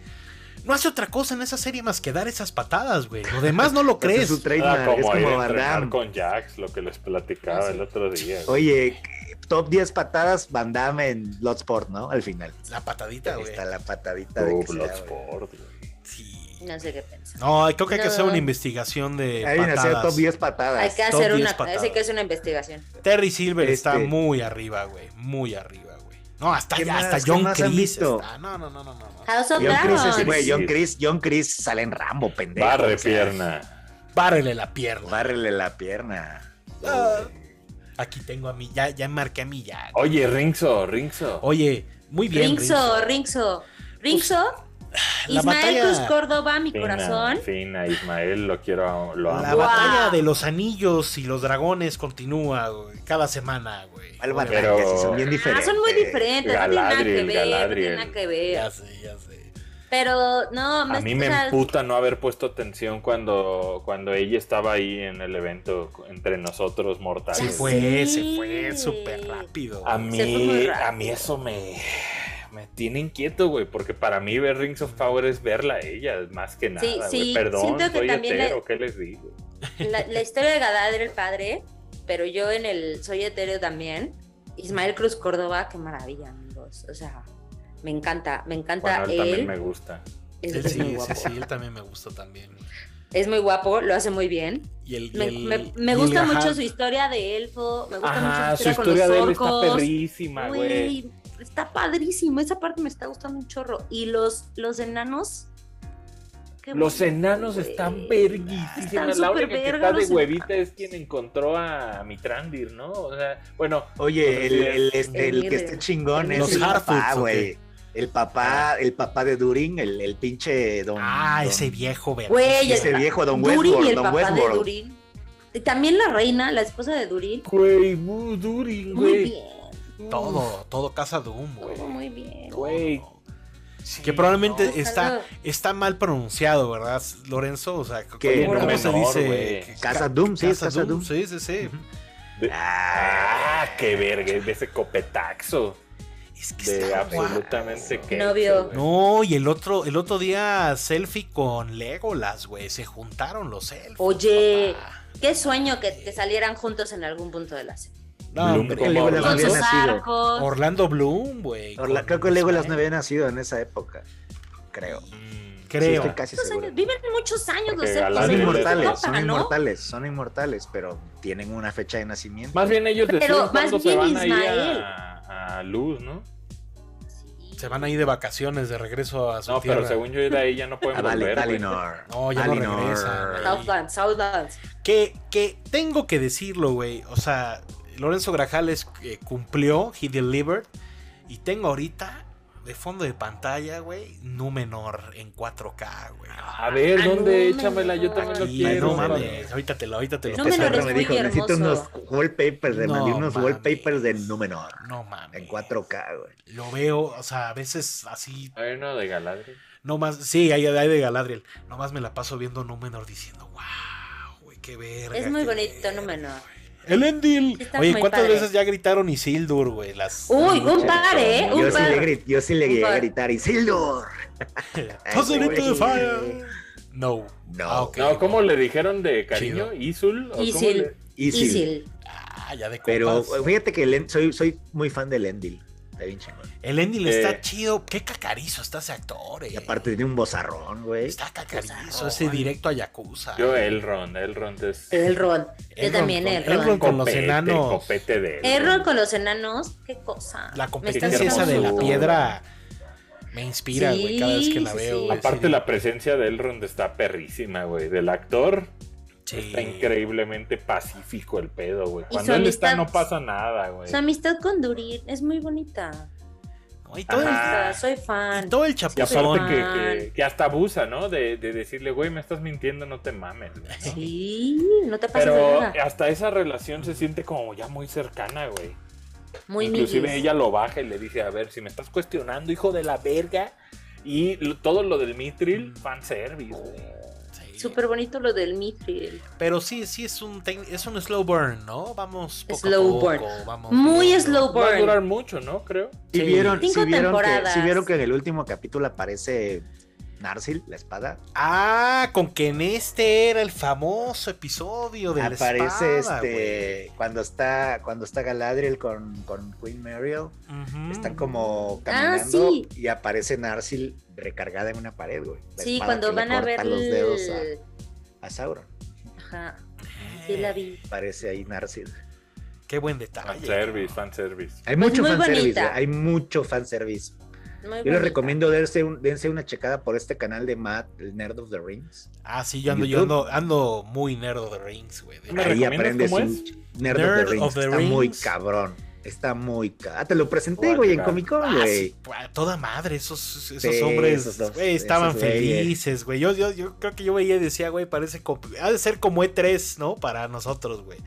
S1: No hace otra cosa en esa serie más que dar esas patadas, güey. Lo demás no lo
S2: Pues
S1: crees.
S2: Es su
S3: Era
S2: trademark,
S3: Ah, como,
S2: es
S3: ir a
S2: como Van
S3: entrenar
S2: Damme.
S3: con Jax, lo que les platicaba
S4: Ah,
S3: el otro día. güey.
S2: Oye, top 10 patadas Van Damme en Bloodsport, ¿no? Al final.
S1: La patadita, güey.
S2: Está la patadita de
S3: Oh,
S2: que se da, güey.
S3: Bloodsport, güey.
S1: Sí.
S4: No sé qué pensar.
S1: No, creo que hay que
S4: No.
S1: hacer una investigación de
S2: Hay que hacer top
S1: patadas.
S2: 10 patadas.
S4: Hay que
S1: Top
S4: hacer
S1: 10
S4: una,
S1: patadas.
S4: hay que hacer una investigación.
S1: Terry Silver está
S2: Este.
S1: muy arriba, güey. Muy arriba, güey. No, hasta,
S2: ¿Qué
S1: ya,
S2: más?
S1: hasta
S2: ¿Qué
S1: John
S2: más han
S1: Chris
S2: visto?
S1: está. No, no, no, no, no. no.
S4: House
S2: John
S4: of
S2: Chris, es-
S3: Chris.
S4: Dragons.
S2: güey, John Chris, John Chris sale en Rambo, pendejo.
S3: Barre
S2: o sea,
S3: pierna.
S1: Párele la pierna.
S2: Bárrele la pierna.
S1: Ah. Aquí tengo a mi, ya, ya marqué a mi ya.
S3: Oye, Rinzo, Rinzo.
S1: Oye, muy bien.
S4: Rinxo, Rinxo. Rinxo,
S1: La
S4: Ismael
S1: batalla-
S4: Cruz Córdoba, mi
S3: Fina,
S4: corazón.
S3: Fina, Ismael, lo quiero, lo
S1: La
S4: Wow.
S3: amo.
S1: batalla de los anillos y los dragones continúa güey, cada semana, güey.
S2: ¿Cuál
S1: Órale,
S2: batalla?
S3: Pero-
S2: Si son bien
S4: Ah,
S2: diferentes.
S4: son muy diferentes,
S3: Galadriel,
S4: no tienen nada que ver,
S3: Galadriel.
S4: no tienen nada que ver.
S1: Ya sé, ya sé.
S4: Pero no,
S3: A
S4: más-
S3: mí
S4: o
S3: me
S4: sea,
S3: emputa no haber puesto atención cuando, cuando ella estaba ahí en el evento entre nosotros mortales.
S1: Se
S4: Ya
S1: fue,
S4: sé.
S1: se fue súper rápido.
S3: A
S1: güey.
S4: Se fue muy
S3: mí,
S4: rápido.
S3: a mí eso me, me tiene inquieto, güey, porque para mí ver Rings of Power es verla a ella, más que nada, güey.
S4: sí,
S3: Perdón,
S4: siento que
S3: soy
S4: también la-
S3: hetero, ¿qué les digo?
S4: la, la historia de Galadriel el padre, pero yo en el soy etéreo también. Ismael Cruz Córdoba, qué maravilla, amigos. O sea, me encanta, me encanta
S3: Bueno, él también
S4: él.
S3: me gusta.
S4: Es,
S1: Él
S4: es muy
S1: sí, sí,
S4: guapo.
S1: sí, él también me gusta también.
S4: Es muy guapo, lo hace muy bien.
S1: Y el, y
S4: Me,
S1: el-
S4: me- me
S1: y el
S4: gusta
S1: Gahad.
S4: mucho su historia de elfo, me gusta
S3: Ajá,
S4: mucho
S3: su
S4: su historia,
S3: historia
S4: con
S3: de él
S4: los
S3: está
S4: orcos.
S3: perrísima, güey.
S4: Güey, está padrísimo, esa parte me está gustando un chorro. Y los, los enanos. qué
S3: Los
S4: bonito,
S3: enanos
S4: güey.
S3: están
S4: Están
S3: verguísimas. La
S4: súper
S3: única que
S4: verga
S3: está de
S4: los
S3: huevita
S4: enanos.
S3: es quien encontró a Mitrandir, ¿no? O sea, bueno,
S2: Oye, el, el- este, el
S4: El
S2: que esté
S4: líder.
S2: chingón es
S4: Los
S2: el
S1: Harfoots,
S2: papá,
S1: ¿o qué?
S2: güey. El
S4: Ah.
S2: papá, el papá de Durin, el, el pinche don.
S1: Ah,
S2: don-
S1: ese viejo, verga.
S4: Güey,
S2: ese viejo, don
S4: Durin y
S2: Westworld,
S4: el
S2: don
S4: papá de
S2: Westworld.
S4: Durin. Y también la reina, la esposa de Durin.
S3: güey, bu- Durin,
S4: Muy
S3: güey.
S4: bien,
S1: Todo, todo Casa Doom, güey.
S4: todo muy bien.
S3: Güey.
S1: Sí, que probablemente
S3: no.
S1: está,
S4: Ojalá.
S1: está mal pronunciado, ¿verdad, Lorenzo? O sea, ¿cu-
S2: Que
S1: ¿cómo
S3: no
S1: se
S3: menor,
S1: dice?
S3: güey.
S1: Que-
S2: Casa Doom, sí, es Casa Doom.
S1: Sí, sí, sí.
S2: Ah,
S3: Ah, qué verga, es de ese copetaxo.
S1: Es que
S3: De
S1: está guapo.
S3: absolutamente que.
S4: Novio.
S1: No, y el otro, el otro día selfie con Legolas, güey. Se juntaron los elfos.
S4: Oye.
S1: papá.
S4: Qué sueño que, que salieran juntos en algún punto de la serie.
S1: No,
S3: Bloom
S1: hombre.
S2: Creo que Legolas no
S4: Con
S2: había
S4: sus
S2: nacido.
S4: arcos.
S1: Orlando Bloom, güey.
S2: Orla-
S1: con
S2: Creo que Legolas
S1: Ismael.
S2: no
S4: eh.
S2: había nacido en esa época. Creo. Sí,
S1: Mm, Creo.
S3: este,
S2: estoy casi
S4: ¿Cuántos
S2: seguro.
S4: años? Viven muchos años los
S3: Porque
S4: elfos.
S2: Son
S3: Galadriel
S4: en
S2: inmortales,
S4: Europa,
S2: son
S4: ¿no?
S2: inmortales, son inmortales, pero tienen una fecha de nacimiento.
S3: Más bien ellos
S4: Pero
S3: deciden
S4: más
S3: cuándo se
S4: bien
S3: van ahí
S4: Ismael.
S3: a, a luz, ¿no?
S4: Sí.
S1: Se van ahí de vacaciones de regreso a su
S3: No,
S1: tierra. Ah,
S3: pero según yo de ahí ya no
S2: A
S3: pueden
S2: Ah, Vale-
S3: volver. güey.
S2: Valinor.
S1: No, ya no
S2: Valinor.
S1: regresan, güey.
S4: Southlands, Southlands.
S1: Que, que tengo que decirlo, güey. O sea, Lorenzo Grajales eh, cumplió, he delivered. Y tengo ahorita de fondo de pantalla, güey, Númenor en 4K, güey.
S3: A ver, ¿dónde?
S4: Ay,
S3: Échamela, yo
S4: Ah, no.
S3: también lo
S1: Y
S3: quiero.
S1: no mames,
S3: güey.
S1: ahorita te lo, ahorita te lo
S4: No
S2: Este
S4: me
S1: paso.
S4: lo
S2: perro me
S4: es
S2: dijo,
S4: muy
S2: necesito unos
S4: hermoso".
S2: wallpapers, le
S1: No
S2: mandé unos
S1: mames.
S2: wallpapers de Númenor
S1: No mames.
S2: en 4K, güey.
S1: Lo veo, o sea, a veces así,
S3: Hay uno de Galadriel.
S1: no más, sí, hay, hay de Galadriel. Nomás me la paso viendo Númenor diciendo, wow, güey, qué verga.
S4: Es muy
S1: qué
S4: bonito,
S1: verga".
S4: Númenor.
S1: Elendil.
S4: Sí, está
S1: Oye,
S4: muy
S1: ¿cuántas
S4: padre.
S1: veces ya gritaron Isildur, güey? Las...
S4: Uy, un
S3: Mucho
S4: par, ¿eh?
S3: gusto.
S4: Un
S2: Yo sí,
S4: par.
S2: le grit- yo sí le
S4: Un
S2: llegué a
S4: par.
S2: gritar, Isildur.
S1: Toss it into the
S2: Ah, güey.
S1: fire. No.
S2: No.
S1: Ah, ok.
S3: No, ¿cómo le dijeron de cariño?
S1: Chido.
S3: ¿Isul? ¿O cómo
S4: Isil.
S3: le-
S2: Isil.
S4: Isil.
S1: Ah, ya de
S2: Pero
S1: compas.
S2: fíjate que Len- soy, soy muy fan de Lendil. Está bien chingón.
S1: El Endil
S3: Eh.
S1: está chido. Qué cacarizo está ese actor, eh.
S2: Y aparte tiene un bozarrón, güey.
S1: Está cacarizo.
S4: Pues,
S1: ese
S4: ah,
S1: directo a Yakuza.
S3: Yo, Elrond. Elrond es.
S4: Elrond. Yo
S1: Elrond
S4: también,
S1: con-
S4: Elrond.
S1: Elrond con los
S3: copete,
S1: enanos.
S3: Copete de Elrond.
S4: Elrond con los enanos, qué cosa.
S1: La
S4: Me
S1: competencia
S4: está
S1: esa de la
S4: gustando.
S1: piedra me inspira, güey, cada vez que la
S4: Sí,
S1: veo.
S4: sí,
S1: güey,
S4: sí.
S3: Aparte,
S1: sí.
S3: la presencia de Elrond está perrísima, güey. Del actor
S1: Sí.
S3: está increíblemente pacífico el pedo, güey.
S4: Y
S3: Cuando
S4: su
S3: él está,
S4: amistad-
S3: no pasa nada, güey.
S4: Su amistad con Durin es muy bonita.
S1: No, y, todo el,
S3: Ajá.
S4: O sea, Soy
S1: y
S4: fan.
S1: todo el
S3: Y
S1: chapuzón.
S3: aparte que, que- que hasta abusa, ¿no? De, de decirle, güey, me estás mintiendo, no te mames. güey, ¿no?
S4: Sí, no te pasa
S3: Pero
S4: nada.
S3: hasta esa relación se siente como ya muy cercana, güey.
S4: Muy
S3: eh, Inclusive
S4: amiguis.
S3: ella lo baja y le dice, a ver, si me estás cuestionando, hijo de la verga. Y lo- todo lo del
S4: Mm.
S3: Mitril, fanservice, güey.
S1: Sí.
S4: Súper bonito lo del Mithril.
S1: Pero sí, sí es un tec- es un slow burn, ¿no? Vamos poco a
S4: Slow
S1: poco,
S4: burn.
S1: vamos
S4: Muy
S1: viendo.
S4: slow
S3: Va a durar
S4: burn.
S3: mucho, ¿no? Creo.
S2: Si
S1: Sí.
S2: vieron,
S4: Cinco
S2: si vieron que,
S4: temporadas.
S2: si vieron que en el último capítulo aparece Narsil, la espada.
S1: Ah, con que en este era el famoso episodio de
S2: Aparece
S1: la espada,
S2: este cuando está cuando está Galadriel con, con Queen Mariel.
S1: güey. Ujú.
S2: Están como caminando
S4: Mm. Ah, sí.
S2: y aparece Narsil recargada en una pared, güey. La
S4: Sí,
S2: espada
S4: cuando
S2: que le
S4: van a
S2: corta
S4: ver
S2: los dedos
S4: el-
S2: a, a Sauron.
S4: Ajá,
S1: Eh.
S4: sí la vi.
S2: Aparece ahí Narsil.
S1: Qué buen detalle.
S3: Fanservice, fanservice.
S2: Hay
S4: Pues
S2: mucho
S4: muy
S2: fanservice,
S4: bonita.
S2: güey, hay mucho fanservice.
S4: Muy
S2: Yo les
S4: bonita.
S2: recomiendo dense, un- dense una checada por este canal de Matt, el Nerd of the Rings.
S1: Ah, sí, yo ando, yo
S2: YouTube.
S1: ando, ando muy nerd de rings, güey. de-
S3: ¿Me
S2: Ahí
S3: recomiendas
S2: aprendes
S3: cómo
S2: un
S3: es?
S2: Nerd, of the
S1: Nerd
S2: Rings.
S1: of the
S2: Está muy
S1: Rings.
S2: cabrón. Está muy cabrón. Ah, te lo
S3: Voy
S2: presenté,
S3: a
S2: güey, en
S3: checar.
S2: Comic Con,
S1: Ah,
S2: güey.
S1: sí, a toda madre, esos, esos
S2: Sí,
S1: hombres
S2: esos dos,
S1: güey, estaban
S2: esos güeyes.
S1: felices, güey. Yo, yo, yo creo que yo veía y decía, güey, parece comp- ha de ser como E3, ¿no? Para nosotros, güey.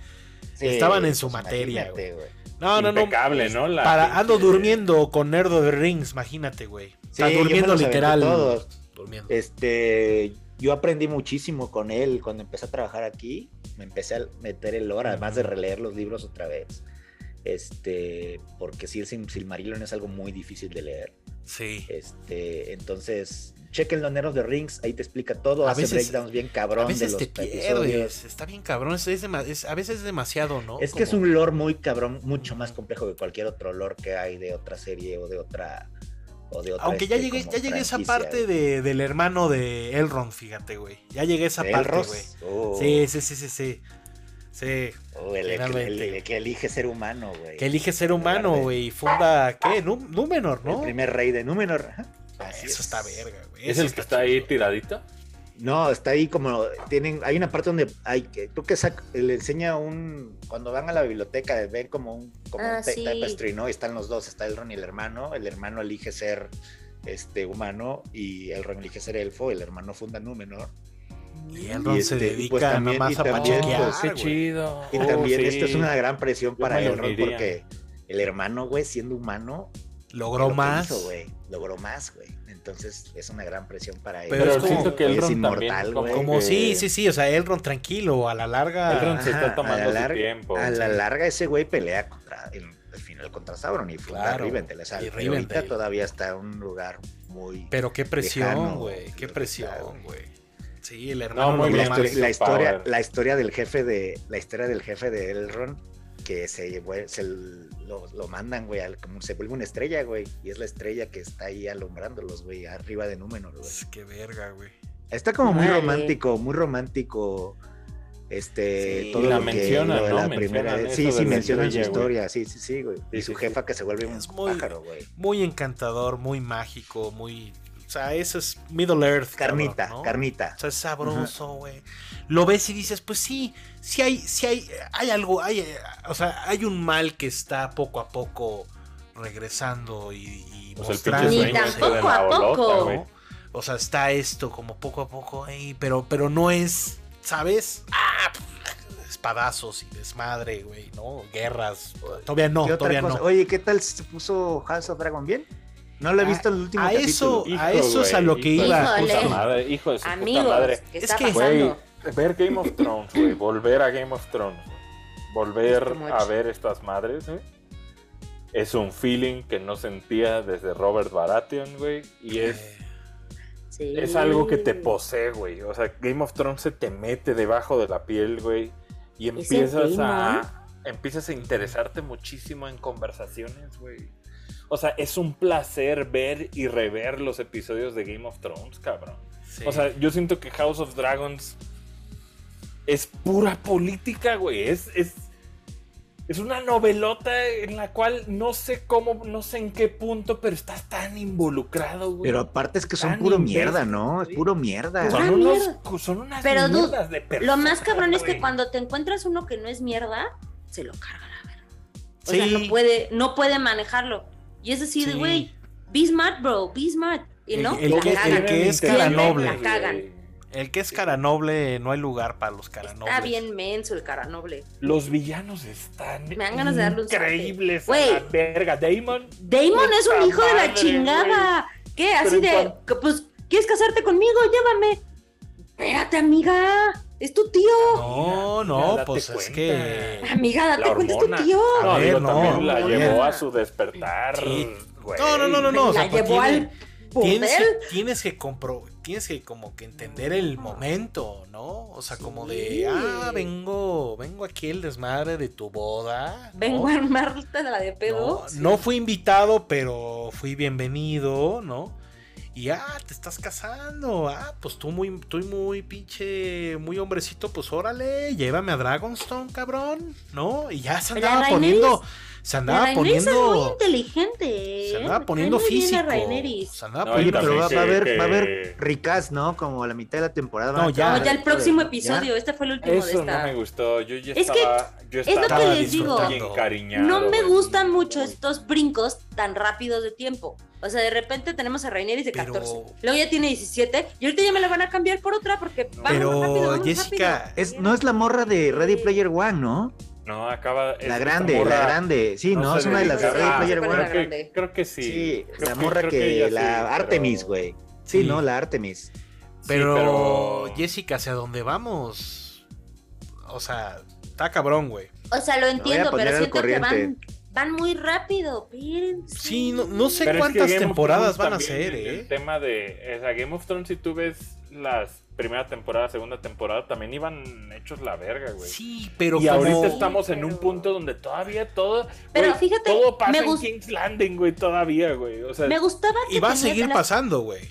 S2: Sí,
S1: estaban en su
S2: pues,
S1: materia,
S2: imagínate, güey.
S1: No, no, no.
S3: Impecable, ¿no? La
S1: Para,
S3: pinche-
S1: ando durmiendo con Nerd of the Rings, imagínate, güey. O sea,
S2: Sí, yo me
S1: durmiendo
S2: los aventé
S1: literal.
S2: todos. Eh,
S1: Durmiendo.
S2: Este, yo aprendí muchísimo con él cuando empecé a trabajar aquí. Me empecé a meter el lore, además de releer los libros otra vez. Este, porque sí, el Sil- Silmarillion es algo muy difícil de leer.
S1: Sí.
S2: Este, entonces, chequen los Neros de Rings, ahí te explica todo.
S1: A
S2: hace
S1: veces-
S2: breakdowns bien cabrón
S1: a
S2: de
S1: veces
S2: los
S1: te
S2: episodios.
S1: pierdes. Está bien cabrón. Es, es dema- es- a veces es demasiado, ¿no?
S2: Es que es
S1: Como-
S2: un lore muy cabrón, mucho más complejo que cualquier otro lore que hay de otra serie o de otra. O de otra
S1: Aunque ya
S2: este,
S1: llegué,
S2: como
S1: ya llegué a esa
S2: franquicia.
S1: parte de, del hermano de Elrond, fíjate, güey. Ya llegué a esa
S2: El
S1: parte,
S2: Ross,
S1: güey.
S2: oh,
S1: Sí, sí, sí, sí, sí. Sí.
S2: oh, el, el- el- el que elige ser humano, güey.
S1: Que elige ser humano,
S2: Verde.
S1: güey. y Funda, ¿qué? Nú- Númenor,
S2: El
S1: ¿no? Ah,
S2: primer rey de Númenor. ajá. Así
S1: Eso
S2: es.
S1: está verga, güey.
S3: ¿Es
S1: eso
S3: el que está ahí
S1: chido.
S3: tiradito?
S2: No, está ahí como tienen, hay una parte donde hay que, creo que sac- le enseña un, cuando van a la biblioteca ven como un, como
S4: Ah,
S2: un ta-
S4: sí.
S2: tapestry, ¿no? Y están los dos, está Elrond y el hermano, el hermano elige ser este humano y Elrond elige ser elfo, el hermano funda Númenor.
S1: Y Elrond
S2: Y
S1: se
S2: este, y
S1: dedica
S2: pues
S1: nada
S2: también- y
S1: más a
S2: también,
S1: pachequear,
S2: pues,
S3: qué
S1: güey.
S3: chido.
S2: Y
S3: Oh,
S2: también
S3: sí.
S2: esto es una gran presión
S3: Yo
S2: para
S3: me lo
S2: Elrond
S3: uniría.
S2: porque el hermano, güey, siendo humano,
S1: Logró
S2: lo que
S1: más.
S2: hizo, güey, logró más, güey. Entonces es una gran presión para él.
S1: Pero
S3: Pero
S1: es como-
S3: siento que
S2: es
S3: el Ron
S2: inmortal,
S3: también.
S2: güey.
S1: Como
S3: que-
S1: sí, sí, sí. O sea, Elrond tranquilo, a la larga.
S3: Elrond
S2: Ajá,
S3: se está
S2: a la
S3: tomando su
S2: larga-
S3: tiempo.
S2: A la
S3: Sí.
S2: larga ese güey pelea contra el, al final contra Sauron y funda
S1: Claro,
S2: Rivendell. O sea,
S1: y
S2: pero
S1: Rivendell.
S2: ahorita todavía está en un lugar muy...
S1: Pero qué
S2: Lejano,
S1: presión, güey. Qué
S2: lejano.
S1: presión, güey. Sí, el hermano
S3: No,
S2: Y
S3: muy
S1: logró
S2: la,
S3: bien.
S1: más.
S2: histo- la historia,
S3: Power.
S2: la historia del jefe de la historia del jefe de Elrond que se, vuel- se lo, lo mandan, güey, al- como se vuelve una estrella, güey, y es la estrella que está ahí alumbrándolos, güey, arriba de Númenor, güey.
S1: Qué verga, güey.
S2: Está como muy
S4: Órale.
S2: romántico, muy romántico. Este,
S1: Sí,
S2: todo
S1: y la
S2: lo que-
S3: mencionan,
S2: lo de
S3: ¿no?
S2: la
S3: Mencionan
S2: primera vez.
S3: eso
S2: Sí,
S3: de
S2: sí,
S3: la
S2: mencionan su
S3: estrella, güey.
S2: historia. Sí, sí, sí, güey. Y
S3: Sí,
S2: su
S3: sí,
S2: jefa que se vuelve un
S1: Es muy-
S2: pájaro, güey.
S1: Muy encantador, muy mágico, muy. O sea, eso es Middle Earth. cabrón,
S2: Carnita,
S1: ¿no?
S2: carnita.
S1: O sea, es sabroso, güey. Lo ves y dices, pues sí, sí hay, sí hay, hay algo, hay, eh, o sea, hay un mal que está poco a poco regresando y, y
S3: Pues el pinche
S1: mostrando.
S4: Ni
S3: sueño ese de
S4: tampoco
S3: la
S4: a
S3: bolota,
S4: poco.
S3: güey.
S1: ¿no? O sea, está esto como poco a poco ahí, pero, pero no es, ¿sabes? ¡Ah! Espadazos y desmadre, güey, ¿no? Guerras. Todavía no,
S2: ¿Qué otra
S1: todavía
S2: cosa?
S1: no.
S2: Oye, ¿qué tal se puso House of Dragon bien? No lo he
S1: A-
S2: visto en el último
S1: Ah, a
S2: capítulo.
S1: eso-
S3: Hijo,
S1: a eso es a
S3: güey,
S1: lo que
S3: hijo de su
S1: iba.
S3: puta
S4: Híjole.
S3: madre, hijo de su
S4: Amigos,
S3: puta madre.
S4: ¿qué
S1: Es
S4: está
S1: que-
S3: Güey,
S4: pasando?
S3: ver Game of Thrones, güey. Volver a Game of Thrones. güey. Volver
S4: Es too much.
S3: a ver estas madres, güey. Es un feeling que no sentía desde Robert Baratheon, güey. Y es,
S1: Eh,
S4: Sí.
S3: es algo que te posee, güey. O sea, Game of Thrones se te mete debajo de la piel, güey. Y
S4: Ese
S3: empiezas
S4: tema.
S3: a, empiezas a interesarte muchísimo en conversaciones, güey. O sea, es un placer ver y rever los episodios de Game of Thrones, cabrón.
S1: sí.
S3: O sea, yo siento que House of Dragons es pura política, güey. Es, es, es una novelota en la cual no sé cómo, no sé en qué punto, pero estás tan involucrado, güey.
S2: Pero aparte es que son
S3: Tan
S2: puro
S3: imbécil,
S2: mierda, ¿no? Es
S3: güey.
S2: puro mierda.
S1: Pues,
S3: son,
S4: Ah,
S3: unos,
S4: mierda.
S3: son unas
S4: Pero, dude,
S3: mierdas de
S4: Lo más
S3: personas,
S4: cabrón es que
S3: güey.
S4: cuando te encuentras uno que no es mierda, se lo carga la verga. O
S1: Sí.
S4: sea, no puede, no puede manejarlo. Y es así de,
S1: Sí.
S4: güey, be smart, bro, be smart. Y no,
S1: El- el
S4: la
S1: que- el
S4: cagan.
S1: que es
S3: Siempre
S1: cara
S3: la
S1: noble.
S4: cagan.
S1: El que es cara noble, no hay lugar para los cara nobles.
S4: Está bien menso el cara noble.
S3: Los villanos están
S4: Me dan ganas de darle un zape.
S3: increíbles a
S4: Güey.
S3: la verga. Damon
S4: Damon es
S3: Puta
S4: un hijo de
S3: madre,
S4: la chingada. ¿Qué? Así
S3: Pero en
S4: de, que, pues, ¿quieres casarte conmigo? Llévame. Espérate, amiga. Es tu tío.
S1: No,
S3: Mira,
S1: no,
S3: date
S1: pues es
S3: cuenta.
S1: que.
S4: Amiga,
S3: la
S4: date cuenta, es tu
S3: hormona.
S4: tío.
S1: A
S3: No,
S1: ver,
S3: digo,
S1: no,
S3: también la
S4: hormona.
S3: llevó a su despertar.
S1: Sí.
S3: güey.
S1: No, no, no, no, no. o
S4: la
S1: sea, pues
S4: llevó
S1: tiene-
S4: al
S1: Tienes
S4: ¿Burdel?
S1: que, tienes que compro, tienes que como que entender el momento, ¿no? O sea, como de,
S4: Sí.
S1: ah, vengo, vengo aquí el desmadre de tu boda. ¿no?
S4: Vengo a armarte la de pedo.
S1: No, no fui invitado, pero fui bienvenido, ¿no? Y ah, te estás casando. Ah, pues tú muy, tú muy pinche, muy hombrecito, pues órale, llévame a Dragonstone, cabrón, ¿no? Y ya se
S4: Pero
S1: andaba
S4: a Rhaenys-
S1: poniendo, se andaba
S4: La Rhaenys
S1: poniendo,
S4: es muy inteligente.
S1: se
S4: ¿eh?
S1: andaba
S4: Me
S1: poniendo
S4: cae muy bien
S1: físico.
S4: la Rhaenys.
S1: Se andaba
S3: No,
S2: Oye,
S1: poniendo
S2: pero va,
S3: Sí,
S2: va a
S3: sí,
S2: haber,
S3: que-
S2: va a haber ricas, ¿no? Como a la mitad de la temporada. van a
S1: No, ya.
S4: No,
S2: acabar
S4: ya el
S2: esto,
S4: próximo
S2: ¿ya?
S4: episodio. Este fue el último de
S3: Eso
S4: esta.
S3: no me gustó. Yo ya
S4: Es que
S3: estaba. yo
S4: es lo que
S3: estaba
S4: les digo.
S3: bien encariñado,
S4: No me
S3: güey.
S4: gustan mucho estos brincos tan rápidos de tiempo. O sea, de repente tenemos a Raineris de
S1: Pero-
S4: 14. Luego ya tiene 17. Y ahorita ya me la van a cambiar por otra porque vamos
S1: Pero,
S4: rápido, vamos
S1: Jessica,
S4: rápido.
S2: Es, no es la morra de Ready Player One, ¿no?
S3: No, acaba. es-
S2: La
S3: esta
S2: grande,
S3: morra-
S2: la grande. Sí, ¿no?
S3: se
S2: es una de las de
S3: dedica-
S2: Ready
S3: Ah,
S2: Player
S4: ¿cuál
S2: One.
S4: era?
S3: creo que-
S4: grande.
S3: Creo que sí.
S2: Sí,
S3: Creo
S2: la
S3: que-
S2: morra que,
S3: creo ella sí,
S2: la
S3: pero-
S2: Artemis, güey. Sí,
S1: Sí.
S2: ¿no? La Artemis.
S3: Sí,
S1: Pero, Jessica, ¿hacia dónde vamos? O sea, está cabrón, güey.
S4: O sea, lo entiendo,
S2: poner
S4: pero
S2: al
S4: siento que van,
S2: corriente.
S4: van muy rápido. Espérense.
S1: Sí, no, no sé
S3: Pero es que
S1: cuántas
S3: Game of
S1: temporadas
S3: Thrones
S1: van a
S3: también,
S1: ser,
S3: el- El
S1: ¿eh?
S3: tema de. O sea, Game of Thrones, si tú ves las primera temporada, segunda temporada, también iban hechos la verga, güey.
S1: Sí, pero
S3: y
S1: como...
S3: ahorita estamos en
S4: Pero-
S3: un punto donde todavía todo.
S4: Pero
S3: güey,
S4: fíjate,
S3: Todo pasa
S4: me
S3: en
S4: gust-
S3: King's Landing, güey, todavía, güey. O sea,
S4: Me gustaba que
S1: Y va a
S4: tenías
S1: seguir
S4: la-
S1: pasando, güey.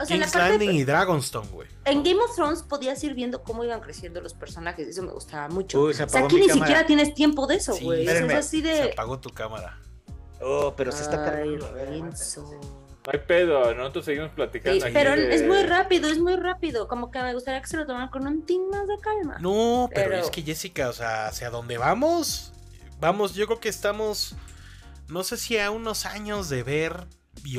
S4: O sea, la
S1: King's
S4: parte-
S1: Landing y Dragonstone, güey.
S4: en Game of Thrones podías ir viendo cómo iban creciendo los personajes. Eso me gustaba mucho.
S2: Uy, se
S4: o sea,
S2: apagó
S4: aquí
S2: mi
S4: ni
S2: cámara.
S4: siquiera tienes tiempo de eso,
S1: Sí,
S4: güey. O sea, es
S2: espérenme.
S4: así
S1: Se
S4: de.
S1: apagó tu cámara.
S2: Oh, pero se está
S4: Ay,
S2: cargando. A ver,
S4: Renzo.
S3: no hay pedo. Nosotros seguimos platicando.
S4: Sí,
S3: aquí
S4: pero
S3: de-
S4: es muy rápido, es muy rápido. Como que me gustaría que se lo tomaran con un tin más de calma.
S1: No, pero,
S4: Pero-
S1: es que Jessica, o sea, ¿hacia dónde vamos? Vamos, yo creo que estamos, no sé si a unos años de ver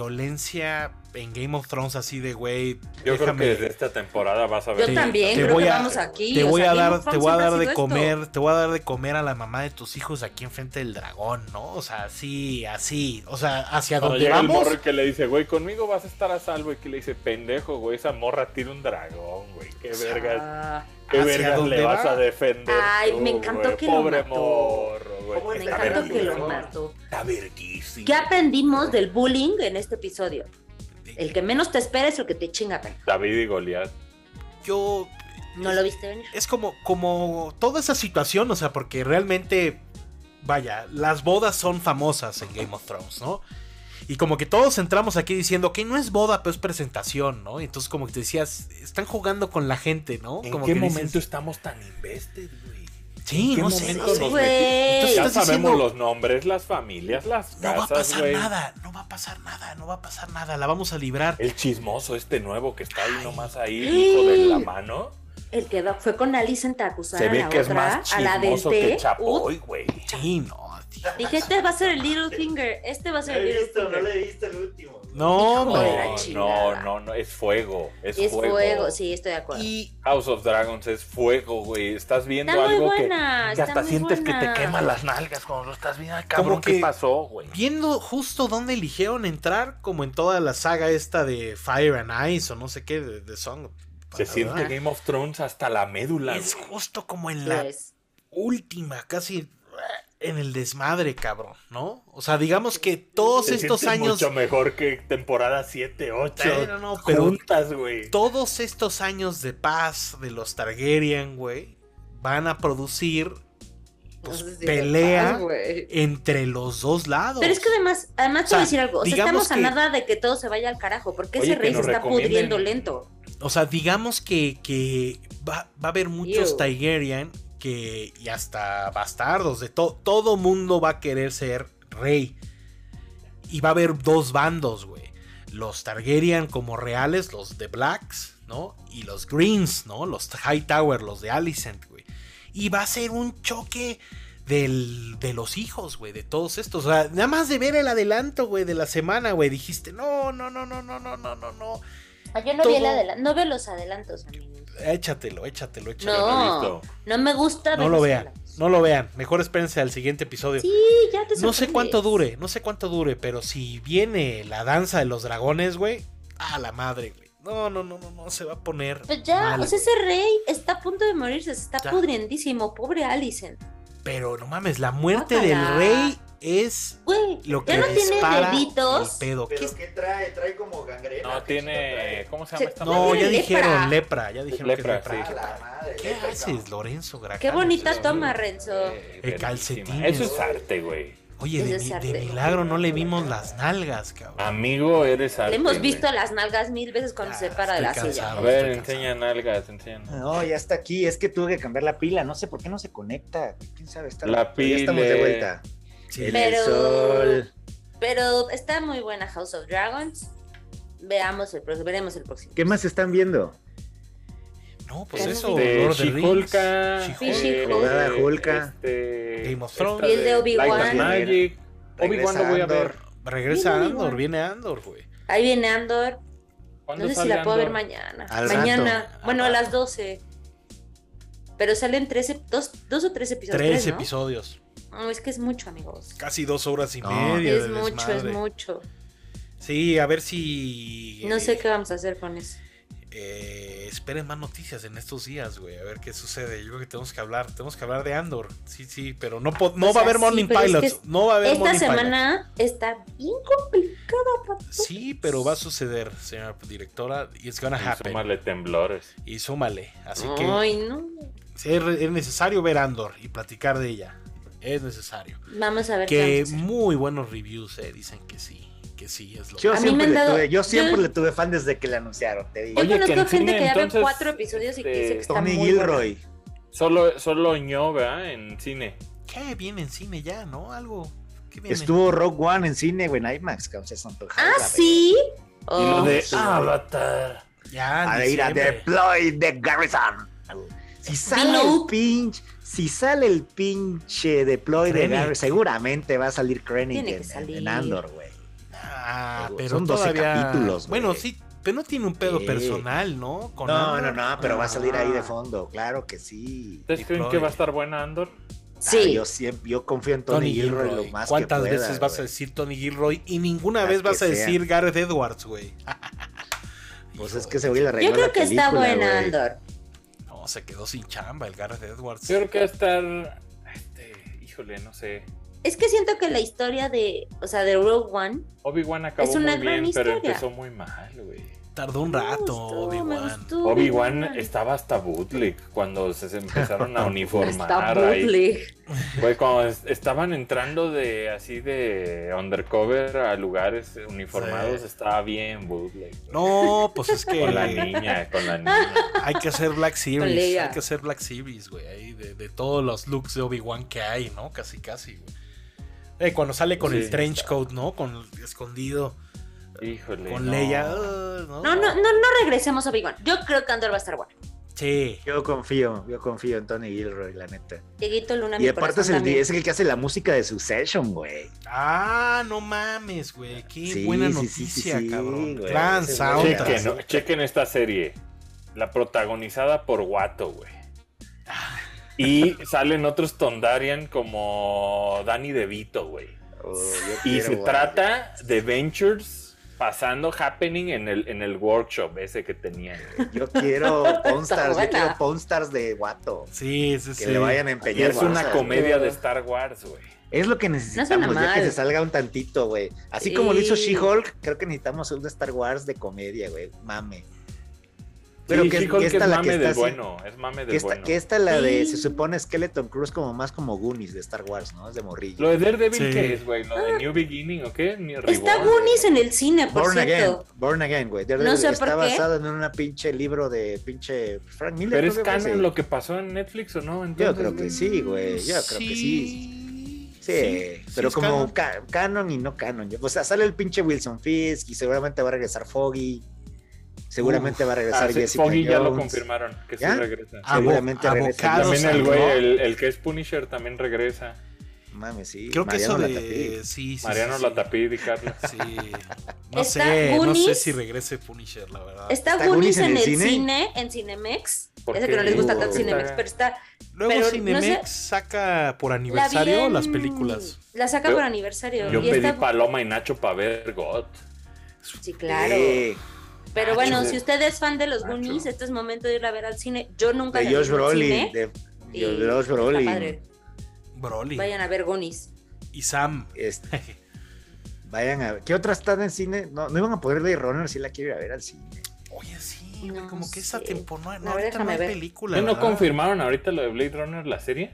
S1: violencia en Game of Thrones así de, güey,
S3: Yo creo
S1: déjame-
S3: que desde esta temporada vas a
S4: Yo
S3: ver.
S1: Sí,
S4: también
S1: te
S4: creo
S1: voy
S4: que
S1: a-
S4: vamos aquí.
S1: te
S4: o
S1: voy
S4: sea,
S1: a
S4: Game
S1: dar,
S4: of
S1: te
S4: Thrones
S1: voy a
S4: siempre ha
S1: dar de
S4: sido
S1: comer,
S4: esto.
S1: te voy a dar de comer a la mamá de tus hijos aquí enfrente del dragón, ¿no? O sea, así, así, o sea, hacia
S3: Cuando
S1: dónde
S3: llega el
S1: vamos.
S3: morro que le dice, güey, conmigo vas a estar a salvo. Y que le dice, pendejo, güey, esa morra tiene un dragón, güey. Qué vergas,
S4: Ah,
S3: qué
S1: ¿hacia
S3: vergas
S1: dónde
S3: le
S1: va?
S3: vas a defender.
S4: Ay,
S3: tú,
S4: me encantó
S3: güey?
S4: que lo
S3: Pobre
S4: mató.
S3: morro, güey.
S4: me
S3: Está
S4: encantó que lo
S3: verguísimo.
S4: mató.
S3: Está verguísimo.
S4: ¿Qué aprendimos del bullying en este episodio? El que menos te espera es el que te chinga. pero
S3: David y Goliat.
S1: Yo
S4: No lo viste venir.
S1: es como, como toda esa situación, o sea, porque realmente, vaya, las bodas son famosas en Game of Thrones, ¿no? Y como que todos entramos aquí diciendo que no es boda, pero es presentación, ¿no? Y entonces como que te decías, están jugando con la gente, ¿no?
S3: ¿En
S1: Como
S3: qué
S1: que dices,
S3: momento estamos tan invested, güey?
S1: sí,
S3: en qué
S1: no sé,
S3: momento
S1: no sé.
S3: nos
S1: güey. Entonces
S4: Güey.
S3: Ya
S1: estás
S3: sabemos
S1: diciendo-
S3: los nombres, las familias, las
S1: No va a
S3: casas,
S1: pasar
S3: güey.
S1: nada, no va a pasar nada, no va a pasar nada, la vamos a librar.
S3: El chismoso este nuevo que está ahí
S1: Ay.
S3: nomás ahí, hijo de la mano.
S4: El que va- fue con Alicent a acusar
S3: Se
S4: a
S3: ve
S4: la
S3: que es
S4: otra,
S3: más
S4: a la del
S3: chismoso
S4: té.
S3: que
S4: Uf,
S3: Chapoy, güey.
S1: Sí, no, tío.
S4: dije, este va a ser el Littlefinger. Este va a ser el Littlefinger.
S2: he visto el último.
S1: No,
S4: Hijo de la
S1: hombre.
S3: No,
S4: chingada.
S3: no, no, es fuego. Es,
S4: Es
S3: fuego.
S4: fuego, sí, estoy de acuerdo.
S1: Y
S3: House of Dragons es fuego, güey. Estás viendo
S4: Está muy
S3: algo que,
S4: buena,
S3: que
S4: está
S3: hasta
S4: muy
S3: sientes que
S4: buena.
S3: te quema las nalgas cuando lo estás viendo. Ay,
S1: Como
S3: cabrón, ¿qué
S1: que-
S3: pasó, güey?
S1: viendo justo dónde eligieron entrar, como en toda la saga esta de Fire and Ice o no sé qué, de, de Song.
S3: Se siente
S1: ¿verdad?
S3: Game of Thrones hasta la médula.
S1: Es
S3: güey.
S1: justo como en la
S4: Pues,
S1: última, casi eh, en el desmadre, cabrón, ¿no? O sea, digamos que todos
S3: Se
S1: estos
S3: siente
S1: años.
S3: Mucho mejor que temporada 7, 8.
S1: Eh, no, no, pero-
S3: juntas, güey.
S1: todos estos años de paz de los Targaryen, güey, van a producir pues,
S4: no sé si
S1: pelea
S4: capaz, güey.
S1: entre los dos lados.
S4: Pero es que además, además te
S1: O sea,
S4: voy a decir algo. O sea,
S1: digamos
S4: estamos a
S1: que-
S4: nada de que todo se vaya al carajo, porque
S3: Oye,
S4: ese
S3: que
S4: rey se
S3: nos
S4: está
S3: recomienden-
S4: pudriendo lento.
S1: O sea, digamos que, que va, va a haber muchos
S4: Ew.
S1: Targaryen que, y hasta bastardos, de todo todo mundo va a querer ser rey. Y va a haber dos bandos, güey. Los Targaryen como reales, los de Blacks, ¿no? Y los Greens, ¿no? Los Hightower, los de Alicent, güey. Y va a ser un choque del- de los hijos, güey, de todos estos. O sea, nada más de ver el adelanto, güey, de la semana, güey, dijiste, no, no, no, no, no, no, no, no, no.
S4: yo no
S1: vi
S4: vi
S1: el Todo- adela-
S4: los adelantos, amigos.
S1: Échatelo, échatelo, échatelo.
S4: No,
S3: lo he visto.
S4: no me gusta
S1: No
S4: ver
S1: lo
S4: los
S1: vean,
S4: adelantos.
S1: no lo vean. Mejor espérense al siguiente episodio.
S4: Sí, ya te
S1: no sé
S4: sorprendes.
S1: cuánto dure, no sé cuánto dure, pero si viene la danza de los dragones, güey, a la madre, güey. No, no, no, no, no, se va a poner.
S4: Pues ya,
S1: mal,
S4: o sea,
S1: güey.
S4: ese rey está a punto de morirse, se está
S1: Ya.
S4: pudriendísimo, pobre Alicent.
S1: Pero no mames, la muerte
S4: Guácala.
S1: del rey es
S4: Güey,
S1: lo que
S4: ya no tiene
S1: dispara
S4: deditos.
S1: el pedo. ¿Qué
S5: ¿Pero
S1: es-
S5: qué trae? Trae como gangrena.
S3: No,
S5: ¿Qué
S3: tiene.
S5: chido
S3: ¿Cómo se llama
S4: Se-
S3: esta
S1: No,
S3: madre?
S1: ya
S4: Tiene
S1: dijeron
S4: lepra.
S1: lepra, ya dijeron
S3: Lepra,
S1: que es
S5: trae?
S1: lepra.
S5: Ah, la madre,
S1: ¿Qué
S5: leca,
S1: haces, Lorenzo Gracales?
S4: Qué bonita
S3: sí,
S4: toma,
S3: sí.
S4: Renzo.
S5: Eh,
S3: Verguísima.
S1: calcetines.
S3: Eso es arte, güey.
S1: Oye, de,
S4: Ese
S1: mi-
S4: es
S1: de
S4: arte.
S1: milagro no le vimos las nalgas,
S3: Ah,
S1: cabrón.
S3: Amigo, eres arte.
S4: Le hemos
S3: güey.
S4: visto las nalgas mil veces cuando
S1: Ah,
S4: se para de la
S1: estoy
S4: silla.
S3: A
S1: cansado.
S3: ver,
S1: Estoy
S3: enseña nalgas, enseña.
S2: No, ya está aquí. Es que tuve que cambiar la pila. No sé por qué no se conecta. ¿Quién sabe? Está
S3: La
S2: pero Ya estamos de
S3: pile.
S2: vuelta.
S1: Sí.
S2: El
S4: Pero-
S2: sol.
S4: Pero está muy buena House of Dragons. Veamos el próximo, veremos el próximo.
S2: ¿Qué más están viendo?
S1: No, pues
S4: Este,
S1: eso,
S3: Este,
S1: Lord of the Rings.
S3: She-Hulka,
S1: She-Hulk.
S4: Sí,
S3: eh,
S4: She-Hulk.
S2: Jugada Hulka.
S3: este,
S1: Game of Thrones.
S3: esta
S4: Y el de Obi-Wan.
S3: Light and Magic. Obi-Wan
S2: Regresa
S3: lo voy a
S2: Andor.
S3: ver.
S1: Regresa
S4: Viene
S1: Andor,
S4: Andor.
S1: viene Andor, güey.
S4: Ahí viene Andor.
S3: ¿Cuándo
S4: No sé si
S3: sale
S4: la puedo ver
S3: Andor?
S4: mañana.
S2: Al
S4: mañana.
S1: rato.
S4: Bueno, a
S1: Al
S4: las 12. Pero salen tres, ep- dos, dos o tres episodios.
S1: Tres
S4: ¿no?
S1: episodios.
S4: No, es que es mucho, amigos.
S1: Casi dos horas y
S2: No.
S1: media.
S4: Es
S1: de
S4: mucho,
S1: desmadre.
S4: es mucho.
S1: Sí, a ver si.
S4: No sé
S1: eh,
S4: qué vamos a hacer con eso.
S1: eh, esperen más noticias en estos días, güey. A ver qué sucede. Yo creo que tenemos que hablar. Tenemos que hablar de Andor. Sí, sí, pero no, po- no va
S4: O
S1: a
S4: sea,
S1: haber
S4: sí,
S1: Morning
S4: pero es
S1: Pilots.
S4: que es-
S1: No va a haber
S4: Esta
S1: Morning
S4: semana está bien complicada, papá.
S1: Pilots. Sí, pero va a suceder, señora directora. It's gonna
S3: Y
S1: happen.
S3: súmale temblores.
S1: Y súmale. Así que
S4: Ay, no.
S1: sí, es re- es necesario ver Andor y platicar de ella. Es necesario.
S4: Vamos a ver qué
S1: Que
S4: vamos a hacer.
S1: muy buenos reviews, eh. Dicen que sí. Que sí, es lo
S2: Yo
S4: A mí
S2: siempre,
S4: me han
S2: le
S4: dado-
S2: tuve, yo siempre
S4: yo-
S2: le tuve fan desde que la anunciaron. Te digo.
S4: Yo
S3: Oye, que
S4: conozco
S3: en
S4: gente
S3: cine,
S4: que ya
S3: entonces,
S4: ve cuatro episodios y que
S3: este,
S4: dice que está
S2: Tommy
S4: muy
S2: Gilroy.
S3: Solo, solo ño, ¿verdad? En cine.
S1: ¿Qué viene en cine ya, no? Algo. ¿Qué viene?
S2: Estuvo Rogue One en cine, güey, en IMAX. cabrón, se son
S4: buena. Ah, sí.
S3: Y lo
S4: Oh.
S3: de
S2: sí.
S3: Avatar.
S1: Ya, en
S2: A ir a
S1: diciembre.
S2: deploy de Garrison. Si sale el
S4: Nope.
S2: pinche, si sale el pinche deploy de
S1: Krennic.
S2: Garrison, seguramente va a salir Krennic
S4: Tiene que
S2: en,
S4: salir.
S2: en Andor, güey.
S1: Ah,
S2: Son
S1: pero
S2: 12
S1: todavía-
S2: capítulos, güey.
S1: Bueno, sí, pero no tiene un pedo
S2: Sí.
S1: personal, ¿no? Con
S2: No, no,
S1: Andor.
S2: no, pero va a salir ahí de
S1: Ah.
S2: fondo, claro que sí.
S3: ¿Ustedes creen que va a estar buena Andor?
S2: Ah,
S4: Sí.
S2: yo, siempre, yo confío en Tony,
S1: Tony
S2: Gilroy,
S1: Gilroy.
S2: lo más que
S1: ¿Cuántas
S2: pueda,
S1: veces vas a
S2: güey.
S1: decir Tony Gilroy y ninguna
S2: Las
S1: vez vas
S2: que
S1: a decir Gareth Edwards, güey?
S2: Pues
S1: Hijo
S2: es
S1: de-
S2: que se oye la
S4: Oh. Yo
S2: regla.
S4: creo que está buena
S2: güey.
S4: Andor.
S1: No, se quedó sin chamba el Gareth Edwards.
S3: Yo creo que va a estar. Este, híjole, no sé.
S4: Es que siento que la historia de, o sea, de Rogue One,
S3: Obi-Wan acabó
S4: Es una
S3: muy
S4: gran
S3: bien, pero
S4: historia.
S3: empezó muy mal, güey.
S1: Tardó un
S4: me
S1: rato,
S4: gustó, me
S1: Obi-Wan.
S4: gustó
S3: Obi-Wan estaba hasta bootleg cuando se se empezaron a uniformar.
S4: Está
S3: ahí.
S4: bootleg.
S3: Güey, cuando es- estaban entrando de así de undercover a lugares uniformados,
S1: Sí.
S3: estaba bien bootleg. güey.
S1: No, pues es que
S3: Con la niña, con la niña.
S1: hay que hacer Black Series,
S4: Leia.
S1: hay que hacer Black Series, güey, ahí de, de todos los looks de Obi-Wan que hay, ¿no? Casi, casi, güey. Eh, cuando sale con
S3: Sí,
S1: el trench coat, ¿no? Con escondido,
S3: Híjole.
S1: con
S3: no.
S1: Leia. ah, ¿no?
S4: No, no, no, no regresemos a Obi-Wan. Yo creo que Andor va a estar bueno.
S1: Sí.
S2: Yo confío, yo confío en Tony Gilroy, la neta.
S4: Dieguito Luna, mi
S2: Y aparte
S4: corazón
S2: es el,
S4: también.
S2: es el que hace la música de Succession, güey.
S1: Ah, no mames, güey. Qué
S2: Sí,
S1: buena
S2: sí, sí,
S1: noticia,
S2: sí, sí,
S1: cabrón.
S2: güey.
S1: Gran
S2: Ese
S1: soundtrack.
S2: güey.
S3: Chequen, ¿no? Chequen esta serie. La protagonizada por Watto, güey. Y salen otros Tondarian como Danny DeVito, güey.
S2: Oh, yo
S3: Y
S2: quiero,
S3: se
S2: güey.
S3: trata de Ventures pasando happening en el, en el workshop ese que tenían.
S2: Yo quiero Pawnstars, yo
S4: buena.
S2: quiero Pawnstars de Guato.
S1: Sí, sí,
S2: Que
S1: sí.
S2: le vayan a
S3: Y
S2: empeñar.
S3: es una
S2: cosas.
S3: comedia de Star Wars, güey.
S2: Es lo que necesitamos,
S4: No suena
S2: ya que
S4: mal.
S2: se salga un tantito, güey. Así como lo hizo
S4: Sí.
S2: She-Hulk, creo que necesitamos un Star Wars de comedia, güey. Mame. Pero
S3: Sí,
S2: que,
S3: She-Hulk
S2: que
S3: es
S2: esta la
S3: mame
S2: que
S3: del
S2: está así-
S3: bueno, es mame del
S2: que esta,
S3: bueno.
S2: que esta la de, se
S4: Sí.
S2: supone Skeleton Cruz como más como Goonies de Star Wars, ¿no? Es de morrillo.
S3: Lo de Daredevil,
S1: Sí.
S3: ¿qué es, güey? ¿Lo
S2: Ah.
S3: de New Beginning o qué? Ni
S4: Está
S3: Reborn,
S4: Goonies en el cine, por
S2: Born Again,
S4: cierto.
S2: Born Again, güey.
S4: No sé
S2: está
S4: por qué.
S2: basado en un pinche libro de pinche Frank Miller.
S3: ¿Pero
S2: ¿no?
S3: es
S2: Creo que
S3: canon
S2: sí.
S3: lo que pasó en Netflix o no? Entonces,
S2: Yo creo que sí, güey. Yo creo que sí.
S1: Sí,
S2: Sí,
S1: sí,
S2: pero
S1: es
S2: como
S1: canon.
S2: ca- canon y no canon. O sea, sale el pinche Wilson Fisk y seguramente va a regresar Foggy. Seguramente va a
S3: Ah,
S2: regresar
S3: sí,
S2: Jessica
S3: Foggy ya lo
S2: Jones.
S3: confirmaron, que
S2: ¿Ya? Ah,
S3: sí regresa.
S1: Abo-
S2: seguramente regresa.
S1: abocados
S3: También
S1: al
S3: el güey,
S1: rock.
S3: el, el que es Punisher también regresa.
S2: Mames, sí.
S1: Creo que
S2: Mariano
S1: eso de.
S2: Latapí.
S1: Sí, sí,
S3: Mariano
S1: sí, sí.
S3: Latapid y Carla.
S1: Sí. No sé, no
S4: Está
S1: sé
S4: Goonies.
S1: si regrese Punisher, la verdad.
S4: Está,
S2: ¿Está
S4: Goonies en, el
S2: cine?
S4: cine? en Cinemex.
S3: ¿Por
S4: Ese
S3: qué?
S4: que no les gusta tanto
S2: Uh.
S4: Cinemex, pero está.
S1: Luego
S4: pero no
S1: Cinemex
S4: sé-
S1: saca por
S4: la vi
S1: aniversario
S4: en-
S1: las películas.
S4: La saca
S3: Yo-
S4: por aniversario.
S3: Yo
S4: y
S3: pedí
S4: está-
S3: Paloma y Nacho para ver God.
S4: Sí, claro.
S2: Sí,
S3: Ah,
S4: Pero bueno,
S2: Nacho.
S4: si usted es fan de los
S3: Nacho.
S4: Goonies, este es momento de ir a ver al cine. Yo nunca la
S2: de
S4: vi
S2: Josh
S4: en el
S2: Brolin.
S4: cine.
S2: De, de
S4: y
S2: Josh
S4: está padre.
S2: Brolin.
S1: Broly.
S4: Vayan a ver Goonies.
S1: Y Sam.
S2: Este, vayan a ver. ¿Qué otra está en cine? No, no iban a poder de Runner si la quiero ir a ver al cine.
S1: Oye, sí, güey,
S4: No
S1: como que esa
S4: sé.
S1: temporada. No,
S4: A ver,
S1: ahorita no
S4: déjame
S1: hay
S4: ver.
S1: película.
S3: ¿No
S1: ¿verdad?
S3: confirmaron ahorita lo de Blade Runner, la serie?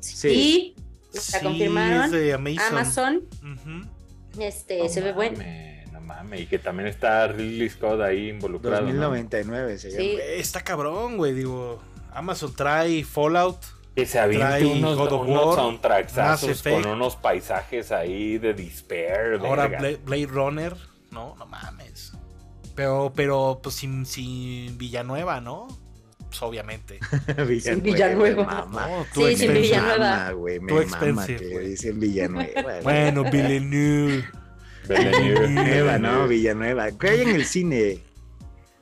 S4: Sí, la
S1: Sí,
S4: confirmaron.
S1: es de Amazon.
S4: Amazon,
S1: Ujú.
S2: Eh,
S4: este,
S3: No
S4: se ve bueno.
S3: mames, No mames, y que también está Ridley Scott ahí involucrado. ¿no?
S2: 2099 se llama.
S4: Sí.
S1: Eh, Está cabrón, güey. Digo, Amazon trae Fallout.
S3: Que se aviente
S1: Trae
S3: unos,
S1: God of
S3: unos
S1: War, Mass
S3: soundtracksazos
S1: Effect.
S3: con unos paisajes ahí de despair.
S1: Ahora
S3: verga.
S1: Bla- Blade Runner. No, no mames. Pero, pero, pues sin, sin Villanueva, ¿no? Pues obviamente.
S2: Villanueva.
S4: Villanueva.
S2: Mamá.
S1: No,
S4: Sí, sin
S1: expensive.
S4: Villanueva.
S2: Mama, güey, me
S1: Too
S2: mama
S1: expensive,
S2: que le
S1: güey.
S2: dicen Villanueva. güey.
S1: Bueno, eh, Villeneuve.
S3: Villeneuve.
S2: Villanueva, ¿no? Villanueva. ¿Qué hay en el cine?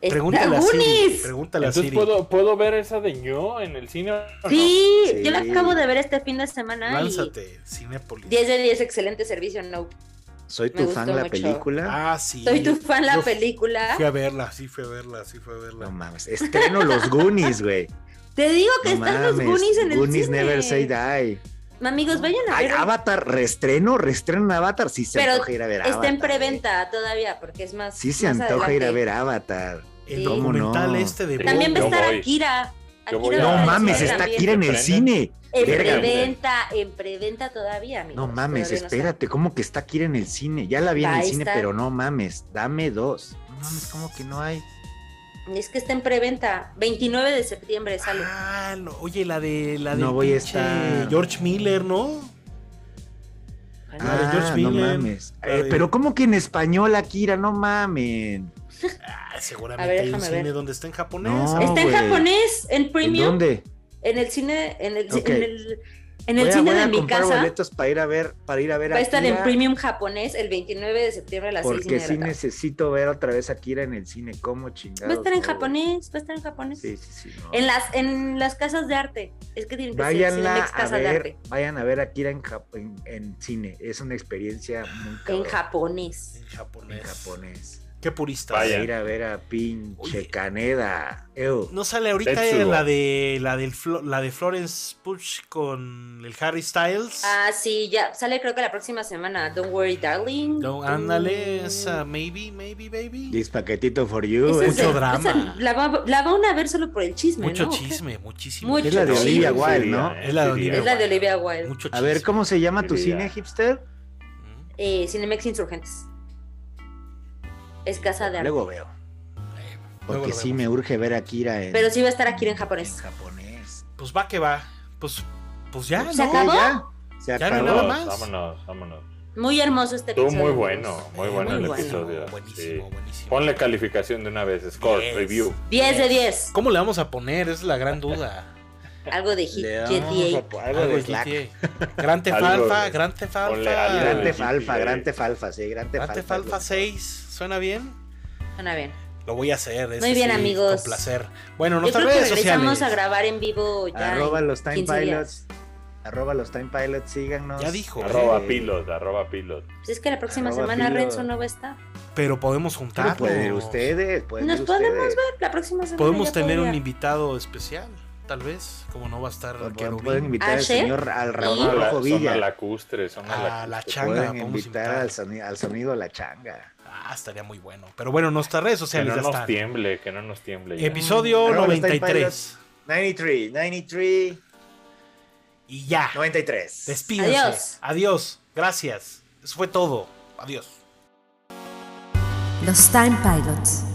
S4: Está
S1: Pregúntale a Siri.
S4: Goonies.
S1: Pregúntale a
S3: Entonces,
S1: Siri.
S3: ¿puedo, ¿puedo ver esa de Ñu en el cine? o no?
S4: Sí,
S2: Sí.
S4: yo la acabo de ver este fin de semana
S1: Lánzate,
S4: y
S1: Cinépolis.
S4: 10 de 10, excelente servicio, no.
S2: Soy
S4: Me
S2: tu
S4: gustó
S2: fan la
S4: mucho.
S2: película.
S1: Ah, sí.
S4: Soy tu fan la
S1: Yo
S4: película.
S1: Fui a verla, sí, fui a verla, sí, fui a verla.
S2: No mames. Estreno los Goonies, güey.
S4: Te digo que
S2: No
S4: están los
S2: mames.
S4: Goonies en el
S2: Goonies
S4: cine.
S2: Never Say Die.
S4: Amigos, vayan a
S2: Ay, ah,
S4: ver.
S2: Avatar, reestreno, reestreno en Avatar. Sí se
S4: Pero
S2: antoja ir a ver
S4: Está
S2: Avatar.
S4: en
S2: güey.
S4: preventa todavía porque es más.
S2: Sí se
S4: más
S2: antoja ir a
S4: adelante.
S2: ver Avatar.
S1: El
S4: Sí.
S1: documental
S2: ¿Cómo no?
S1: este de
S4: También va a
S3: Yo
S1: Bobo.
S4: estar
S3: voy.
S4: Akira.
S3: Yo voy
S4: Akira
S3: a-
S4: va
S2: No
S4: estar
S2: mames,
S3: sí,
S2: está
S4: también.
S2: Kira en el
S3: Prenden.
S2: cine.
S4: En
S2: Verga, güey.
S4: preventa, en preventa todavía, amigos.
S2: No mames,
S4: todavía no
S2: espérate, ¿cómo que está Kira en el cine? Ya la vi en
S4: Va
S2: el
S4: a
S2: cine,
S4: estar.
S2: pero no mames, dame dos. No mames, ¿cómo que no hay?
S4: está. Es que está en preventa. 29 de septiembre sale.
S1: Ah, no, oye, la de la de
S2: No voy a
S1: pinche
S2: estar.
S1: George Miller, ¿no? La de George
S2: Ah, no
S1: Miller.
S2: mames.
S1: La
S2: Eh,
S1: de-
S2: pero ¿cómo que en español, Akira? No mamen.
S1: Ah, seguramente
S4: A ver,
S1: hay un
S4: déjame
S1: cine
S4: ver.
S1: donde está en japonés.
S2: No,
S1: Ah,
S4: está en
S2: güey.
S4: japonés, en
S2: ¿En
S4: premium.
S2: dónde?
S4: En el cine, en el,
S2: Ok.
S4: en el, en el
S2: Voy a-
S4: cine
S2: voy a
S4: de mi
S2: comprar
S4: casa.
S2: boletos para ir a ver, para ir a ver
S4: Va a estar en
S2: Akira,
S4: premium japonés el 29 de septiembre a las 6 y
S2: Porque
S4: media de
S2: sí
S4: la tarde.
S2: necesito ver otra vez a Akira en el cine, ¿cómo
S4: Va
S2: chingados?
S4: a estar en
S2: no,
S4: japonés, va a estar en japonés.
S2: güey? Sí, sí, sí. no.
S4: En las, en las casas de arte. Es que tienen que ser
S2: Váyanla
S4: Cinemex
S2: a
S4: Casa de
S2: ver,
S4: Arte.
S2: vayan a ver a Akira en, Jap- en, en cine. Es una experiencia muy
S4: En
S2: cabrón.
S4: japonés.
S1: En
S2: En
S1: japonés.
S2: japonés.
S1: Qué purista.
S3: Vaya.
S2: Para ir a ver a pinche
S1: Oye.
S2: Caneda. Ew.
S1: No sale ahorita
S3: Tetsuo.
S1: eh, la de la del Flo- la de Florence Push con el Harry Styles.
S4: Ah, sí, ya. Sale creo que la próxima semana. Don't worry, darling.
S1: No, ándale, esa maybe, maybe, baby.
S2: This paquetito for you.
S4: Esa
S2: eh.
S4: es
S1: Mucho
S4: de-
S1: drama.
S4: esa la, va- la van a ver solo por el chisme,
S1: Mucho
S4: ¿no? ¿O qué?
S1: chisme, muchísimo.
S4: Mucho
S2: Es la de
S4: Sí,
S2: Olivia
S4: sí,
S2: Wilde,
S3: sí,
S2: ¿no?
S3: eh.
S1: Es la de Olivia
S4: Es la de
S1: Wilde.
S4: Olivia Wilde.
S1: Mucho
S2: A ver,
S1: chisme.
S2: ¿cómo se llama tu
S3: Sí,
S2: cine,
S3: ya.
S2: hipster?
S1: Mm,
S4: Eh, Cinemex Insurgentes. Es casa de arte.
S2: Luego veo.
S1: eh, luego
S2: Porque
S1: lo
S2: sí
S1: vemos.
S2: me urge ver a Akira en,
S4: Pero sí va a estar aquí en japonés.
S2: japonés.
S1: Pues va que va. Pues pues ya,
S4: Se
S1: ¿no?
S4: acabó.
S2: ¿Ya?
S1: Ya
S2: Se
S1: no
S2: acabó.
S1: hay nada más.
S3: Vámonos, vámonos, vámonos.
S4: Muy hermoso este
S3: Estuvo
S4: episodio.
S3: muy
S4: amigos.
S3: bueno, muy bueno
S4: Muy
S3: el
S4: bueno.
S3: episodio.
S1: Buenísimo,
S3: sí.
S1: buenísimo.
S3: Ponle calificación de una vez, score,
S1: Diez.
S3: review.
S4: 10 de 10.
S1: ¿Cómo le vamos a poner? Es la gran duda.
S4: Algo de
S2: Le
S4: Hit
S2: damos
S4: Jedi.
S2: a- algo de Slack.
S1: GTA. Gran
S3: Algo
S1: Tefalfa,
S3: de-
S1: Gran Tefalfa.
S3: Ponle algo
S2: Gran
S3: de-
S1: Gran
S2: Theft Alpha,
S3: GTA.
S2: Gran Theft Alpha, sí, Gran Theft Alpha.
S1: Tefalfa 6. ¿Suena bien?
S4: Suena bien.
S1: Lo voy a hacer. ese
S4: Muy bien,
S1: sí,
S4: amigos.
S1: Con placer. Bueno,
S4: Yo
S1: nuestras
S4: creo que
S1: redes
S4: regresamos
S1: sociales.
S4: a grabar en vivo ya.
S2: Arroba los Time
S4: 15 días.
S2: Pilots. Arroba los Time Pilots, síganos.
S1: Ya dijo.
S3: Arroba
S2: Eh,
S3: pilot, arroba pilot.
S4: Pues es que la próxima
S2: Arroba
S4: semana
S2: Pilo.
S4: Renzo no va a estar.
S1: Pero podemos
S2: Claro,
S1: juntarnos.
S2: pueden ir ustedes, pueden
S4: Nos
S2: ir
S4: podemos
S2: ustedes.
S4: ver la próxima semana.
S1: Podemos
S4: ya
S1: tener
S4: podría.
S1: un invitado especial, tal vez, como no va a estar
S2: Pueden-
S1: Querubín.
S2: Pueden invitar al
S4: ¿Ah, sí?
S2: señor, al
S4: Sí.
S2: Raúl
S3: Son a
S2: Rojo
S3: la- son a
S2: Villa.
S3: lacustre, son a
S1: a la
S3: lacustre.
S1: changa.
S2: pueden
S1: podemos
S2: invitar al sonido, al sonido La Changa.
S1: Ah, estaría muy bueno. Pero bueno, nuestras redes
S3: Que
S1: sociales
S3: no
S1: ya
S3: nos
S1: están.
S3: tiemble, que no nos tiemble. ya.
S1: Episodio
S2: Arroba los Time
S1: 93.
S2: 93, 93,
S1: Y ya.
S2: 93.
S1: Despídense.
S4: Adiós.
S1: Adiós. Gracias. Eso fue todo. Adiós.
S6: Los Time Pilots.